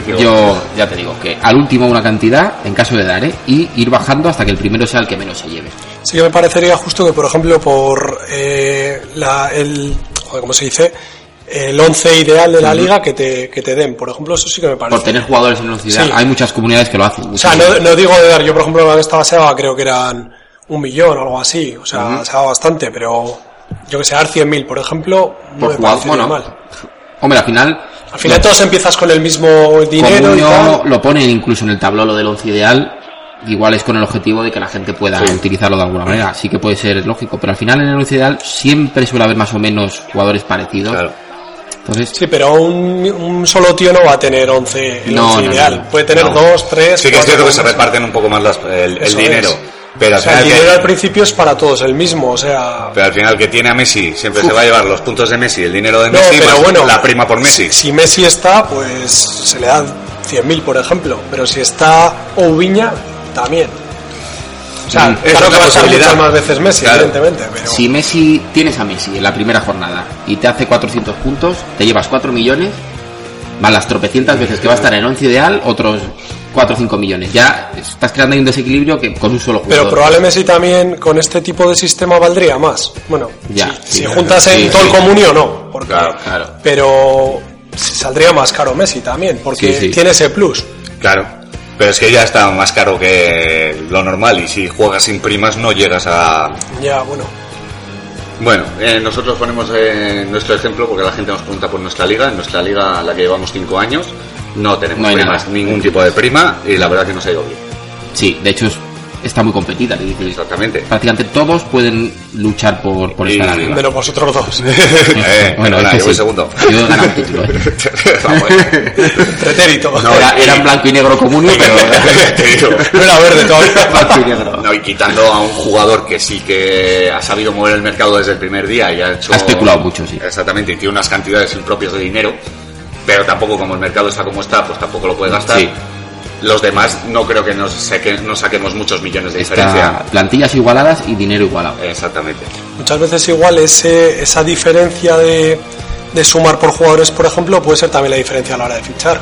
Speaker 2: Digo,
Speaker 1: Yo ya te digo que al último una cantidad en caso de dar ¿eh? y ir bajando hasta que el primero sea el que menos se lleve.
Speaker 3: Sí que me parecería justo que, por ejemplo, por eh, la, el... Joder, ¿cómo se dice? El 11 ideal de la liga que te, que te den. Por ejemplo, eso sí que me parece.
Speaker 1: Por tener jugadores en una ciudad,
Speaker 3: Sí.
Speaker 1: hay muchas comunidades que lo hacen.
Speaker 3: O sea, no, no digo de dar, yo por ejemplo la de esta baseaba creo que eran un millón o algo así, o sea, se ha dado bastante, pero yo que sé, dar 100.000 por ejemplo, no
Speaker 1: Por
Speaker 3: me
Speaker 1: jugador,
Speaker 3: parece
Speaker 1: bueno.
Speaker 3: mal.
Speaker 1: Hombre, al final
Speaker 3: Al final todos empiezas con el mismo dinero y
Speaker 1: Comunio
Speaker 3: tal.
Speaker 1: lo ponen incluso en el tablero lo del once ideal, igual es con el objetivo de que la gente pueda utilizarlo de alguna manera, así que puede ser lógico, pero al final en el once ideal siempre suele haber más o menos jugadores parecidos. Entonces,
Speaker 3: Sí, pero un, un solo tío no va a tener 11 el
Speaker 2: No,
Speaker 3: 11
Speaker 2: no,
Speaker 3: ideal.
Speaker 2: no.
Speaker 3: Puede tener
Speaker 2: No.
Speaker 3: 2, 3,
Speaker 2: Sí que es cierto que se reparten un poco más las- el, el
Speaker 3: Eso
Speaker 2: dinero.
Speaker 3: es.
Speaker 2: Pero al,
Speaker 3: el
Speaker 2: final
Speaker 3: dinero al
Speaker 2: que,
Speaker 3: principio es para todos el mismo, o sea...
Speaker 2: pero al final que tiene a Messi siempre se
Speaker 3: Uf.
Speaker 2: va a llevar los puntos de Messi, el dinero de
Speaker 3: No,
Speaker 2: Messi,
Speaker 3: pero
Speaker 2: más
Speaker 3: bueno,
Speaker 2: la prima por Messi.
Speaker 3: Si Messi está, pues se le dan 100.000, por ejemplo. Pero si está Oubiña, también. O sea,
Speaker 1: Mm, es
Speaker 3: claro que
Speaker 1: una
Speaker 3: va a estar
Speaker 1: posibilidad.
Speaker 3: muchas más veces Messi,
Speaker 1: Claro.
Speaker 3: evidentemente. Pero...
Speaker 1: si Messi tienes a Messi en la primera jornada y te hace 400 puntos, te llevas 4 millones, más las tropecientas veces que va a estar en el once ideal, otros 4 o 5 millones. Ya estás creando ahí un desequilibrio que con un solo jugador.
Speaker 3: Pero probablemente también con este tipo de sistema valdría más. Bueno,
Speaker 1: Ya,
Speaker 3: si
Speaker 1: sí.
Speaker 3: juntas en
Speaker 1: Sí,
Speaker 3: todo el
Speaker 1: sí.
Speaker 3: comunio, no. porque-
Speaker 2: Claro, claro.
Speaker 3: Pero saldría más caro Messi también, porque
Speaker 2: Sí, sí.
Speaker 3: tiene ese plus.
Speaker 2: Claro. Pero es que ya está más caro que lo normal y si juegas sin primas no llegas a...
Speaker 3: Ya, bueno.
Speaker 2: Bueno, eh, nosotros ponemos eh, nuestro ejemplo porque la gente nos pregunta por nuestra liga. En nuestra liga, la que llevamos cinco años, no tenemos
Speaker 1: No hay
Speaker 2: primas,
Speaker 1: nada.
Speaker 2: ningún tipo de prima y la verdad que nos ha ido bien.
Speaker 1: Sí, de hecho es- está muy competida. es decir,
Speaker 2: Exactamente.
Speaker 1: Prácticamente todos pueden luchar por, por estar arriba.
Speaker 3: Menos vosotros dos.
Speaker 2: Eh,
Speaker 1: Bueno,
Speaker 2: perdona,
Speaker 1: es que
Speaker 2: yo voy
Speaker 1: sí.
Speaker 2: segundo.
Speaker 1: Yo he ganado un título. ¿eh?
Speaker 2: Vamos, eh.
Speaker 3: Pretérito.
Speaker 2: No,
Speaker 1: era, era en blanco y negro comunio, pero
Speaker 2: Te digo.
Speaker 3: No era verde todavía.
Speaker 1: blanco y negro.
Speaker 2: No, y quitando a un jugador que sí que ha sabido mover el mercado desde el primer día y ha hecho.
Speaker 1: Ha especulado mucho, sí.
Speaker 2: Exactamente, y tiene unas cantidades impropias de dinero, pero tampoco como el mercado está como está, pues tampoco lo puede gastar.
Speaker 1: Sí.
Speaker 2: Los demás no creo que nos, saque- nos saquemos muchos millones de
Speaker 1: Está
Speaker 2: diferencia.
Speaker 1: plantillas igualadas y dinero igualado.
Speaker 2: Exactamente.
Speaker 3: Muchas veces igual ese, esa diferencia de, de sumar por jugadores, por ejemplo, puede ser también la diferencia a la hora de fichar.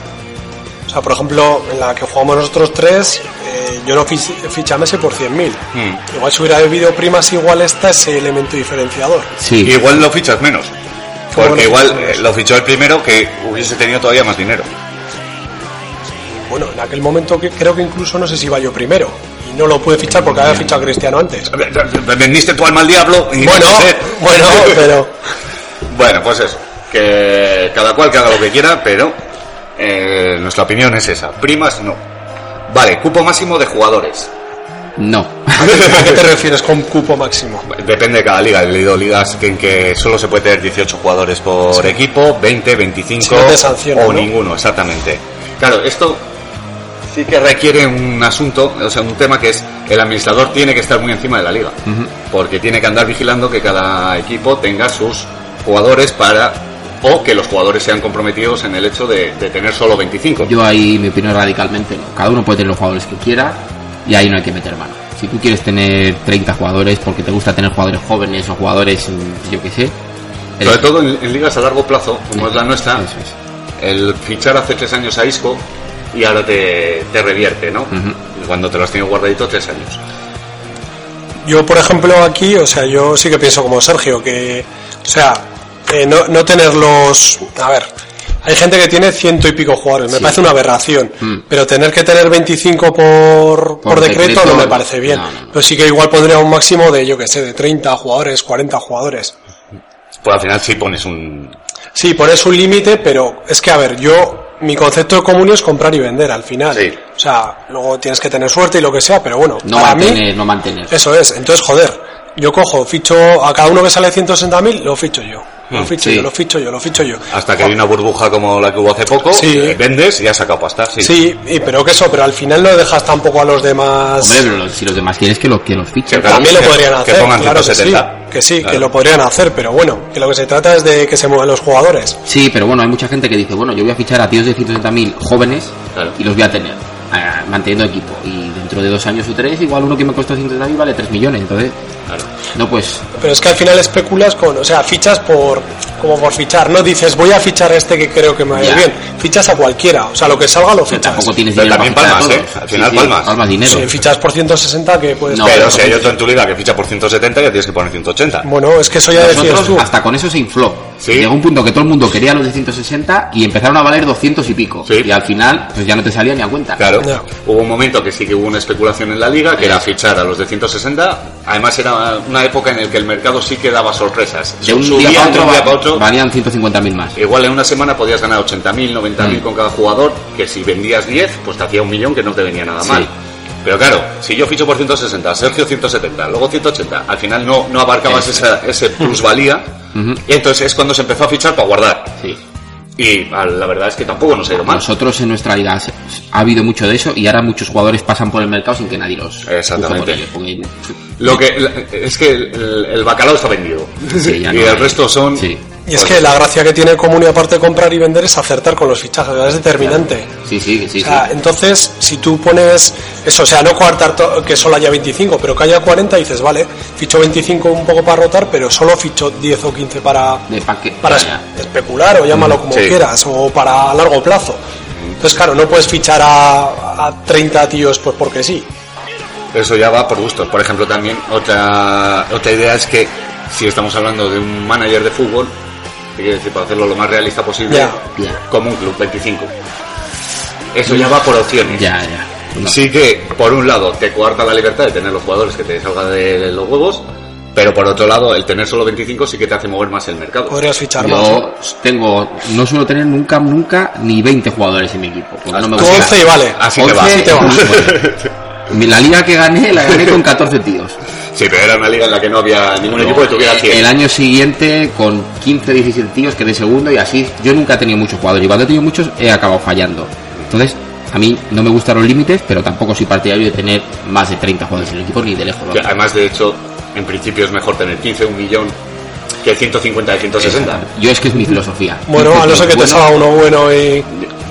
Speaker 3: O sea, por ejemplo, en la que jugamos nosotros tres, eh, yo no fich- fiché a Messi por 100.000. Igual si hubiera habido primas, igual está ese elemento diferenciador.
Speaker 1: Sí,
Speaker 2: Igual lo fichas menos.
Speaker 3: Fue bueno,
Speaker 2: Porque igual
Speaker 3: pues,
Speaker 2: eh, lo fichó el primero que hubiese tenido todavía más dinero.
Speaker 3: Bueno, en aquel momento que creo que incluso no sé si iba yo primero. Y no lo pude fichar porque había fichado a Cristiano antes.
Speaker 2: Vendiste tu alma al diablo y
Speaker 3: Bueno,
Speaker 2: no sé.
Speaker 3: bueno, pero...
Speaker 2: Bueno, pues eso. Que cada cual que haga lo que quiera, pero eh, nuestra opinión es esa. Primas no. Vale, cupo máximo de jugadores.
Speaker 1: no.
Speaker 3: ¿A qué te refieres con cupo máximo?
Speaker 2: Depende de cada liga. He leído ligas en que solo se puede tener 18 jugadores por equipo, 20, 25
Speaker 3: Si no te sancionan,
Speaker 2: o
Speaker 3: ¿no?
Speaker 2: ninguno, exactamente. Claro, esto sí que requiere un asunto, o sea, un tema que es el administrador tiene que estar muy encima de la liga, porque tiene que andar vigilando que cada equipo tenga sus jugadores para o que los jugadores sean comprometidos en el hecho de, de tener solo 25.
Speaker 1: Yo ahí mi opinión radicalmente no. Cada uno puede tener los jugadores que quiera y ahí no hay que meter mano. Si tú quieres tener 30 jugadores porque te gusta tener jugadores jóvenes o jugadores, mm, yo qué sé.
Speaker 3: eh,
Speaker 2: Sobre todo en, en ligas a largo plazo, como es la nuestra,
Speaker 1: Eso es.
Speaker 2: el fichar hace tres años a Isco y ahora te, te revierte, ¿no? Cuando te lo has tenido guardadito tres años.
Speaker 3: Yo, por ejemplo, aquí, o sea, yo sí que pienso como Sergio, que, o sea, eh, no, no tener los. A ver, hay gente que tiene ciento y pico jugadores, me parece una aberración, pero tener que tener 25 por, por,
Speaker 1: Mm. Por
Speaker 3: decreto,
Speaker 1: decreto,
Speaker 3: no me parece bien.
Speaker 1: no, no, no.
Speaker 3: Pero sí que igual pondría un máximo de, yo que sé, de 30 jugadores, 40 jugadores.
Speaker 2: Pues al final sí pones un...
Speaker 3: Sí, pones un límite, pero es que, a ver, yo, mi concepto de comunio es comprar y vender al final.
Speaker 2: Sí.
Speaker 3: O sea, luego tienes que tener suerte y lo que sea, pero bueno,
Speaker 1: No
Speaker 3: para mí.
Speaker 1: mantener, no mantener.
Speaker 3: Eso es, entonces joder, yo cojo, ficho a cada uno que sale 160.000, lo ficho yo. Lo
Speaker 2: Mm,
Speaker 3: ficho
Speaker 1: sí.
Speaker 3: yo, lo ficho yo, lo ficho yo.
Speaker 2: Hasta que hay una burbuja como la que hubo hace poco,
Speaker 3: Sí.
Speaker 2: eh, vendes y has sacado pasta. Sí.
Speaker 3: Sí, y- pero que eso, pero al final no dejas tampoco a los demás.
Speaker 1: Hombre, pero los- si los demás quieres que los, que los fichen.
Speaker 2: claro.
Speaker 3: También lo
Speaker 2: que-
Speaker 3: podrían
Speaker 2: que
Speaker 3: hacer.
Speaker 2: pongan
Speaker 3: claro que sí,
Speaker 2: 170.
Speaker 3: que sí,
Speaker 2: Claro.
Speaker 3: que lo podrían hacer, pero bueno, que lo que se trata es de que se muevan los jugadores.
Speaker 1: Sí, pero bueno, hay mucha gente que dice, bueno, yo voy a fichar a tíos de 130.000 jóvenes
Speaker 2: Claro.
Speaker 1: y los voy a tener, ah, manteniendo equipo. Y dentro de dos años o tres, igual uno que me costó 130.000 vale 3 millones. Entonces, no pues,
Speaker 3: Pero es que al final especulas con, o sea, fichas por, como por fichar, no dices voy a fichar a este que creo que me va a ir
Speaker 1: Ya.
Speaker 3: bien, fichas a cualquiera, o sea, lo que salga lo fichas.
Speaker 1: tampoco tienes
Speaker 2: Pero
Speaker 1: dinero
Speaker 2: también
Speaker 1: para fichar a
Speaker 2: palmas,
Speaker 1: todos.
Speaker 2: ¿eh? Al final palmas.
Speaker 1: dinero.
Speaker 3: Si fichas por 160 que puedes...
Speaker 1: No,
Speaker 2: pero
Speaker 1: pero
Speaker 2: si hay otro en tu liga que ficha por 170, ya tienes que poner 180.
Speaker 3: Bueno, es que eso ya decías
Speaker 1: Nosotros
Speaker 3: tú.
Speaker 1: hasta con eso se infló.
Speaker 2: Sí.
Speaker 1: Llegó un punto que todo el mundo quería los de 160 y empezaron a valer 200 y pico.
Speaker 2: Sí.
Speaker 1: Y al final, pues ya no te salía ni a cuenta.
Speaker 2: Claro.
Speaker 3: No.
Speaker 2: Hubo un momento que sí que hubo una especulación en la liga, que era fichar a los de 160. Además era una, una época en la que el mercado sí que daba sorpresas.
Speaker 1: De un
Speaker 2: Subían
Speaker 1: día para
Speaker 2: de
Speaker 1: otro
Speaker 2: un día
Speaker 1: va-
Speaker 2: para otro.
Speaker 1: valían 150.000 más.
Speaker 2: Igual en una semana podías ganar 80.000,
Speaker 1: Mm.
Speaker 2: 90.000 con cada jugador, que si vendías 10, pues te hacía un millón que no te venía nada
Speaker 1: Sí.
Speaker 2: mal. Pero claro, si yo ficho por 160, Sergio 170, luego 180, al final no, no abarcabas esa, ese plusvalía. Y entonces es cuando se empezó a fichar para guardar. Y a- la verdad es que tampoco nos ha ido mal.
Speaker 1: Nosotros en nuestra liga se- ha habido mucho de eso y ahora muchos jugadores pasan por el mercado sin que nadie los empuje por
Speaker 2: Exactamente.
Speaker 1: ellos, porque-
Speaker 2: Lo que la- es que el, el bacalao está vendido.
Speaker 1: Sí, ya
Speaker 2: y
Speaker 1: no
Speaker 2: el
Speaker 1: hay.
Speaker 2: resto son. pues
Speaker 3: Y es que la gracia que tiene común y aparte de comprar y vender es acertar con los fichajes, es determinante.
Speaker 1: Sí, sí, que sí,
Speaker 3: O sea,
Speaker 1: sí.
Speaker 3: entonces, si tú pones eso, o sea, no coartar to- que solo haya 25, pero que haya 40, dices, vale, ficho 25 un poco para rotar, pero solo ficho 10 o 15 para,
Speaker 1: De paque-
Speaker 3: para
Speaker 1: ya,
Speaker 3: es- especular o llámalo como
Speaker 1: Sí.
Speaker 3: quieras, o para largo plazo. Entonces, claro, no puedes fichar a, a 30 tíos pues porque sí.
Speaker 2: Eso ya va por gustos. Por ejemplo, también otra, otra idea es que si estamos hablando de un manager de fútbol, que quiere decir, para hacerlo lo más realista posible,
Speaker 3: Ya.
Speaker 2: como un club 25. Eso ya va por opciones.
Speaker 1: Ya, ya.
Speaker 2: Sí que, por un lado, te coarta la libertad de tener los jugadores que te salgan de los huevos, pero por otro lado, el tener solo 25 sí que te hace mover más el mercado.
Speaker 3: Podrías fichar
Speaker 1: Yo tengo, no suelo tener nunca, nunca ni 20 jugadores en mi equipo. porque no me
Speaker 3: Tú
Speaker 1: gusta.
Speaker 3: 11 y vale.
Speaker 2: Así te va, así te
Speaker 1: Vale. La liga que gané, la gané con 14 tíos.
Speaker 2: Sí, pero era una liga en la que no había ningún equipo que tuviera 100.
Speaker 1: El año siguiente con 15, 17 tíos quedé segundo y así. Yo nunca he tenido muchos jugadores y cuando he tenido muchos he acabado fallando. Entonces, a mí no me gustan los límites, pero tampoco soy partidario de tener más de 30 jugadores en el equipo ni de lejos.
Speaker 2: Que además, de hecho, en principio es mejor tener 15, un millón, que 150 de 160.
Speaker 1: Yo es que es mi filosofía.
Speaker 3: Bueno, a no ser que te
Speaker 2: Bueno.
Speaker 3: salga uno bueno y,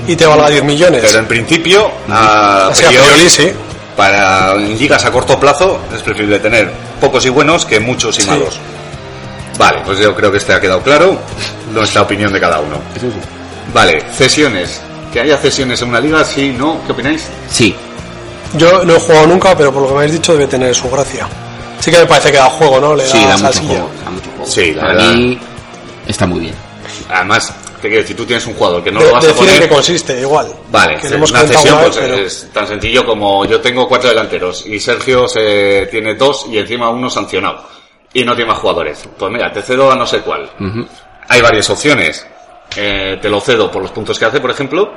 Speaker 3: y te valga 10 millones.
Speaker 2: Pero en principio, a
Speaker 3: O sea, a
Speaker 2: priori,
Speaker 3: priori, sí.
Speaker 2: para ligas a corto plazo, es preferible tener pocos y buenos que muchos y
Speaker 3: Sí.
Speaker 2: malos. Vale, pues yo creo que este ha quedado claro nuestra opinión de cada uno. Vale, cesiones. Que haya cesiones en una liga, sí, no, ¿qué opináis?
Speaker 1: Sí.
Speaker 3: Yo no he jugado nunca, pero por lo que me habéis dicho debe tener su gracia. Sí que me parece que da juego, ¿no? Le da
Speaker 1: Sí, da mucho
Speaker 3: salsilla.
Speaker 1: juego, da mucho juego.
Speaker 2: Sí, la
Speaker 1: Para
Speaker 2: verdad.
Speaker 1: mí está muy bien.
Speaker 2: Además, te quiero decir, tú tienes un jugador que no
Speaker 3: De-
Speaker 2: lo vas a
Speaker 3: decir en
Speaker 2: poner.
Speaker 3: qué consiste, igual.
Speaker 2: Vale,
Speaker 3: Que lo hemos
Speaker 2: una
Speaker 3: comentado
Speaker 2: cesión
Speaker 3: una
Speaker 2: pues,
Speaker 3: vez, pero-
Speaker 2: es tan sencillo como yo tengo cuatro delanteros y Sergio se tiene dos y encima uno sancionado y no tiene más jugadores. Pues mira, te cedo a no sé cuál. Hay varias opciones. Eh, te lo cedo por los puntos que hace, por ejemplo.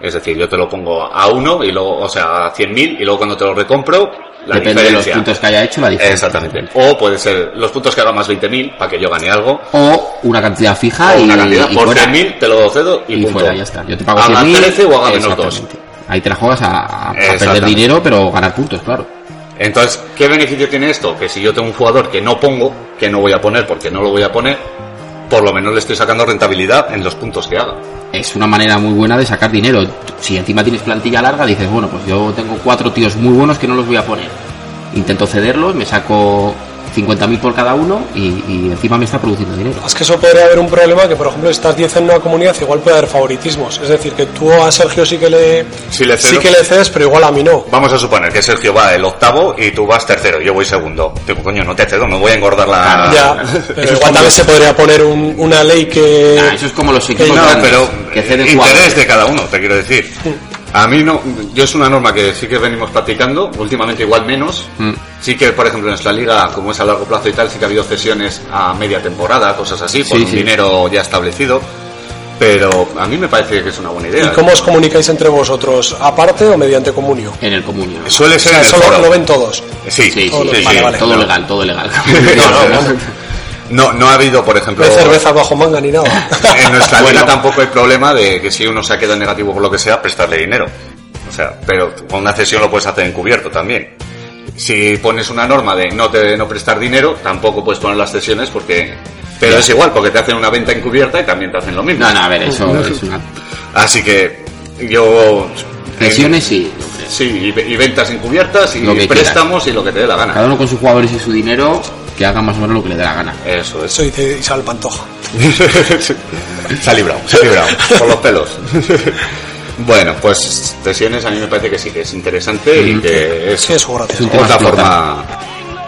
Speaker 2: Es decir, yo te lo pongo a uno y luego, o sea, a 100.000 y luego cuando te lo recompro, la
Speaker 1: Depende de los
Speaker 2: diferencia.
Speaker 1: puntos que haya hecho, la diferencia.
Speaker 2: Exactamente. O puede ser los puntos que haga más 20.000 para que yo gane algo.
Speaker 1: O una cantidad fija
Speaker 2: o
Speaker 1: Ah, y,
Speaker 2: una cantidad
Speaker 1: y
Speaker 2: por
Speaker 1: fuera.
Speaker 2: 100.000 te lo cedo y,
Speaker 1: y
Speaker 2: punto.
Speaker 1: fuera, ya está. Yo te pago
Speaker 2: Haga
Speaker 1: 100.000,
Speaker 2: 13 o haga menos 2.
Speaker 1: exactamente. Ahí te la juegas a, a- a perder
Speaker 2: Exactamente.
Speaker 1: dinero, pero ganar puntos, claro.
Speaker 2: Entonces, ¿qué beneficio tiene esto? Que si yo tengo un jugador que no pongo, que no voy a poner porque no lo voy a poner, por lo menos le estoy sacando rentabilidad en los puntos que haga.
Speaker 1: Es una manera muy buena de sacar dinero. Si encima tienes plantilla larga, dices, bueno, pues yo tengo cuatro tíos muy buenos que no los voy a poner. Intento cederlos, me saco 50.000 por cada uno y, y encima me está produciendo dinero.
Speaker 3: Es que eso podría haber un problema que, por ejemplo, si estás 10 en una comunidad, igual puede haber favoritismos. Es decir, que tú a Sergio sí que le,
Speaker 2: Si le cedo-
Speaker 3: sí que le cedes, pero igual a mí no.
Speaker 2: Vamos a suponer que Sergio va el octavo y tú vas tercero, yo voy segundo. Digo, coño, no te cedo, no voy a engordar la...
Speaker 3: Ya, pero igual tal vez se podría poner un- una ley que...
Speaker 1: Ah, Eso es como los
Speaker 3: que-
Speaker 1: equipos
Speaker 2: Eh, No,
Speaker 1: grandes,
Speaker 2: pero eh,
Speaker 1: que ceden
Speaker 2: interés
Speaker 1: jugadores.
Speaker 2: de cada uno, te quiero decir. A mí no, yo es una norma que sí que venimos practicando, últimamente igual menos.
Speaker 1: Mm.
Speaker 2: Sí que, por ejemplo, en nuestra liga, como es a largo plazo y tal, sí que ha habido cesiones a media temporada, cosas así, por
Speaker 1: Sí,
Speaker 2: un
Speaker 1: sí.
Speaker 2: dinero ya establecido. Pero a mí me parece que es una buena
Speaker 3: ¿Y
Speaker 2: idea.
Speaker 3: cómo os comunicáis entre vosotros? ¿Aparte o mediante comunio?
Speaker 1: En el comunio.
Speaker 2: Suele
Speaker 3: O
Speaker 2: ser
Speaker 3: sea,
Speaker 2: en el
Speaker 3: eso lo,
Speaker 2: foro.
Speaker 3: lo ven todos.
Speaker 2: Sí, sí,
Speaker 3: Todo-
Speaker 2: sí,
Speaker 3: vale,
Speaker 2: sí.
Speaker 3: vale.
Speaker 1: Todo legal, todo legal.
Speaker 2: No, no, no. No, no ha habido, por ejemplo,
Speaker 3: No hay cerveza bajo manga ni nada.
Speaker 2: en nuestra liga tampoco hay problema de que si uno se ha quedado negativo por lo que sea, prestarle dinero. O sea, pero con una cesión lo puedes hacer encubierto también. Si pones una norma de no te no prestar dinero, tampoco puedes poner las cesiones porque pero es igual porque te hacen una venta encubierta y también te hacen lo mismo.
Speaker 1: No, no, a ver, eso es una...
Speaker 2: Así que yo eh,
Speaker 1: Cesiones sí.
Speaker 2: sí, y, ve- y ventas encubiertas y
Speaker 1: Lo que quieras.
Speaker 2: préstamos y lo que te dé la gana.
Speaker 1: Cada uno con sus jugadores y su dinero, que haga más o menos lo que le dé la gana.
Speaker 2: Eso es.
Speaker 3: Eso dice Isabel Pantoja.
Speaker 2: se ha librado, se ha librado, por los pelos. bueno, pues sesiones a mí me parece que sí que es interesante y que es
Speaker 3: Sí, es su gracia.
Speaker 1: Es un tema
Speaker 2: otra
Speaker 1: a explotar.
Speaker 2: forma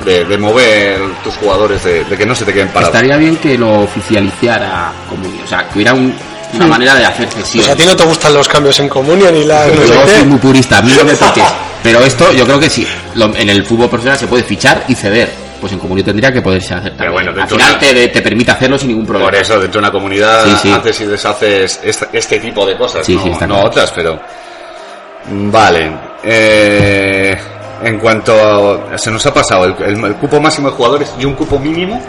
Speaker 2: de, de mover tus jugadores, de, de que no se te queden parados.
Speaker 1: Estaría bien que lo oficializara Comunio, o sea, que hubiera un- una manera de hacer
Speaker 3: Pues a ti
Speaker 1: cesiones.
Speaker 3: no te gustan los cambios en comunio ni la... no sé
Speaker 1: Yo
Speaker 3: qué.
Speaker 1: soy muy purista, a mí no me toques. Pero esto yo creo que sí, lo- en el fútbol profesional se puede fichar y ceder. pues en comunio tendría que poderse hacer
Speaker 2: Pero
Speaker 1: también.
Speaker 2: bueno,
Speaker 1: Al
Speaker 2: dentro de
Speaker 1: final
Speaker 2: una-
Speaker 1: te, te permite hacerlo sin ningún problema.
Speaker 2: Por eso, dentro de una comunidad
Speaker 1: Sí, sí.
Speaker 2: haces y deshaces este, este tipo de cosas,
Speaker 1: Sí,
Speaker 2: no,
Speaker 1: sí, está
Speaker 2: no
Speaker 1: claro.
Speaker 2: otras, pero... mm, Vale. eh, en cuanto... a- Se nos ha pasado el, el- el cupo máximo de jugadores y un cupo mínimo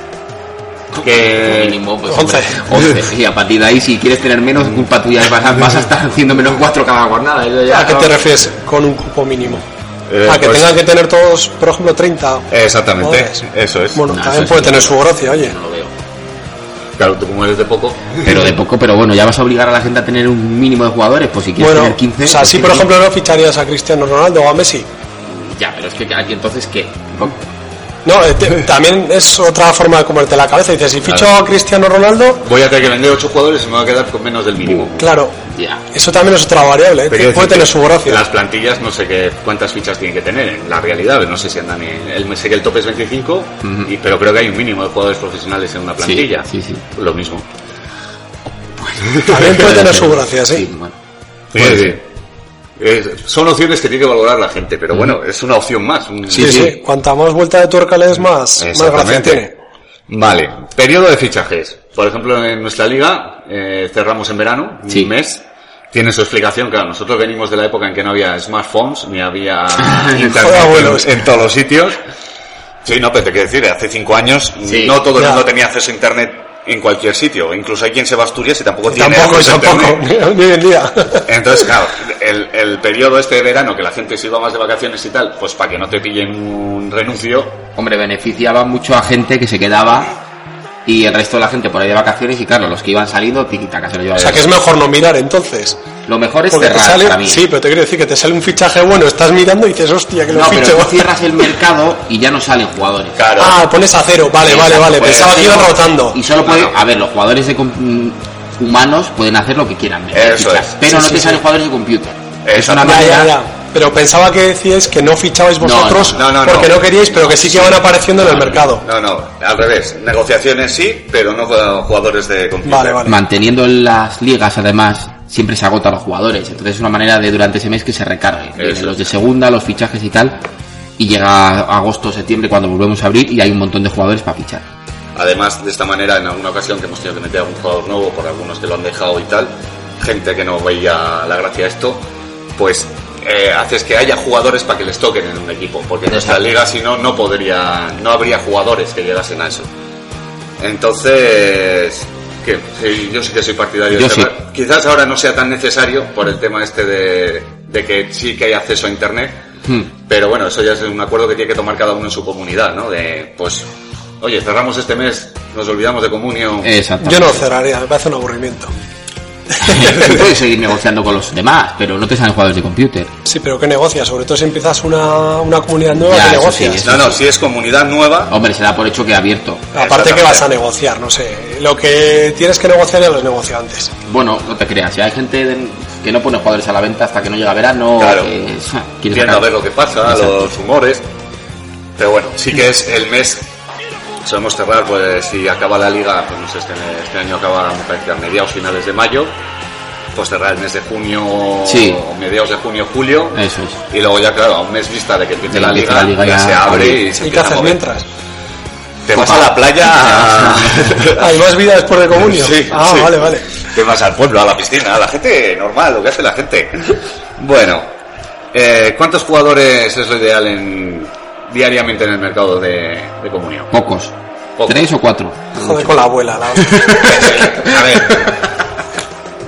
Speaker 2: que...
Speaker 1: mínimo, pues, hombre, 11. Y a partir de ahí, si quieres tener menos, culpa tuya vas a, vas a estar haciendo menos 4 cada jornada. Eso ya-
Speaker 3: ¿A qué te refieres con un cupo mínimo?
Speaker 2: eh,
Speaker 3: a que
Speaker 2: pues-
Speaker 3: tengan que tener todos, por ejemplo, 30.
Speaker 2: Exactamente,
Speaker 3: jugadores.
Speaker 2: Ah, eso es.
Speaker 3: Bueno, también puede tener su gracia, oye.
Speaker 2: Claro, tú como eres de poco...
Speaker 1: Pero de poco, pero bueno, ya vas a obligar a la gente a tener un mínimo de jugadores, pues si quieres
Speaker 3: Bueno,
Speaker 1: tener 15.
Speaker 3: o sea,
Speaker 1: pues
Speaker 3: si
Speaker 1: que
Speaker 3: por
Speaker 1: sí.
Speaker 3: ejemplo no ficharías a Cristiano Ronaldo o a Messi.
Speaker 1: Ya, pero es que aquí entonces, ¿qué?
Speaker 3: No, eh, te- también es otra forma de comerte la cabeza. Dices, si ficho
Speaker 2: Claro.
Speaker 3: a Cristiano Ronaldo,
Speaker 2: Voy a tener que vender 8 jugadores y me voy a quedar con menos del mínimo.
Speaker 3: claro,
Speaker 1: Ya.
Speaker 3: eso también es otra variable. eh,
Speaker 2: Pero
Speaker 3: que
Speaker 2: quiero
Speaker 3: puede
Speaker 2: decir
Speaker 3: tener
Speaker 2: que
Speaker 3: su gracia.
Speaker 2: Las plantillas no sé qué cuántas fichas tienen que tener en la realidad, no sé si andan en, el, sé que el tope es 25, y- pero creo que hay un mínimo de jugadores profesionales en una plantilla.
Speaker 1: Sí, sí.
Speaker 2: Lo mismo.
Speaker 3: También puede tener su gracia, sí.
Speaker 1: bueno.
Speaker 2: Eh, eh, son opciones que tiene que valorar la gente, pero bueno, es una opción más. un-
Speaker 3: Sí, sí, Cuanta más vuelta de tuerca le des, más, más gracia
Speaker 2: Exactamente.
Speaker 3: tiene.
Speaker 2: Vale, periodo de fichajes. Por ejemplo, en nuestra liga eh, cerramos en verano,
Speaker 1: Sí.
Speaker 2: un mes. Tiene su explicación, claro, nosotros venimos de la época en que no había smartphones, ni había internet
Speaker 3: Joder,
Speaker 2: en-
Speaker 3: abuelos.
Speaker 2: en, todos los sitios. Sí, no, pero te quiero decir, hace cinco años
Speaker 1: Sí.
Speaker 2: no todo el
Speaker 3: Ya.
Speaker 2: mundo tenía acceso a internet en cualquier sitio. Incluso hay quien se va a Asturias y tampoco tiene
Speaker 3: Tampoco,
Speaker 2: acceso a
Speaker 3: tampoco.
Speaker 2: internet.
Speaker 3: Ni hoy en día.
Speaker 2: Entonces, claro, el, el periodo este de verano que la gente se iba más de vacaciones y tal, pues para que no te pillen un renuncio,
Speaker 1: Hombre, beneficiaba mucho a gente que se quedaba y el resto de la gente por ahí de vacaciones y claro, los que iban saliendo, tiquitaca, se lo
Speaker 3: O
Speaker 1: llevaban.
Speaker 3: sea, que es mejor no mirar entonces.
Speaker 1: Lo mejor es
Speaker 3: Porque te
Speaker 1: cerrar
Speaker 3: sale,
Speaker 1: para mí.
Speaker 3: sí, pero te quiero decir que te sale un fichaje bueno, estás mirando y dices, hostia, que lo
Speaker 1: no,
Speaker 3: ficho.
Speaker 1: pero tú cierras el mercado y ya no salen jugadores.
Speaker 2: claro.
Speaker 3: Ah, pones a cero, vale, vale,
Speaker 1: Exacto,
Speaker 3: vale.
Speaker 1: puedes
Speaker 3: Pensaba que
Speaker 1: hacerlo.
Speaker 3: iban rotando.
Speaker 1: Y solo puede,
Speaker 2: No, no.
Speaker 1: a ver, los jugadores de com- mm, humanos pueden hacer lo que quieran, meter
Speaker 2: Eso
Speaker 1: fichas,
Speaker 2: es.
Speaker 1: pero
Speaker 3: Sí,
Speaker 1: no
Speaker 3: sí,
Speaker 1: te
Speaker 3: sí.
Speaker 1: salen jugadores de computer. Es
Speaker 2: Exacto.
Speaker 1: una
Speaker 3: Ya,
Speaker 1: manera
Speaker 3: ya, ya. Pero pensaba que decíais que no fichabais
Speaker 1: No,
Speaker 3: vosotros
Speaker 2: no, no, no,
Speaker 3: porque
Speaker 2: no.
Speaker 3: no queríais, pero que sí que van apareciendo en el mercado.
Speaker 2: No, no, al revés. Negociaciones sí, pero no jugadores de computer.
Speaker 3: Vale, vale.
Speaker 1: manteniendo las ligas además siempre se agota a los jugadores entonces es una manera de durante ese mes que se recargue Vienen los de segunda los fichajes y tal y llega agosto septiembre cuando volvemos a abrir y hay un montón de jugadores para fichar
Speaker 2: Además, de esta manera, en alguna ocasión que hemos tenido que meter a un jugador nuevo por algunos que lo han dejado y tal, gente que no veía la gracia a esto, pues eh, haces que haya jugadores para que les toquen en un equipo, porque en nuestra
Speaker 1: Exacto.
Speaker 2: liga si no, no podría, no habría jugadores que llegasen a eso. Entonces, ¿qué? Sí, yo sí que soy partidario
Speaker 1: Yo
Speaker 2: de
Speaker 1: sí.
Speaker 2: cerrar. Quizás ahora no sea tan necesario por el tema este de, de que sí que hay acceso a internet,
Speaker 1: Hmm.
Speaker 2: Pero bueno, eso ya es un acuerdo que tiene que tomar cada uno en su comunidad, ¿no? De, pues, oye, cerramos este mes, nos olvidamos de comunión.
Speaker 1: exactamente
Speaker 3: Yo no cerraría, me parece un aburrimiento.
Speaker 1: Tú puedes seguir negociando con los demás pero no te salen jugadores de computer
Speaker 3: Sí, pero ¿qué negocias? Sobre todo si empiezas una, una comunidad nueva,
Speaker 1: Ya,
Speaker 3: ¿qué
Speaker 1: eso
Speaker 3: negocias?
Speaker 1: sí, eso
Speaker 2: no, no, si es comunidad nueva,
Speaker 1: hombre se da por hecho que ha abierto
Speaker 3: Aparte
Speaker 2: Exactamente.
Speaker 3: que vas a negociar, no sé. Lo que tienes que negociar ya los negociantes.
Speaker 1: bueno no te creas si hay gente de- que no pone jugadores a la venta hasta que no llega verano
Speaker 2: Claro.
Speaker 1: que- quiere
Speaker 2: viendo a
Speaker 1: sacar-
Speaker 2: ver lo que pasa,
Speaker 1: Exacto.
Speaker 2: los humores. Pero bueno, sí que es el mes. Solemos cerrar, pues, si acaba la liga, pues no sé, este, este año acaba, me parece, a mediados finales de mayo. Pues cerrar el mes de junio,
Speaker 1: Sí.
Speaker 2: o mediados de junio, julio.
Speaker 1: eso es
Speaker 2: Y luego ya, claro, a un mes vista de que empiece
Speaker 1: De
Speaker 2: la
Speaker 1: que
Speaker 2: liga,
Speaker 1: empiece la liga
Speaker 2: ya
Speaker 1: ya
Speaker 2: se abre
Speaker 1: abre.
Speaker 2: y se
Speaker 3: ¿Y qué
Speaker 2: empieza a
Speaker 3: haces
Speaker 2: mover.
Speaker 3: mientras?
Speaker 2: Te vas a la playa.
Speaker 3: ¿Hay Ah, más vida después de comunio?
Speaker 2: Sí,
Speaker 3: ah,
Speaker 2: sí.
Speaker 3: vale, vale.
Speaker 2: Te vas al pueblo, a la piscina, a la gente normal, lo que hace la gente. Bueno, eh, ¿cuántos jugadores es lo ideal en, diariamente en el mercado de, de comunión?
Speaker 1: pocos
Speaker 2: Pocos.
Speaker 1: tres o cuatro
Speaker 3: Joder con la abuela, la hostia.
Speaker 2: a ver.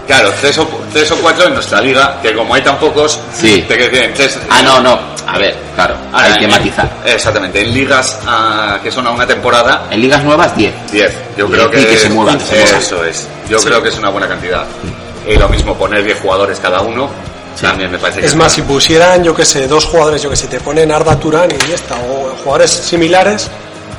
Speaker 2: Claro, tres o, tres o cuatro en nuestra liga, que como hay tan pocos,
Speaker 1: Sí.
Speaker 2: te quiero decir, en tres-
Speaker 1: ah no no a ver eh, claro
Speaker 2: Ahora,
Speaker 1: hay que
Speaker 2: en-
Speaker 1: matizar
Speaker 2: Exactamente, en ligas ah, que son a una temporada,
Speaker 1: En ligas nuevas, 10.
Speaker 2: 10. Yo
Speaker 1: Y-
Speaker 2: creo que,
Speaker 1: y que se muevan, que se muevan.
Speaker 2: Eso es. Yo creo que es una buena cantidad. Y lo mismo poner 10 jugadores cada uno. También me parece que
Speaker 3: Es más, si pusieran, yo que sé, dos jugadores, yo que sé, te ponen Arda Turán y esta, o jugadores similares,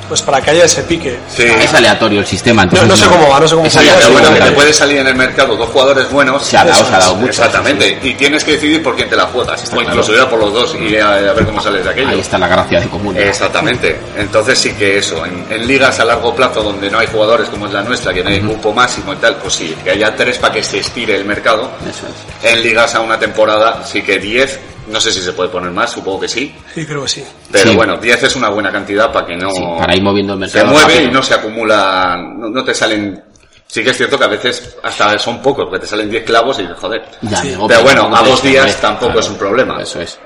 Speaker 3: pues para que haya ese pique.
Speaker 2: Sí.
Speaker 1: Es aleatorio el sistema. Entonces
Speaker 3: No, no sé cómo va, no sé cómo
Speaker 1: es
Speaker 3: funciona,
Speaker 2: Pero
Speaker 1: aleatorio,
Speaker 2: bueno, que te
Speaker 1: claro.
Speaker 2: puede salir en el mercado dos jugadores buenos. pues,
Speaker 1: Se ha dado,
Speaker 3: Eso
Speaker 1: se ha dado
Speaker 3: es,
Speaker 1: mucho.
Speaker 2: Exactamente. Y tienes que decidir por quién te la juegas. o
Speaker 1: claro.
Speaker 2: incluso ir a por los dos y a, a ver cómo sales de aquello.
Speaker 1: Ahí está la gracia de común.
Speaker 2: Exactamente. Entonces sí que eso, en, en ligas a largo plazo donde no hay jugadores como es la nuestra, que no hay cupo máximo y tal, pues sí, que haya tres para que se estire el mercado.
Speaker 1: Eso es.
Speaker 2: En ligas a una temporada sí que 10 No sé si se puede poner más, supongo que sí.
Speaker 3: Sí, creo que sí.
Speaker 2: Pero
Speaker 1: Sí.
Speaker 2: bueno, 10 es una buena cantidad para que no
Speaker 1: para ir moviendo el
Speaker 2: se
Speaker 1: mercado.
Speaker 2: mueve
Speaker 1: rápido.
Speaker 2: y no se acumula, no, no te salen... Sí que es cierto que a veces hasta son pocos, porque te salen 10 clavos y dices, joder.
Speaker 1: Ya,
Speaker 2: Sí.
Speaker 1: amigo,
Speaker 2: Pero bueno,
Speaker 1: tampoco
Speaker 2: a
Speaker 1: te
Speaker 2: dos días
Speaker 1: descompres,
Speaker 2: tampoco
Speaker 1: claro.
Speaker 2: es un problema.
Speaker 1: Eso es.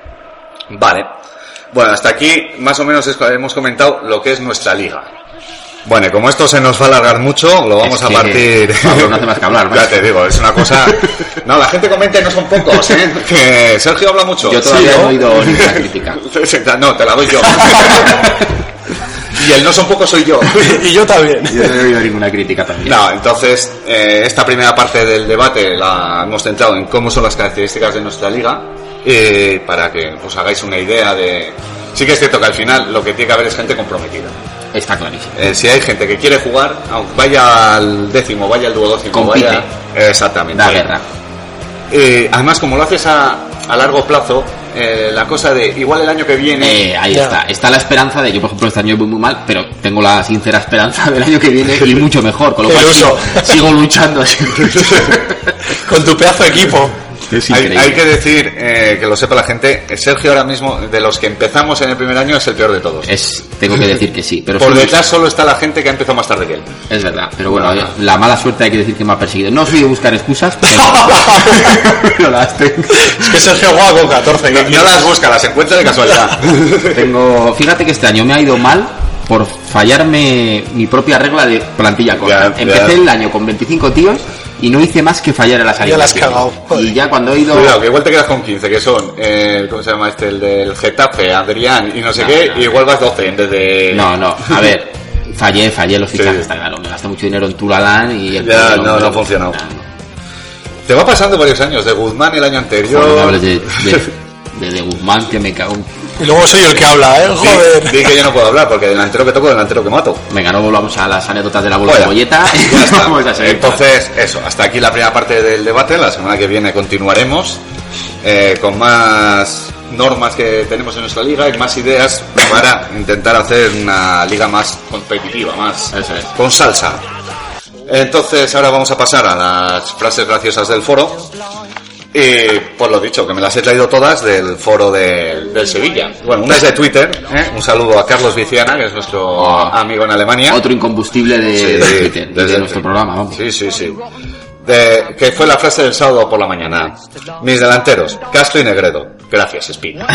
Speaker 2: Vale. Bueno, hasta aquí más o menos es- hemos comentado lo que es nuestra liga. Bueno, y como esto se nos va a alargar mucho, lo vamos
Speaker 1: Es
Speaker 2: a
Speaker 1: que,
Speaker 2: partir.
Speaker 1: Pablo, no hace más que hablar,
Speaker 2: ya
Speaker 1: macho.
Speaker 2: te digo, es una cosa. No, la gente comenta y no son pocos, ¿eh? Que Sergio habla mucho.
Speaker 1: Yo todavía
Speaker 2: Sí,
Speaker 1: no he oído ninguna crítica.
Speaker 2: No, te la doy yo. Y el no son pocos soy yo.
Speaker 3: Y yo también.
Speaker 1: Yo no he oído ninguna crítica también.
Speaker 2: No, entonces eh, esta primera parte del debate la hemos centrado en cómo son las características de nuestra liga eh, para que os hagáis una idea de... Sí que es cierto que al final lo que tiene que haber es gente comprometida.
Speaker 1: Está clarísimo.
Speaker 2: Eh, si hay gente que quiere jugar, aunque vaya al décimo, vaya al duodécimo,
Speaker 1: Compite.
Speaker 2: vaya... Exactamente.
Speaker 1: Da guerra.
Speaker 2: Eh, además, como lo haces a, a largo plazo, eh, la cosa de igual el año que viene...
Speaker 1: Eh, ahí
Speaker 3: Ya.
Speaker 1: está. Está la esperanza de, yo por ejemplo este año voy muy mal, pero tengo la sincera esperanza del año que viene ir mucho mejor, con lo
Speaker 3: El
Speaker 1: cual sigo,
Speaker 3: uso.
Speaker 1: sigo luchando. sigo luchando.
Speaker 3: Con tu pedazo de equipo.
Speaker 1: Es
Speaker 2: Hay,
Speaker 1: increíble.
Speaker 2: hay que decir, eh, que lo sepa la gente, Sergio ahora mismo, de los que empezamos en el primer año, es el peor de todos.
Speaker 1: Es, tengo que decir que sí, pero
Speaker 2: Por
Speaker 1: soy-
Speaker 2: detrás solo está la gente que ha empezado más tarde que él.
Speaker 1: es verdad. Pero bueno, la mala suerte hay que decir que me ha perseguido. No soy de buscar excusas, pero, pero las tengo.
Speaker 3: Es que Sergio juega con 14.
Speaker 2: No, no las busca, las encuentra de casualidad.
Speaker 1: Tengo, fíjate que este año me ha ido mal por fallarme mi propia regla de plantilla corta.
Speaker 2: Ya, ya.
Speaker 1: Empecé el año con 25 tíos y no hice más que fallar a la salida.
Speaker 3: la has cagado,
Speaker 1: Y
Speaker 3: joder.
Speaker 1: ya cuando he ido
Speaker 2: Cuidado, que igual te quedas con 15, que son, eh, ¿cómo se llama este? El del Getafe, Adrián y no sé
Speaker 1: No,
Speaker 2: qué,
Speaker 1: no.
Speaker 2: y igual vas 12 en vez de...
Speaker 1: No, no, a ver, fallé, fallé los
Speaker 2: Sí.
Speaker 1: fichajes, está claro. Me gasté mucho dinero en Tuladán y el
Speaker 2: Ya,
Speaker 1: pobre
Speaker 2: no, no ha funcionado. Te va pasando varios años, de Guzmán el año anterior.
Speaker 1: Joder, no hables de, de, de- de Guzmán que me cago. en-
Speaker 3: Y luego soy el que habla, ¿eh?
Speaker 2: Di-
Speaker 3: Joder.
Speaker 2: di que yo no puedo hablar, porque delantero que toco, delantero que mato.
Speaker 1: Venga, no volvamos a las anécdotas de la bola
Speaker 2: Joder,
Speaker 1: de bolleta.
Speaker 2: Ya está.
Speaker 1: Vamos a seguir.
Speaker 2: Entonces, eso, hasta aquí la primera parte del debate. La semana que viene continuaremos eh, con más normas que tenemos en nuestra liga y más ideas para intentar hacer una liga más competitiva, más
Speaker 1: Eso es.
Speaker 2: con salsa. Entonces, ahora vamos a pasar a las frases graciosas del foro. Y por lo dicho, que me las he traído todas del foro de- del Sevilla. Bueno, una es de Twitter. ¿eh? Un saludo a Carlos Viciana, que es nuestro amigo en Alemania.
Speaker 1: Otro incombustible de,
Speaker 2: Sí,
Speaker 1: de Twitter, de
Speaker 2: desde-
Speaker 1: nuestro programa, vamos.
Speaker 2: Sí, sí, sí. De- que fue la frase del sábado por la mañana. Mis delanteros, Castro y Negredo. Gracias, Espina.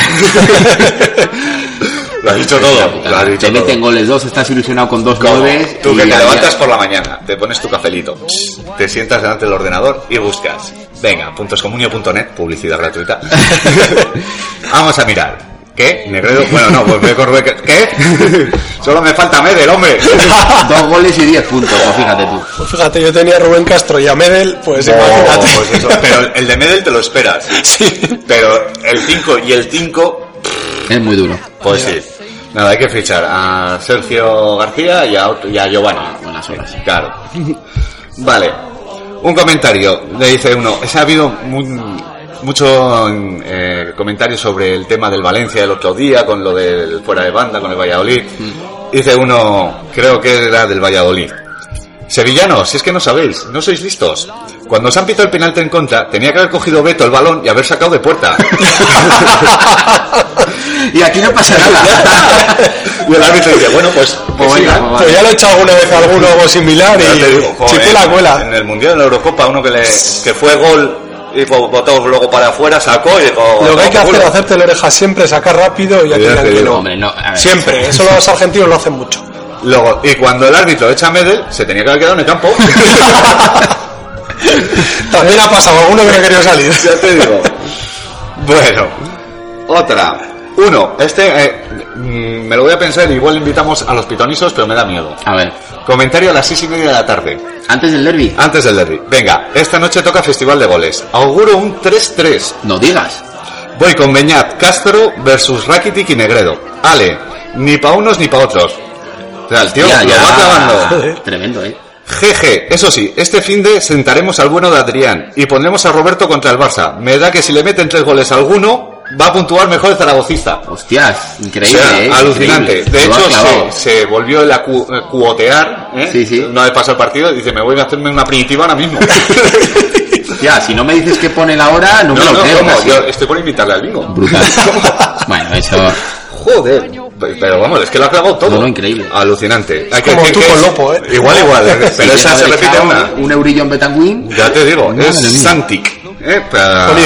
Speaker 2: lo has dicho todo. Lo has dicho
Speaker 1: Te meten
Speaker 2: todo.
Speaker 1: goles dos, estás ilusionado con dos goles.
Speaker 2: Tú
Speaker 1: y
Speaker 2: que te
Speaker 1: ya-
Speaker 2: levantas por la mañana, te pones tu cafelito, te sientas delante del ordenador y buscas. Venga, puntoscomunio.net, publicidad gratuita. Vamos a mirar. ¿Qué? ¿Negredo? Bueno, no, pues me corro ¿Qué? Solo me falta Medel, hombre.
Speaker 1: Dos goles y diez puntos, pues fíjate tú.
Speaker 3: Pues fíjate, yo tenía a Rubén Castro y a Medel, pues
Speaker 2: No,
Speaker 3: imagínate.
Speaker 2: pues eso, pero el de Medel te lo esperas.
Speaker 3: Sí.
Speaker 2: Pero el 5 y el 5,
Speaker 1: Es muy duro.
Speaker 2: pues sí. Nada, hay que fichar a Sergio García y a, otro- y a Giovanni.
Speaker 1: Buenas horas.
Speaker 2: Claro. Vale. Un comentario. Le dice uno. Es, ha habido mu- mucho eh, comentario sobre el tema del Valencia el otro día, con lo del fuera de banda, con el Valladolid. Dice uno, creo que era del Valladolid. Sevillanos, si es que no sabéis, no sois listos. Cuando os han pitado el penalti en contra, tenía que haber cogido Beto el balón y haber sacado de puerta.
Speaker 1: Y aquí no pasa nada.
Speaker 2: y el árbitro dice, bueno, pues, que
Speaker 1: Pues venga,
Speaker 2: sigan.
Speaker 1: pues
Speaker 3: Pues ya lo he hecho alguna vez a algún algo similar
Speaker 2: Ya te digo,
Speaker 3: y
Speaker 2: joder,
Speaker 3: chipela
Speaker 2: En
Speaker 3: cuela.
Speaker 2: el Mundial de la Eurocopa, uno que, le, que fue gol y bo- botó luego para afuera, sacó y dijo... "Oh,
Speaker 3: Lo que hay que hacer
Speaker 2: "Culo".
Speaker 3: es hacerte la oreja siempre, sacar rápido y ya
Speaker 2: Ya
Speaker 3: te
Speaker 2: te
Speaker 3: dirán que
Speaker 2: digo.
Speaker 3: no.
Speaker 1: Hombre, no, a ver.
Speaker 3: Siempre, eso los argentinos lo hacen mucho.
Speaker 2: Luego, y cuando el árbitro echa a Medel, se tenía que haber quedado en el campo.
Speaker 3: También ha pasado alguno que no ha querido salir.
Speaker 2: ya te digo. Bueno, otra. Uno, este eh, mm, me lo voy a pensar, igual invitamos a los pitonisos, pero me da miedo.
Speaker 1: A ver,
Speaker 2: Comentario a las seis y media de la tarde.
Speaker 1: antes del derby.
Speaker 2: Antes del derby. Venga, esta noche toca Festival de Goles. Auguro un 3-3.
Speaker 1: No digas.
Speaker 2: Voy con Beñat Castro versus Rakitic y Negredo. Ale, ni pa' unos ni pa' otros. O sea, el tío
Speaker 1: Ya,
Speaker 2: lo
Speaker 1: ya.
Speaker 2: va clavando.
Speaker 1: Tremendo, eh.
Speaker 2: Jeje, eso sí, este fin de sentaremos al bueno de Adrián y pondremos a Roberto contra el Barça. Me da que si le meten tres goles a alguno, va a puntuar mejor el zaragocista.
Speaker 1: Hostias,
Speaker 2: O
Speaker 1: increíble,
Speaker 2: sea,
Speaker 1: eh.
Speaker 2: alucinante.
Speaker 1: increíble.
Speaker 2: De
Speaker 1: Lo has
Speaker 2: hecho,
Speaker 1: clavado.
Speaker 2: se, se volvió el acu- eh, cuotear ¿eh?
Speaker 1: Sí, sí.
Speaker 2: una vez pasado el partido. Dice: Me voy a hacerme una primitiva ahora mismo.
Speaker 1: Hostia, si no me dices que pone la hora, no,
Speaker 2: No,
Speaker 1: me lo
Speaker 2: no,
Speaker 1: creo.
Speaker 2: ¿cómo?
Speaker 1: casi.
Speaker 2: Yo estoy por invitarle al bingo.
Speaker 1: Brutal. bueno, eso.
Speaker 2: Joder. Pe- Pero vamos, es que lo ha clavado todo. increíble. Alucinante. Hay que
Speaker 1: Como
Speaker 2: decir
Speaker 1: tú
Speaker 2: que
Speaker 1: con
Speaker 2: es-
Speaker 1: Lopo, ¿eh?
Speaker 2: Igual, igual.
Speaker 1: Si
Speaker 2: Pero
Speaker 1: le
Speaker 2: esa
Speaker 1: hemos
Speaker 2: se repite
Speaker 1: dejado
Speaker 2: una.
Speaker 1: Un eurillo en Betangüín.
Speaker 2: Ya te digo,
Speaker 1: Madre
Speaker 2: es
Speaker 1: mía.
Speaker 2: Santic. ¿eh? Para-
Speaker 1: Con Y.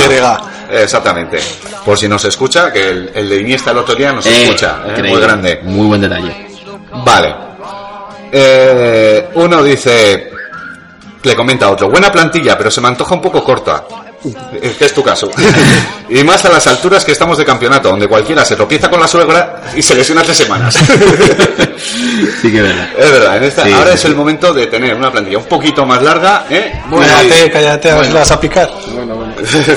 Speaker 2: Exactamente. Por si nos escucha, que el, el de Iniesta el otro día nos
Speaker 1: Eh,
Speaker 2: escucha. ¿eh? Muy
Speaker 1: increíble.
Speaker 2: grande.
Speaker 1: Muy buen detalle.
Speaker 2: Vale. Eh, uno dice, le comenta a otro, buena plantilla, pero se me antoja un poco corta. Eh, que es tu caso. y más a las alturas que estamos de campeonato, donde cualquiera se tropieza con la suegra y se lesiona tres semanas.
Speaker 1: Sí, que es verdad.
Speaker 2: Es verdad, en esta,
Speaker 1: Sí,
Speaker 2: ahora
Speaker 1: sí,
Speaker 2: es el momento de tener una plantilla un poquito más larga, ¿eh?
Speaker 3: Cállate, cállate, a ver si
Speaker 2: Bueno.
Speaker 3: la vas a picar.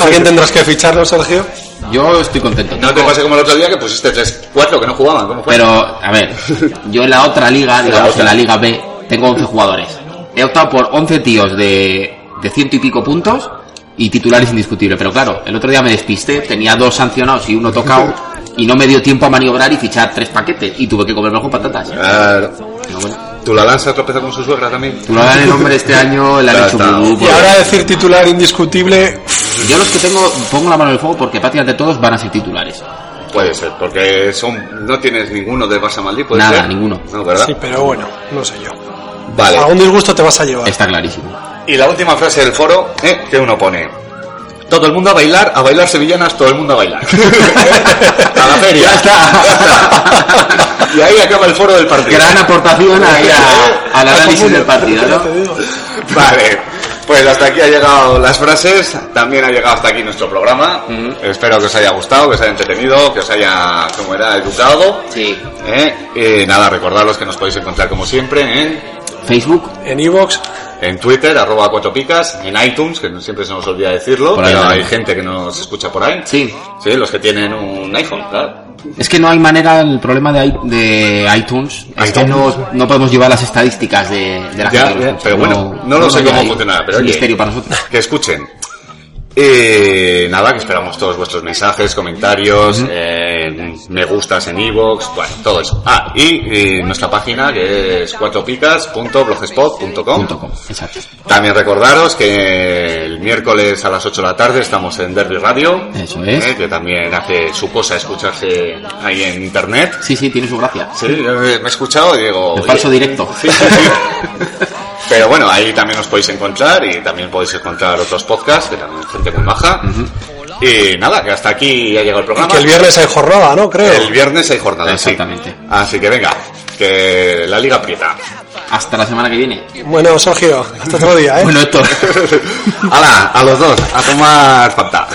Speaker 3: ¿Alguien tendrás que ficharlo, Sergio?
Speaker 1: Yo estoy contento.
Speaker 2: No te pase como el otro día que pusiste 3, 4 que no jugaban. ¿cómo fue?
Speaker 1: Pero, a ver, yo en la otra liga, digamos en la Liga B, tengo 11 jugadores. He optado por 11 tíos de, de ciento y pico puntos y titulares indiscutible. Pero claro, el otro día me despisté, tenía dos sancionados y uno tocado y no me dio tiempo a maniobrar y fichar tres paquetes y tuve que comerme con patatas.
Speaker 2: Ah. Claro. ¿Tú la lanzas tropeza con su suegra también?
Speaker 1: Tú lo el hombre este año, le han
Speaker 2: Claro,
Speaker 1: hecho
Speaker 2: está.
Speaker 1: muy
Speaker 3: Y ahora decir titular indiscutible,
Speaker 1: Yo los que tengo, pongo la mano en el fuego porque prácticamente todos van a ser titulares.
Speaker 2: Puede ser, porque son no tienes ninguno de Barça Madrid, puede
Speaker 1: Nada,
Speaker 2: ser.
Speaker 1: ninguno.
Speaker 2: No, ¿verdad?
Speaker 3: sí, pero bueno, no sé yo.
Speaker 2: Vale.
Speaker 3: Algún disgusto te vas a llevar.
Speaker 1: Está clarísimo.
Speaker 2: Y la última frase del foro ¿eh? que uno pone. Todo el mundo a bailar, a bailar sevillanas, todo el mundo a bailar. a la feria. Ya está. y ahí acaba el foro del partido.
Speaker 1: Gran aportación ahí a- al análisis del partido, ¿no?
Speaker 2: Vale, pues hasta aquí ha llegado las frases, también ha llegado hasta aquí nuestro programa.
Speaker 1: Mm.
Speaker 2: Espero que os haya gustado, que os haya entretenido, que os haya, como era, educado.
Speaker 1: Sí.
Speaker 2: Eh, nada, recordaros que nos podéis encontrar como siempre en
Speaker 1: Facebook,
Speaker 3: en Evox,
Speaker 2: en Twitter, arroba cuatro picas, en iTunes, que siempre se nos olvida decirlo,
Speaker 1: Por ahí
Speaker 2: pero
Speaker 1: andamos.
Speaker 2: hay gente que nos escucha por ahí.
Speaker 1: Sí.
Speaker 2: Sí, los que tienen un iPhone, claro.
Speaker 1: Es que no hay manera, el problema de, i- de iTunes es que no, no podemos llevar las estadísticas de, de la
Speaker 2: Ya,
Speaker 1: gente. que lo
Speaker 2: ya,
Speaker 1: escucha.
Speaker 2: pero bueno, no lo sé
Speaker 1: llega
Speaker 2: cómo
Speaker 1: ahí.
Speaker 2: funcionará, pero
Speaker 1: es un
Speaker 2: oye.
Speaker 1: misterio para nosotros.
Speaker 2: que escuchen. Eh, nada, que esperamos todos vuestros mensajes, comentarios, eh, me gustas en iVoox, bueno, todo eso. Ah, y, eh, nuestra página que es cuatropicas.blogspot.com.
Speaker 1: Exacto.
Speaker 2: También recordaros que el miércoles a las 8 de la tarde estamos en Derby Radio.
Speaker 1: Eso es.
Speaker 2: eh, que también hace su cosa escucharse ahí en internet.
Speaker 1: Sí, sí, tiene su gracia.
Speaker 2: Sí, yo me me he escuchado y digo...
Speaker 1: El falso
Speaker 2: oye,
Speaker 1: directo.
Speaker 2: Sí, sí, sí. Pero bueno, ahí también os podéis encontrar y también podéis encontrar otros podcasts de también gente muy baja. Y nada, que hasta aquí ha llegado el
Speaker 3: y
Speaker 2: programa.
Speaker 3: que el viernes hay jornada, ¿no? Creo.
Speaker 2: El viernes hay jornada, sí.
Speaker 1: Exactamente.
Speaker 2: Así que venga, que la liga aprieta.
Speaker 1: Hasta la semana que viene.
Speaker 3: Bueno, Sergio, hasta otro día, ¿eh?
Speaker 1: Bueno, esto.
Speaker 2: ¡Hala! A los dos, a tomar falta.